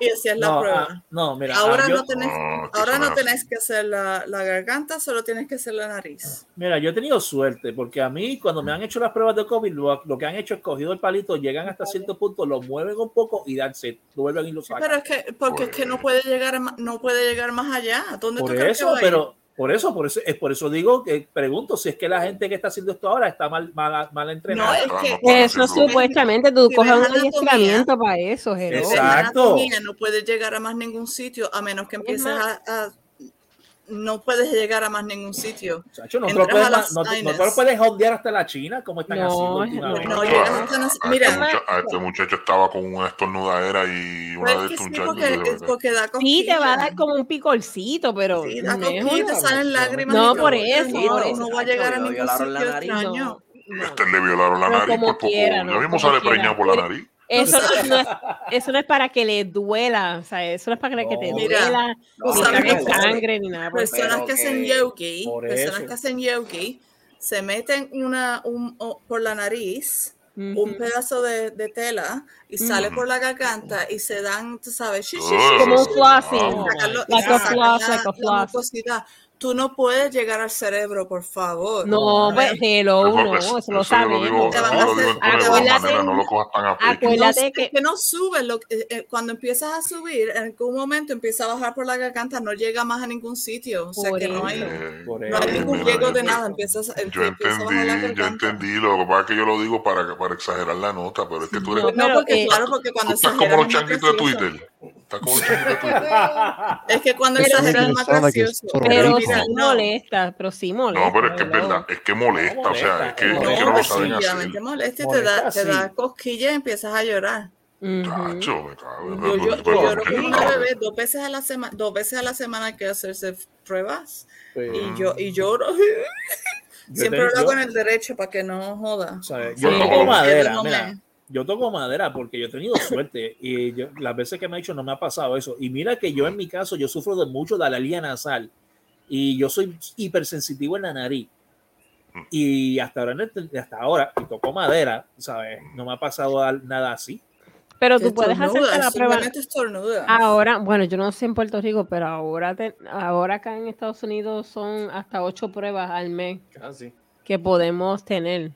H: Y así es la
L: No,
H: prueba.
L: ah, no, mira,
H: ahora
L: ah, yo-
H: no tenés, ahora no tenés que hacer la, la garganta, solo tienes que hacer la nariz.
L: Mira, yo he tenido suerte porque a mí cuando me han hecho las pruebas de COVID, lo, lo que han hecho es cogido el palito, llegan hasta cierto punto, lo mueven un poco y dan set, lo vuelven y lo sacan.
H: Pero es que, porque es que no puede llegar, a ma- no puede llegar más allá. ¿Dónde
L: por
H: tú crees que va
L: eso,
H: a ir?
L: pero por eso, por eso, es por eso digo que pregunto si es que la gente que está haciendo esto ahora está mal, mal, mal entrenada.
H: No, es que-
J: Eso supuestamente tú
H: Si
J: coges un
H: ves anatomía,
J: adiestramiento para eso,
H: Pero
J: Jero.
H: de anatomía no puedes llegar a más ningún sitio a menos que empieces a, a- no puedes llegar a más ningún sitio.
L: Chacho, no te lo
H: Entras
L: puedes,
H: a las
L: no te- no te lo
H: Aines.
L: puedes ondear hasta la China como están
H: No,
L: haciendo
H: no,
L: últimamente.
H: no, llegas hasta las-
A: A
H: mira,
A: este, mucha- a este muchacho estaba con una estornudadera y una
H: Pero es
A: de
H: Pues, que
A: estos
H: sí,
A: muchachos.
H: porque-
A: de-
H: es porque da
J: Sí, te va a
H: cosquillas.
J: dar como un picorcito, pero.
H: Sí, da
J: no es
H: cosquillas,
J: una-
H: te salen lágrimas
J: No,
H: y
J: por
H: todo.
J: eso.
H: Sí,
J: por
H: no,
J: eso.
H: no va a llegar a ningún
J: Violaron la
H: sitio
J: nariz.
H: extraño.
J: No,
A: este le violaron la
J: Pero
A: nariz
J: como
A: por poco.
J: quiera, ¿no?
A: ya mismo
J: Como
A: sale
J: quiera.
A: preñado por la nariz.
J: Eso no, es, eso no es para que le duela, o sea, eso no es para que, le- que te
H: Mira,
J: duela,
H: tú
J: ni
H: sabes
J: saque
H: que-
J: sangre, ni nada. por el
H: Personas
J: estilo.
H: que hacen yogi,
J: por
H: personas
J: eso.
H: que hacen yogi, se meten una, un- o- por la nariz un pedazo de, de tela y sale por la garganta y se dan, tú sabes, shi, shi, shi,
J: Mm. Como un
H: shi,
J: flossing.
H: y sacarlo- y
J: Like
H: se
J: a
H: sacan
J: floss,
H: la-
J: like a
H: la
J: floss.
H: mucosidad. Tú no puedes llegar al cerebro, por favor.
J: No, pues, hello,
A: Eso-
J: no,
A: eso-
J: eso lo
A: eso yo lo
J: sabemos.
A: digo- eso yo lo digo en tono de buena
J: Acuérdate-
A: manera, no lo cojas tan a pecho.
J: Acuérdate
H: No, es que no sube lo que- eh, eh, cuando empiezas a subir en algún momento empieza a bajar por la garganta no llega más a ningún sitio o sea que no hay
A: Eh,
H: no hay ningún
A: mira,
H: riesgo
A: yo-
H: de nada empiezas a-
A: Yo
H: empieza a bajar la
A: entendí, yo
H: garganta
A: entendí, lo que pasa es que yo lo digo para, para exagerar la nota, pero es que tú eres...
H: no, porque
A: tú
H: claro porque cuando
A: estás como los
H: exageras es más
A: changuitos de
H: gracioso.
A: Twitter. Estás como los
H: es que cuando
J: Pero-
H: exageras es más gracioso
J: Pero
A: ricos.
J: sí molesta, pero sí molesta.
A: No, pero es que es verdad, es que molesta, o sea, es que, es que
H: pues
A: no lo saben hacer.
H: definitivamente molesta y te da, te da cosquillas y empiezas a llorar
A: Tacho, me cago en-
H: Yo, yo-
A: pero-
H: yo lloro
A: pero-
H: como una bebé dos veces a la semana, dos veces a la semana hay que hacerse pruebas y yo y lloro. Siempre
L: te-
H: lo hago
L: yo-
H: en el derecho para que no joda.
A: Ah,
I: eh,
L: Yo
H: Sí,
L: toco
H: porque
L: madera,
H: no me-
L: mira, yo toco madera porque yo he tenido suerte y yo- las veces que me ha hecho no me ha pasado eso. Y mira que yo en mi caso, yo sufro de mucho de alergia nasal y yo soy hipersensitivo en la nariz. Y hasta ahora, no ent- hasta ahora, y toco madera, ¿sabes? No me ha pasado al- nada así.
J: Pero tú puedes hacerte
H: Estornuda,
J: la prueba.
H: simplemente estornuda.
J: Ahora, bueno, yo no sé en Puerto Rico, pero ahora, te- ahora acá en Estados Unidos son hasta ocho pruebas al mes que podemos tener.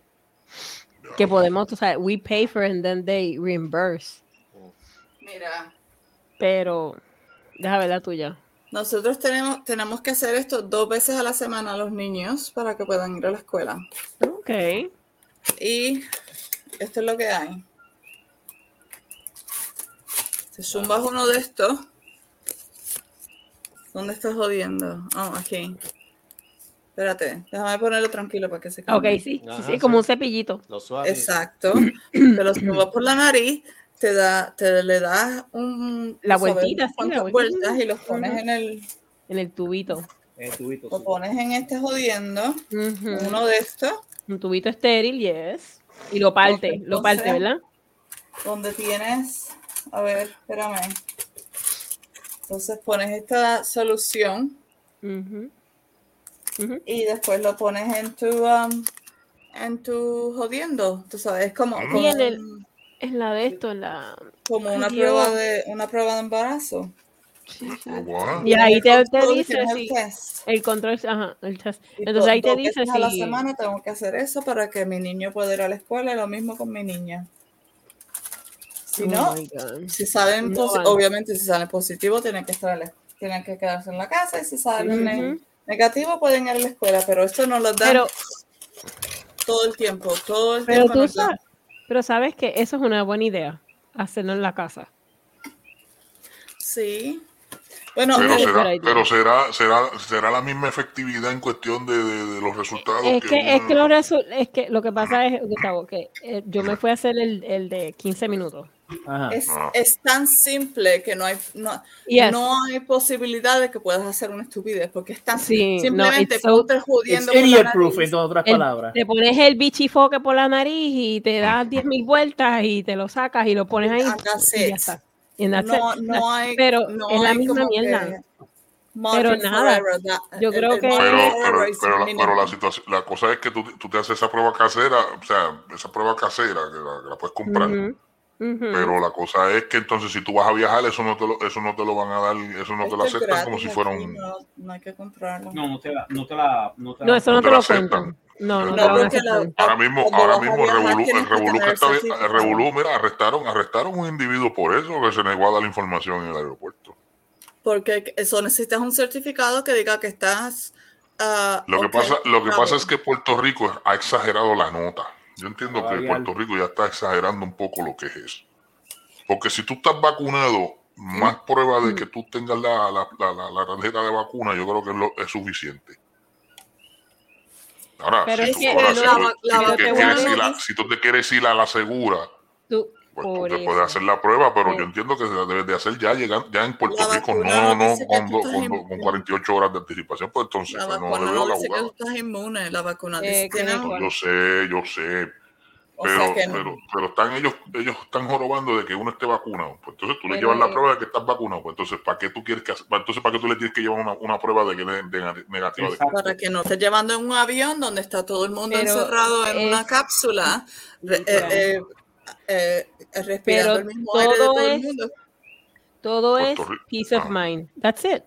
J: Que podemos, o sea, we pay for it and then they reimburse.
H: Mira,
J: Pero, déjame ver la tuya.
H: nosotros tenemos, tenemos que hacer esto dos veces a la semana a los niños para que puedan ir a la escuela.
J: Ok.
H: Y esto es lo que hay. Te zumbas uno de estos. ¿Dónde estás jodiendo? Ah, aquí. Espérate, déjame ponerlo tranquilo para que se
J: Ok,
H: calme.
J: sí, sí, sí, como un cepillito.
H: Exacto. te lo subas por la nariz, te da, te le das un
J: La
H: tú sabes,
J: vueltita, sí,
H: cuantas
J: la vueltita.
H: vueltas y los pones en el,
J: En el tubito.
H: lo pones en este jodiendo, uno de estos,
J: Un tubito estéril, yes. Y lo parte,
H: Ok,
J: lo parte,
H: entonces-
J: ¿verdad?
H: donde tienes, a ver, espérame. Entonces pones esta solución y después lo pones en tu, um, en tu jodiendo. Tú sabes, es como,
J: Sí,
H: como
J: en, el- en la de esto, en la.
H: como
J: Ay,
H: una
J: Dios.
H: prueba de una prueba de embarazo.
J: Y ahí te, te
H: Control
J: dice
H: tienes el
J: si-
H: test.
J: el control, ajá, el test.
H: Y
J: Entonces ahí
H: do-
J: te
H: dos
J: dice
H: veces a la
J: si
H: semana tengo que hacer eso para que mi niño pueda ir a la escuela, y lo mismo con mi niña. Si
J: Oh
H: no,
J: my God.
H: si salen,
J: No
H: posi-
J: van.
H: obviamente si salen positivo tienen que estar, en la- tienen que quedarse en la casa y si salen
J: Ujú.
H: negativo pueden ir a la escuela, pero esto no lo dan
J: Pero-
H: todo el tiempo, todo el
J: Pero
H: tiempo.
J: tú
H: nos dan.
J: sabes, pero sabes que eso es una buena idea, hacerlo en la casa.
H: Sí. Bueno,
A: pero
H: eh,
A: será, pero será, será, será la misma efectividad en cuestión de, de- de los resultados.
J: Es
A: uno-
J: que, es, que lo resu- es que lo que pasa es, Gustavo, que eh, yo me fui a hacer el, el de 15 minutos.
H: es, es tan simple que no hay no,
J: Yes.
H: no hay posibilidad de que puedas hacer una estupidez porque es tan
J: Sí, no,
H: simplemente
J: it's so-
H: ponte el jodiendo
L: it's
H: por la
L: idiot proof,
H: nariz.
L: en otras
J: El-
L: palabras. Ah.
J: te pones el bichifoque por la nariz y te das 10.000 vueltas y te lo sacas y lo pones ahí
H: And that's
J: y
H: it.
J: ya está. And that's
H: No-
J: it.
H: no hay-
J: pero
H: no
J: es la
H: hay
J: misma
H: como que
J: mierda.
H: margin
J: Pero nada,
H: forever, that-
J: yo
H: el-
J: creo
H: el
J: que...
A: Pero, pero,
H: Error es
A: pero, la,
H: mínimo.
A: pero la situación, la cosa es que tú, tú te haces esa prueba casera, o sea, esa prueba casera que la, que la puedes comprar.
J: Ujú, ujú.
A: Pero la cosa es que entonces si tú vas a viajar, eso no te lo, eso no te lo van a dar, eso no te lo
H: Esto es
A: aceptan como
H: gratis
A: si fuera
H: aquí,
A: un...
H: no, no hay que comprarlo.
D: No, no te la, no te la, no te
J: No,
D: la-
J: eso no te lo cuentan. No, no te lo van a
H: porque la-
J: aceptar.
A: Ahora mismo,
H: cuando
A: ahora
H: vas a
A: mismo el
H: viajar,
A: Revolú,
H: tienes
A: el
H: que
A: Revolú que
H: tener
A: está, el
H: certificado.
A: Revolú, mira, arrestaron, arrestaron un individuo por eso que se negó a dar información en el aeropuerto.
H: Porque eso necesitas un certificado que diga que estás. ah,
A: Lo que
H: ok,
A: pasa, lo
H: travel.
A: que pasa es que Puerto Rico ha exagerado la nota. Yo entiendo que
L: Ay,
A: Puerto Rico ya está exagerando un poco lo que es eso. Porque si tú estás vacunado, más prueba
H: Mm.
A: de que tú tengas la, la, la- la- la tarjeta de vacuna, yo creo que es, lo- es suficiente. Ahora,
J: Pero
A: si
J: es
A: tú,
J: que
A: ahora,
J: no,
A: si
J: la
A: tú-
J: va-
A: si
J: la
A: tú te
J: vacuna
A: quieres
J: no
A: ir a-
J: es-
A: si tú te quieres ir a la segura,
J: Tú,
A: tú
J: por
A: te
J: eso.
A: puedes hacer la prueba, pero yo entiendo que se la debes de hacer ya llegando ya en Puerto Rico, no,
H: vacuna
A: no,
H: no
A: no
H: dice que
A: con,
H: tú
A: do-
H: estás
A: con
H: en-
A: do- con 48 horas de anticipación, pues entonces
H: La
A: pues, no
H: vacuna
A: le veo
H: no
A: la
H: dice que tú
A: jugada.
H: estás inmune, la vacuna
J: Eh,
H: dice tiene-
A: No, yo sé, yo sé.
H: O sea
A: Pero,
H: que no.
A: pero, pero están ellos, ellos están jorobando de que uno esté vacunado. Pues entonces tú le
J: Pero,
A: llevas la
J: eh,
A: prueba de que estás vacunado. Pues entonces, ¿para qué tú quieres que hace- pa- entonces para qué tú le tienes que llevar una, una prueba de que ne- de ne- negativa de COVID?
H: Para que no estés llevando en un avión donde está todo el mundo
J: Pero
H: encerrado en una cápsula, re- eh, eh, eh, respirando
J: Pero
H: el mismo aire de
J: todo
H: todo el
J: es-
H: mundo.
J: todo es
H: Puerto
J: peace
A: Ah.
J: of mind. That's it.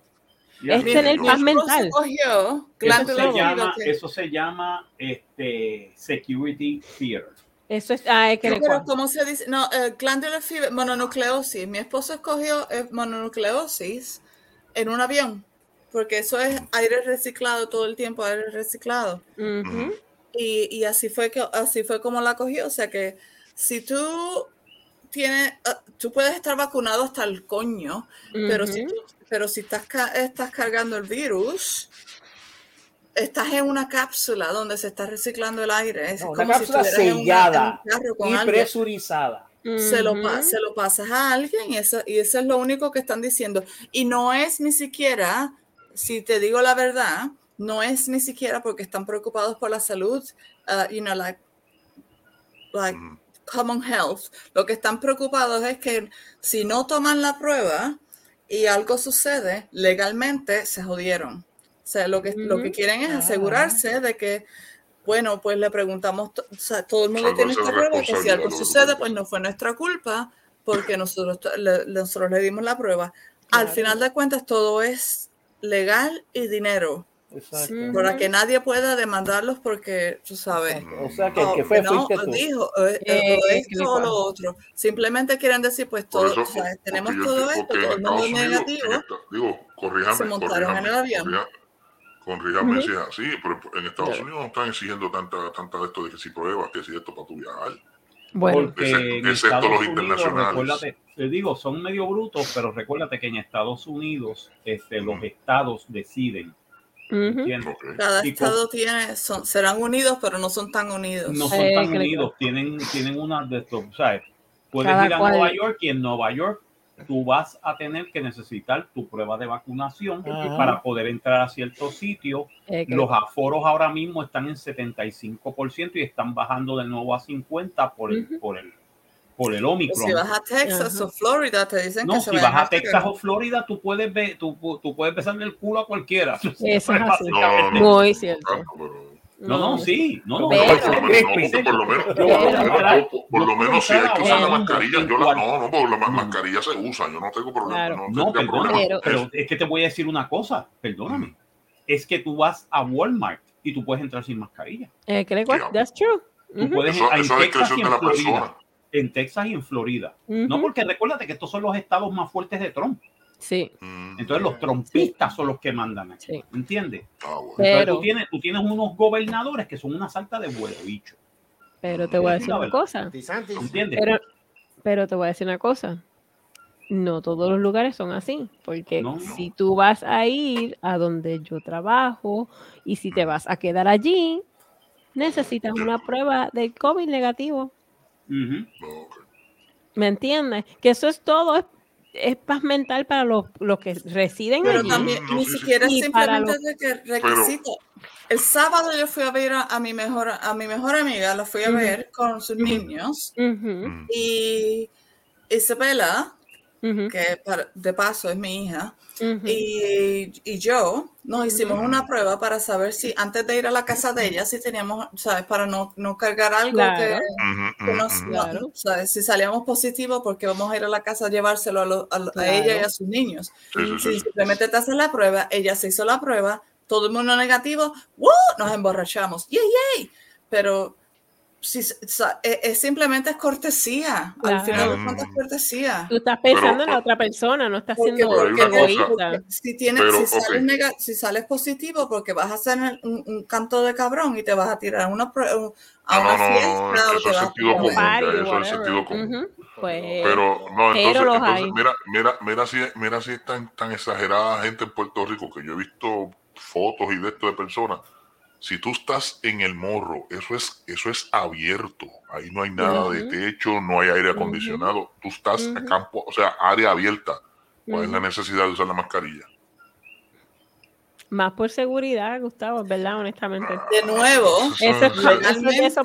J: Este
D: Ya.
J: Es
D: Mi-
J: tener
D: mi
J: paz
D: esposo
J: mental.
H: cogió
D: Eso se,
J: Claro.
D: llama, eso se llama este security fear.
J: Eso es, ah, es que le-
H: Sí, pero ¿cómo se dice? No, eh, glándula fibra, mononucleosis. Mi esposo escogió eh, mononucleosis en un avión, porque eso es aire reciclado todo el tiempo, aire reciclado.
A: Mm.
J: Ujú.
H: Y, y así fue que así fue como la cogió. O sea que si tú tienes, ah, tú puedes estar vacunado hasta el coño, pero si
J: Ujú.
H: tú- pero si estás ca- estás cargando el virus, estás en una cápsula donde se está reciclando el aire. Es
L: No, una
H: como si
L: cápsula
H: estuvieras en una- en
L: sellada
H: un carro con
L: y
H: alguien
L: presurizada.
H: se lo, pa- se lo pasas a alguien y eso, y eso es lo único que están diciendo. Y no es ni siquiera, si te digo la verdad, no es ni siquiera porque están preocupados por la salud, uh, you know, like, like common health. Lo que están preocupados es que si no toman la prueba y algo sucede, legalmente se jodieron. O sea, lo que, lo que
J: Ujú.
H: quieren es
J: Ah.
H: asegurarse de que bueno, pues le preguntamos, to- o sea, todo el mundo
J: Algo
H: tiene
J: es
H: esta prueba, que si
J: responsabilidad
H: algo
J: de los
H: sucede, pues no fue nuestra culpa, porque nosotros to- le, le- nosotros le dimos la prueba. Al
J: Claro.
H: final de cuentas, todo es legal y dinero,
L: Exacto.
H: para que nadie pueda demandarlos porque, tú sabes,
L: O sea, que el
H: oh,
L: que fue,
H: no,
L: fuiste tú.
H: dijo, eh, eh, o
L: Eh,
H: esto o lo otro. Simplemente quieren decir, pues
A: Por
H: todo,
A: eso,
H: o sea,
A: porque
H: tenemos
A: yo
H: todo
A: enti-
H: esto,
A: porque en
H: todo el mundo
A: Estados Unidos, en
H: negativo,
A: esta- digo,
H: se
A: corríjame,
H: montaron en
A: corríjame,
H: el avión.
A: corríjame, corríjame
H: Ujú.
A: si es así, pero en Estados
H: Dale.
A: Unidos no están exigiendo tanta, tanta de esto de que si pruebas, que si esto para tu viajar.
J: Bueno.
D: Porque
A: Excepto-
D: en
A: excepto
D: Estados
A: los
D: Unidos,
A: internacionales.
D: recuérdate, te digo, son medio brutos, pero recuérdate que en Estados Unidos este, los estados deciden. ¿entiendes?
H: Cada
D: Y con-
H: estado tiene, son, serán unidos, pero no son tan unidos.
D: no son tan unidos, tienen, tienen una de estos, ¿sabes? Puedes
H: Cada
D: ir a
H: cual.
D: Nueva York y en Nueva York tú vas a tener que necesitar tu prueba de vacunación
L: Ajá.
D: para poder entrar a ciertos sitios.
L: Eh, que-
D: Los aforos ahora mismo están en 75% y están bajando de nuevo a 50 por el, por el por el Omicron.
H: Pues, Si vas a Texas
D: Ajá.
H: o Florida, te dicen
D: no,
H: que se
D: si vas
H: vayan
D: a Texas o Florida, tú puedes, be- tú, tú puedes besarle el culo a cualquiera.
J: Eso
D: Ah,
A: Ah,
J: es así.
D: Básicamente.
J: Muy cierto.
D: No, no, sí. No, no,
A: Pero-
D: no,
A: por lo menos, no, por lo menos,
D: Yo-
A: por lo menos,
D: yo-
A: por- por lo menos si hay que usar la
D: Pero-
A: mascarilla, yo la no, no, porque la ma- mascarilla se usa, yo no tengo problema,
D: Claro.
A: no
D: No,
A: tendría
D: perdóname,
A: problema. Mm.
D: pero es que te voy a decir una cosa, perdóname. Es que tú vas a Walmart y tú puedes entrar sin mascarilla.
J: Eh, ¿Qué le cuesta? That's true.
D: Tú
J: Ujú.
D: puedes
A: Eso-
D: en
A: eso
D: Texas
A: es
D: y
A: discreción
D: en
A: de la
D: Florida.
A: persona.
D: En Texas y en Florida. No,
J: Ujú.
D: porque recuérdate que estos son los estados más fuertes de Trump.
J: Sí.
A: Mm.
D: Entonces los trompistas son los que mandan aquí. ¿Entiendes?
A: Ah,
D: Entonces
J: Pero-
D: tú tienes, tú tienes unos gobernadores que son una salta de huevo, bicho.
J: Pero te voy a decir
D: La
J: una
D: verdad.
J: cosa.
D: ¿Entiendes?
J: Pero, pero te voy a decir una cosa. No todos los lugares son así, porque
D: No, no.
J: si tú vas a ir a donde yo trabajo y si
A: Mm.
J: te vas a quedar allí, necesitas una prueba del COVID negativo. ¿Me entiendes? Que eso es todo, es, es paz mental para los, los que residen
H: Pero
J: allí.
H: también ni siquiera es
J: Y para
H: simplemente de que requisito. El sábado yo fui a ver a, a mi mejor a mi mejor amiga, la fui a
J: Ujú.
H: ver con sus niños
J: Ujú.
H: y Isabela,
J: Ujú.
H: que para- de paso es mi hija,
J: Ujú.
H: y, y yo nos hicimos
J: Ujú.
H: una prueba para saber si antes de ir a la casa de ella, si teníamos, ¿sabes? Para no, no cargar algo
J: Claro.
H: que,
J: Ujú,
H: que
J: ujú,
H: nos-
J: ujú.
H: no-
J: Claro.
H: no, ¿sabes? Si salíamos positivos, porque vamos a ir a la casa a llevárselo a, lo- a lo- a
J: Claro.
H: ella y a sus niños.
J: Sí, sí,
H: Si
J: sí, sí.
H: simplemente te haces la prueba, ella se hizo la prueba, todo el mundo negativo, ¡woo! Nos emborrachamos, ¡yay, yay! Pero si, sa- es, es simplemente es cortesía,
J: Claro.
H: al final de cuentas es cortesía.
J: Tú estás pensando en la otra persona, no estás
H: Porque-
J: siendo
H: Pero hay una
J: egoísta.
H: cosa. si tienes, si, sales nega- si sales positivo, porque vas a hacer un, un canto de cabrón y te vas a tirar una prue- a
A: No,
H: una
A: no, no,
H: fiesta
A: no,
H: o
A: eso
H: te
A: es
H: vas a
A: sentido
H: tirar-
A: común, ya, eso es sentido común.
J: Ujú, Pues,
A: Pero no, entonces,
J: pero los
A: entonces,
J: hay.
A: mira, mira, mira si, mira si es tan, tan exagerada gente en Puerto Rico que yo he visto fotos y de esto de personas. Si tú estás en el morro, eso es, eso es abierto. Ahí no hay nada de
M: Ujú.
A: techo, no hay aire acondicionado. Tú estás a
M: Ujú.
A: campo, o sea, área abierta. ¿Cuál es la
J: Ujú.
A: necesidad de usar la mascarilla?
J: Más por seguridad, Gustavo, ¿verdad? Honestamente.
H: De nuevo,
J: Eso es
H: legalmente
J: eso-
H: no
J: eso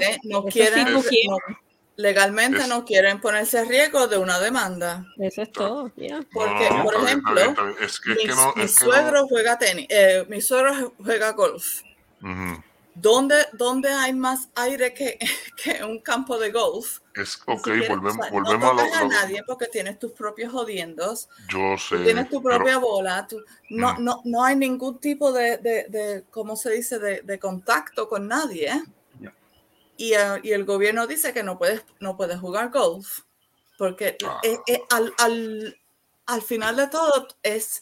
J: sí
H: quieren,
J: no quieren.
H: no- legalmente
A: Es-
H: no quieren ponerse a riesgo de una demanda.
J: Eso es todo, ya.
H: Porque,
A: No, no, no,
H: por
A: está bien,
H: ejemplo,
A: está bien, está bien. Es que- es
H: mi,
A: que no-
H: mi
A: es que no-
H: suegro juega tenis, eh, mi suegro juega golf.
A: Ujú.
H: ¿Dónde, dónde hay más aire que, que un campo de golf?
A: Es
H: Ni
A: ok,
H: siquiera- o
A: volvemos,
H: sea,
A: volvemos
H: no
A: a lo,
H: tocas a
A: lo-
H: nadie porque tienes tus propios jodiendos,
A: Yo sé.
H: tú tienes tu
A: pero-
H: propia bola, tú- no,
A: Mm.
H: no, no hay ningún tipo de, de, de, ¿cómo se dice?, de, de contacto con nadie. ¿eh? Y, eh, y el gobierno dice que no puedes, no puedes jugar golf, porque
A: Ah.
H: es- es- al, al, al final de todo es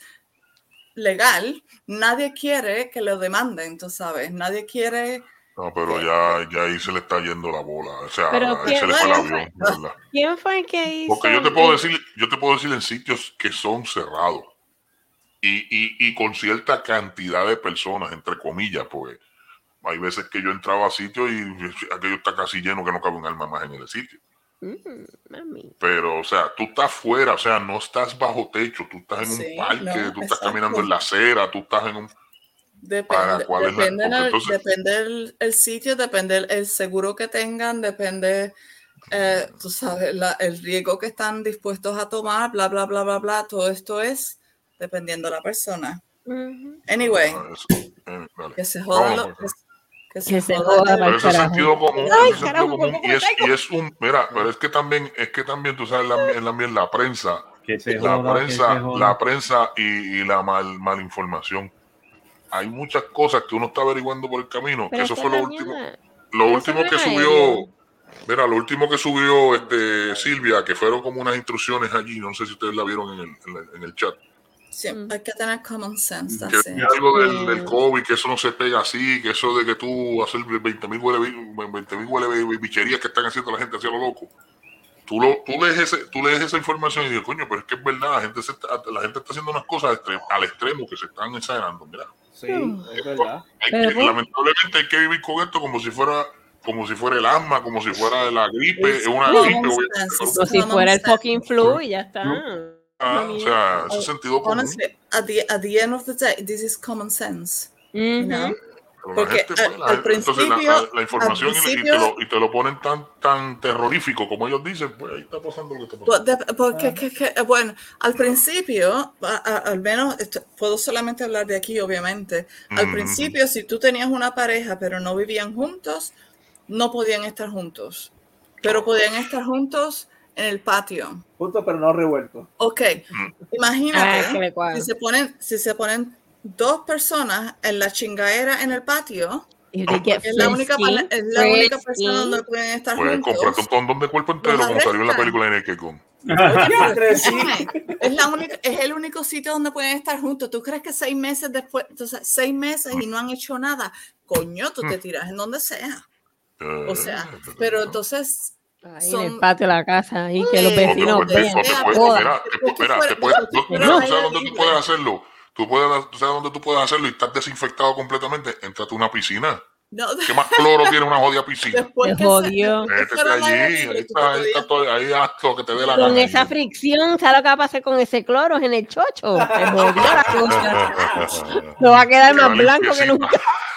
H: legal, nadie quiere que lo demanden, tú sabes, nadie quiere...
A: No, pero ya, ya ahí se le está yendo la bola. O sea,
H: Pero
A: ahí
H: que-
A: se le fue el
H: bueno,
A: avión, de ¿verdad?
J: ¿Quién fue el que hizo?
A: Porque yo te puedo
J: el-
A: decir, yo te puedo decir en sitios que son cerrados y, y- y con cierta cantidad de personas, entre comillas, porque hay veces que yo entraba a sitios y aquello está casi lleno que no cabe un alma más en el sitio.
J: Mm, mami.
A: Pero, o sea, tú estás fuera, o sea, no estás bajo techo, tú estás en un
H: Sí,
A: parque,
H: no,
A: tú estás
H: exacto.
A: caminando en la acera, tú estás en un...
H: Depende,
A: ¿Para cuál es la-
H: depende,
A: porque
H: la-
A: entonces-
H: depende el, el sitio, depende el, el seguro que tengan, depende, eh, tú sabes, la- el riesgo que están dispuestos a tomar, bla, bla, bla, bla, bla. Todo esto es dependiendo de la persona. Anyway,
A: eh, dale.
H: que se
A: Vamos,
H: jodan los...
A: Jorge.
H: Que, que se
J: Que se
H: jodan
J: joda
H: el-
J: pa'l
A: Pero ese es
J: carajo.
A: sentido común,
H: Ay,
A: ese es sentido
H: carajo,
A: común,
H: ¿cómo
A: y es,
H: caigo?
A: y es un, mira, pero es que también, es que también, tú sabes, la, en la, en la prensa,
D: se
A: la
D: joda, que
A: prensa,
D: se joda.
A: la prensa y, y la mal, malinformación. Hay muchas cosas que uno está averiguando por el camino, que
J: Pero
A: eso
J: es que
A: fue lo
J: la
A: último,
J: mierda-
A: lo
J: eso
A: último
J: no
A: que
J: es
A: subió,
J: aéreo.
A: mira, lo último que subió este Silvia, que fueron como unas instrucciones allí, no sé si ustedes la vieron en el, en la- en el chat.
H: sí,
J: Mm.
H: hay que tener common sense.
A: que
H: that's
A: que
H: it.
A: algo del, del COVID, que eso no se pega así, que eso de que tú hacer 20 mil huele, 20.000 huele bicherías que están haciendo la gente hacia lo loco. Tú, lo, tú, lees ese- tú lees esa información y dices, coño, pero es que es verdad, la gente, se está, la gente está haciendo unas cosas extre- al extremo que se están exagerando. Mira,
L: Sí, es verdad.
A: hay que- lamentablemente hay que vivir con esto como si fuera como si fuera el asma, como si fuera la gripe, es una
J: Como
A: gripe. obviamente,
J: Como si fuera el fucking flu y ya está.
A: Ah, o sea, ese
H: Oh,
A: sentido común.
J: Mm-hmm.
H: Honestly, at the, at the end of the day, this is common sense. you know?
A: Pero la
H: Porque
A: gente, pues,
H: al-
A: la
H: al
A: gente- entonces la-
H: principio-
A: la, la información
H: al
A: y- y, te
H: principio-
A: lo, y te lo ponen tan, tan terrorífico como ellos dicen, pues ahí está pasando lo que está pasando.
H: Pues, de- Porque,
J: ah.
H: es que- es que, eh, bueno, al principio, a- a- al menos esto- puedo solamente hablar de aquí, obviamente. Al
J: Mm.
A: Ujú.
H: principio, si tú tenías una pareja, pero no vivían juntos, no podían estar juntos. Pero podían estar juntos en el patio.
I: Juntos, pero no revueltos.
H: Ok,
J: Ah, es que me
H: imagínate, ¿eh?
J: cuadra.
H: si se ponen, si se ponen dos personas en la chingadera en el patio,
J: If they get
H: es la única,
J: frisky,
H: pala- es la única
J: frisky.
H: persona donde pueden estar
A: Pues
H: juntos.
A: comprate un condón de cuerpo entero
H: Los
A: como salió en la
H: arrestan.
A: película de Naked Gun.
H: Escúchame, Es, la única, es el único sitio donde pueden estar juntos. ¿Tú crees que seis meses después, entonces, seis meses y no han hecho nada? Coño, tú te tiras en donde sea. O
A: Ah,
H: sea, pero entonces
J: Ahí en el
H: son-
J: patio de la casa ahí que los
H: Sí.
J: vecinos
A: O te-
J: vean.
A: o te puedes-
J: Joda.
A: mira, te- espera, te puedes- no, mira, tú sabes dónde tú puedes hacerlo. Tú puedes, tú sabes dónde tú puedes hacerlo y estás desinfectado completamente. Entrate a una piscina.
H: No,
A: ¿Qué más cloro tiene una jodida piscina?
H: después
J: Me jodió.
A: Métete allí, ahí está, ahí está todo, ahí hazlo que te dé la
J: Con
A: gana.
J: esa fricción, ¿sabes lo que va a pasar con ese cloro en el chocho? Te jodió la cosa. No va a quedar
A: Queda
J: más blanco que nunca.
A: limpiecita.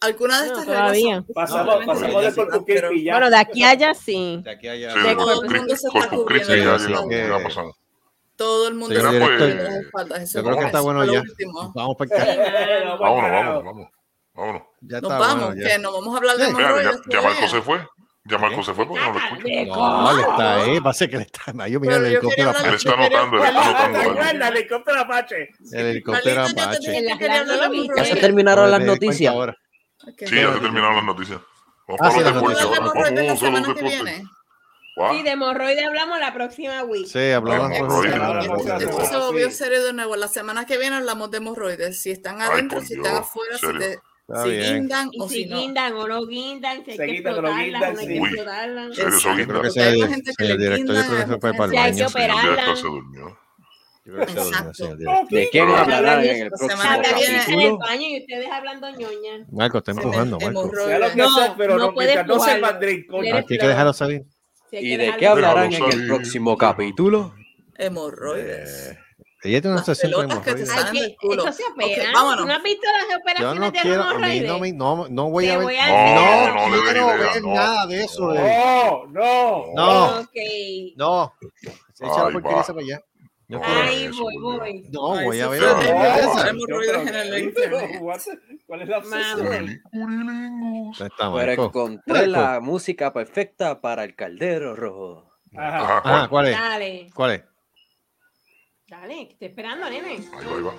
H: Algunas de
J: No,
H: estas
J: todavía.
H: reglas son-
I: Pasamos, pasamos del cuerpo creepy ya.
J: Bueno, de aquí a allá sí.
N: De aquí a allá.
A: Sí,
J: De
A: de
J: Corpus
A: Corpus Christi,
H: se está
A: Corpus Christi
H: cubriendo
A: ya
H: demasiado.
A: llegamos, ya pasamos.
H: Todo el mundo
E: Señor
H: se
E: director,
H: cubre las espaldas, eso
E: Ah, pues, Yo creo que
H: es
E: está bueno
H: lo
E: ya.
H: último.
E: Vamos para el carajo.
A: Vámonos, vámonos, vámonos. vámonos.
E: Ya
H: Nos
E: está
H: vamos,
E: bueno, ya.
H: que no vamos a hablar de
A: Espérate,
H: Monroe.
A: ya,
H: este
A: ya Marco
H: día.
A: se fue. Ya Marco se fue porque no lo escucho.
E: No, le está eh, ahí. Pasa que le está. Yo mira
H: Pero
E: el
H: yo
E: helicóptero
H: quería hablar-
A: Él
E: Apache.
A: está anotando, él está anotando. algo.
I: Recuerda, helicóptero Apache.
E: El helicóptero
H: Carlito, yo te
E: Apache.
H: dije que quería hablar de Monroe.
K: Ya se terminaron
E: No,
K: las
E: me di
K: noticias.
E: cuenta ahora.
H: Ok.
A: Sí, ya se terminaron las noticias. Vamos
E: Ah,
A: para
E: sí,
A: los
E: las
A: deportes
E: noticias.
A: ahora.
H: Hablamos de la
A: Vamos a
H: semana
A: los
H: que
A: deportes.
H: viene.
A: Guau.
J: Sí, de hemorroide hablamos la próxima week.
E: Sí, hablamos
A: Bueno,
E: con-
A: Roy,
I: Roy,
H: Esto
I: Roy.
H: se volvió serio de nuevo. La semana que viene hablamos de hemorroides. Si están
A: Ay,
H: adentro,
A: por
H: si
A: Dios,
H: están afuera, este, si,
A: serio.
H: te,
E: Está
H: si
E: bien.
H: guindan
J: Y
H: o
J: si
H: si no.
J: guindan o no guindan, si hay
I: Se
J: que
I: guindan o no
J: explotarlas o no hay que
I: guindan,
E: sí.
J: explotarlas.
A: Serio, eso
H: Exacto.
E: Yo creo que
A: guinda.
H: Porque
E: sea
H: hay
E: el
H: más gente que
E: señor
H: le
E: director. Yo creo que
H: guindan,
E: se fue para el
J: hay que
E: baño.
A: El señor
J: operarla.
A: director se durmió.
E: Yo creo que se durmió el señor director.
K: ¿De quién
A: Pero-
K: hablarán en el
H: La
K: próximo
H: semana que viene-
K: capítulo?
J: En el baño y ustedes hablando ñoña.
E: Marco, está
H: Se me-
E: empujando, Marco.
H: hemorroides.
I: Sea lo que
J: No,
I: sea, pero
J: no
I: no,
J: puede
I: mientras no se
J: empujarlo.
I: mandrín, coño.
J: Eres-
E: Aquí hay que dejarlo salir.
J: Si hay
K: ¿Y
J: que
K: de
J: dejarlo-
K: qué hablarán en
A: Déjalo
K: el
A: salir.
K: próximo capítulo?
H: Hemorroides.
E: Eh. Ella tiene una
H: Las
E: sesión con
H: pelotas que te
E: hemorroides.
H: salen
J: Hay que,
H: del culo.
J: eso se
H: Ok,
J: opera.
H: vámonos.
J: ¿No has visto las
E: Yo
J: operaciones
E: no
J: de
E: quiero, a mí
J: hemorroides?
E: no, me, no, no voy a
J: Te
E: ver.
J: voy a-
E: no,
A: No, no le des
E: quiero
A: idea,
E: ver
A: no.
E: nada de eso.
A: No.
E: eh.
I: No, no.
E: No,
J: Ok.
E: no. Echa la
A: Ay,
E: porquería
A: va.
E: esa para allá. No,
A: No,
J: Ay,
A: eso,
J: voy,
A: por Dios.
J: voy.
E: no
H: Ay,
E: voy a
H: eso
E: ver.
H: fue
E: la
A: no.
E: porquería
H: horrible.
E: esa.
H: Hemorroides en el internet.
I: What? ¿Cuál es la obsesión?
J: Mamá.
E: ¿Dónde está,
K: Pero
E: Marco?
K: encontré
E: Marco.
K: la música perfecta para el caldero rojo.
I: Ajá.
A: Ajá,
E: Ajá,
A: Juan.
E: ¿cuál es?
J: Dale.
E: ¿Cuál es?
J: Dale, que estoy esperando, nene.
A: Ahí va, ahí va.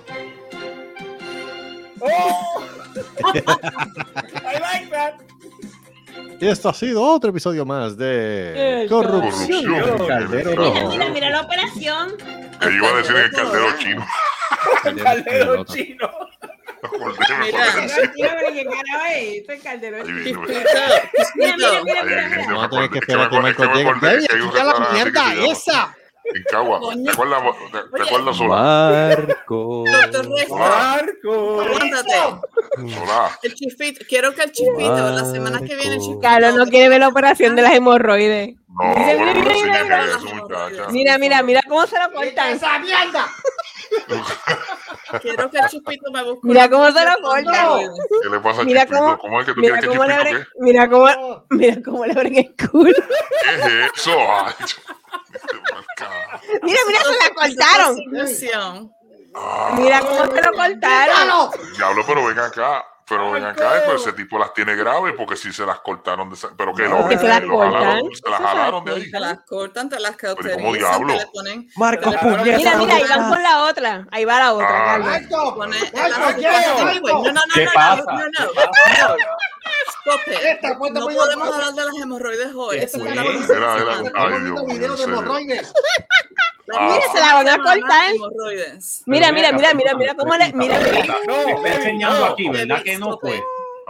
I: ¡Oh! I like that.
E: Y esto ha sido otro episodio más de
J: El
E: Eh, Corrupción.
A: Corrupción.
E: El Caldero
J: Mira,
E: Rojo.
J: mira, mira la operación.
A: Que yo iba a decir en el caldero chino.
I: El caldero chino.
A: Acordéme
H: Mira.
A: cuando decía.
J: Ay, tío, pero qué carajo es esto, el calderón.
A: Ahí
J: Mira,
A: viene.
J: mira, mira,
A: Ahí
J: mira,
A: viene,
J: mira.
A: me
E: Vamos a
A: acordé,
E: tener que
A: es
E: esperar
A: me
E: que Marco
A: acordé,
E: llegue.
A: es que hay un
E: ¡Ey, escucha la
A: restaurante que se
E: mierda
A: llama-
E: esa!
A: En Cagua. ¿Te acuerdas, te, te acuerdas Solá?
K: Marco.
H: Doctor Resta,
I: Marco.
H: aguántate.
A: Solá.
H: El chifito, quiero que el
E: Ah.
H: chifito, la semana que viene, el chifito.
J: Carlos no quiere ver la operación de las hemorroides.
A: No,
J: Mira,
A: bueno,
J: mira,
A: pero sí
J: mira,
A: que
J: mira.
A: eso, muchacha.
J: Mira, mira, mira cómo se lo cortan.
H: Quiero que el chifito me busque.
J: Mira
H: una
J: cómo se lo
H: operación de
J: corta.
H: hemorroides.
A: ¿Qué le pasa a
J: Mira
A: Chispito?
J: cómo-
A: ¿Cómo es que tú
J: Mira
A: quieres que
J: cómo le
A: Chispito
J: abren,
A: qué?
J: mira cómo, mira cómo le abren el culo.
A: ¿Qué es eso? Ay, yo-
J: Mira, mira cómo la cortaron.
H: Operación.
A: Ah,
J: Mira cómo se lo cortaron.
A: diablo, pero ven acá. Pero ven acá, pero ese tipo las tiene graves porque si se las cortaron. De esa- pero que lo,
J: Porque se las
A: lo jalaron,
J: cortan.
A: se las jalaron de ahí.
H: Te las cortan, te las
A: cómo
H: cauterizan,
A: diablo?
H: te las ponen.
K: Marco,
H: te las-
K: puñeta.
J: Mira, mira, ahí van por la otra. Ahí va la otra.
A: Ay.
J: Carlos.
H: te ponen- te las-
I: Marco,
H: te las- No, no, no,
D: ¿Qué
H: no,
D: pasa?
H: no, no,
D: ¿Qué
H: no.
D: pasa?
H: Stop it. No podemos hablar de las hemorroides hoy.
A: Este
H: Eso
J: Este
H: es una cosa
A: Era, era.
H: semana.
A: Ay, Dios mío. en serio.
H: La
A: Mira,
H: próxima
J: se la van a
H: semana,
J: cortar.
H: Hemorroides.
J: Mira, mira, mira, mira, mira cómo le. Mira, mira.
I: No,
D: Me está enseñando
I: no.
D: aquí, ¿verdad que no? Pues.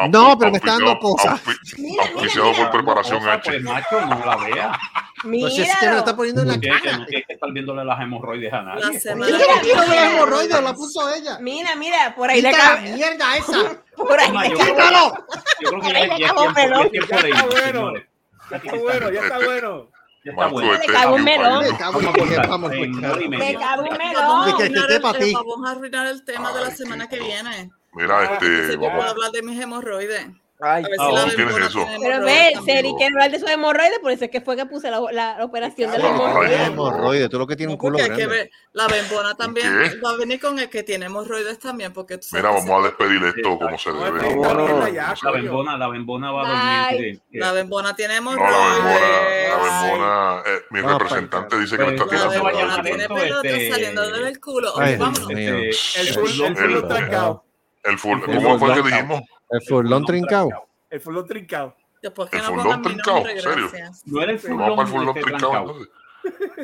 E: No, pero me está dando
A: Auspiciado-
E: cosas.
A: auspi- Auspiciado por Preparación
D: Cosa,
A: H.
D: Pues, macho, no la vea.
E: No sé si es que me lo está poniendo en la
D: Tienes que-
E: cara.
D: No tienes que estar viéndole las hemorroides a nadie.
E: La semana- Yo no quiero ver hemorroides, la puso ella.
O: Mira, mira, por ahí le
E: Quita la
O: cabe.
E: mierda esa!
O: Por ahí
D: Ma,
O: le
D: yo-
O: cabe.
D: Yo creo que
O: Por
D: ya,
O: ahí
D: ya
O: le
D: es
O: acabó,
D: tiempo, ya es
O: pelón.
D: tiempo
I: Ya
D: de
I: está
D: irnos,
I: bueno.
D: señores.
I: Ya está bueno, ya está bueno.
D: Ya está
I: Marco,
D: bueno.
I: este Le cago un
J: melón.
D: Vamos a
J: Le cago un
D: cortar
J: melón. Vamos a
D: en
J: cortar.
D: hora y
J: Le
D: media.
H: cago un
E: melón. De que- que quepa a ti.
H: Vamos a arruinar el tema de la semana que viene. Ah,
A: Mira, este,
H: Entonces yo puedo
A: vamos.
H: hablar de mis hemorroides.
A: Ay,
H: a ver si
A: ah,
H: la
A: tú tienes
H: Bembona
A: eso.
H: tiene
J: Pero ve, Seri, quiero hablar de sus hemorroides, por eso es que fue que puse la, la operación de la
E: Ay,
J: hemorroide.
E: hemorroide, tú lo que tienes un culo
H: Porque hay que
E: grande.
H: ver, la bembona también
A: ¿Qué?
H: va a venir con el que tiene hemorroides también, porque tú sabes
A: Mira,
H: que
A: vamos a despedir esto como se debe.
D: La bembona, la bembona va a dormir.
H: se- la bembona tiene
A: No, la
H: hemorroides.
A: bembona, la bembona, eh, mi representante dice que no está
H: La
A: tirando.
H: bembona tiene pelotas saliendo del culo.
E: Este, Ay,
H: Vamos.
E: Dios mío.
A: este,
I: El full- el full trancado.
A: El full,
E: El
A: ¿cómo fue que
E: furlón.
A: dijimos?
E: El furlón trincado.
I: El fulón trincado.
H: Después
A: que El no fulón pongan mi trincao, nombre, ¿en serio? gracias.
D: No era el
A: Vamos para el fulón
D: fulón este
A: trincado,
D: trancao.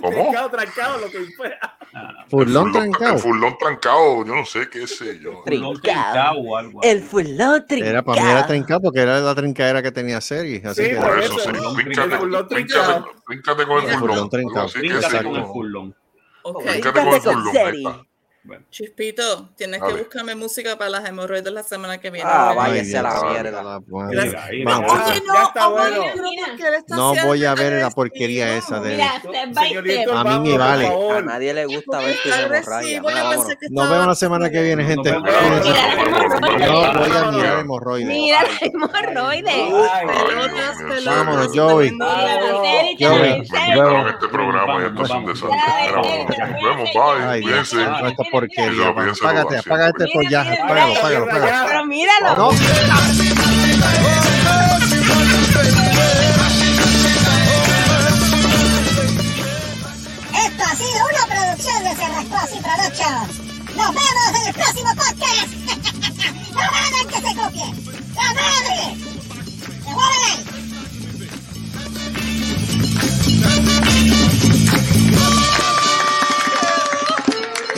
I: Trincado, trancado, lo que fuera.
E: Furlón
A: El
E: trancado.
A: El furlón trancado, yo no sé qué sé yo.
D: Furlón trancado o algo
K: El fulón
E: Era para mí era trincado porque era la trincadera que tenía Sergi. Así
A: Sí,
E: que
A: por eso, sí. Tríncate, tríncate, tríncate con el
E: El
A: furlón.
E: furlón trincado.
A: Así que
D: Tríncate
A: sí,
D: con el
A: como-
D: fulón.
H: Ok.
A: Tríncate con el furlón. ahí está.
H: Chispito, tienes
A: Dale.
H: que buscarme música para las hemorroides la semana que viene.
K: Ah,
H: ¿ok?
K: váyase a la
E: Dios,
K: mierda.
E: la madre.
K: Gracias.
E: Mira,
K: Vamos.
E: mira.
H: Ay, no,
I: Ya está
H: amor,
I: bueno.
H: yo creo que él está
E: No
H: haciendo-
E: voy a ver la porquería esa de él.
J: Mira, step by step.
E: A mí me vale.
K: A nadie le gusta ver tus hemorroides.
H: Agresivo, yo
K: Vámonos.
H: pensé que
E: Nos vemos la semana que viene, gente. No voy a mirar hemorroides.
J: Mira la hemorroide.
E: Vámonos, Joey. Joey.
A: Terminaron este programa y esto es un desastre. Era bueno. Nos vemos, bye.
E: Ay, Dios
A: Cuídense.
E: mío, esta porquería.
A: Piénselo, piénselo,
E: Apágate,
A: García.
E: apágate por ya. Apágalo, apágalo, apágalo.
J: Pero míralo.
E: No,
L: Esto ha sido una producción de Cerrascos y Productions. Nos vemos en el próximo podcast. no hagan que se copie. No hagan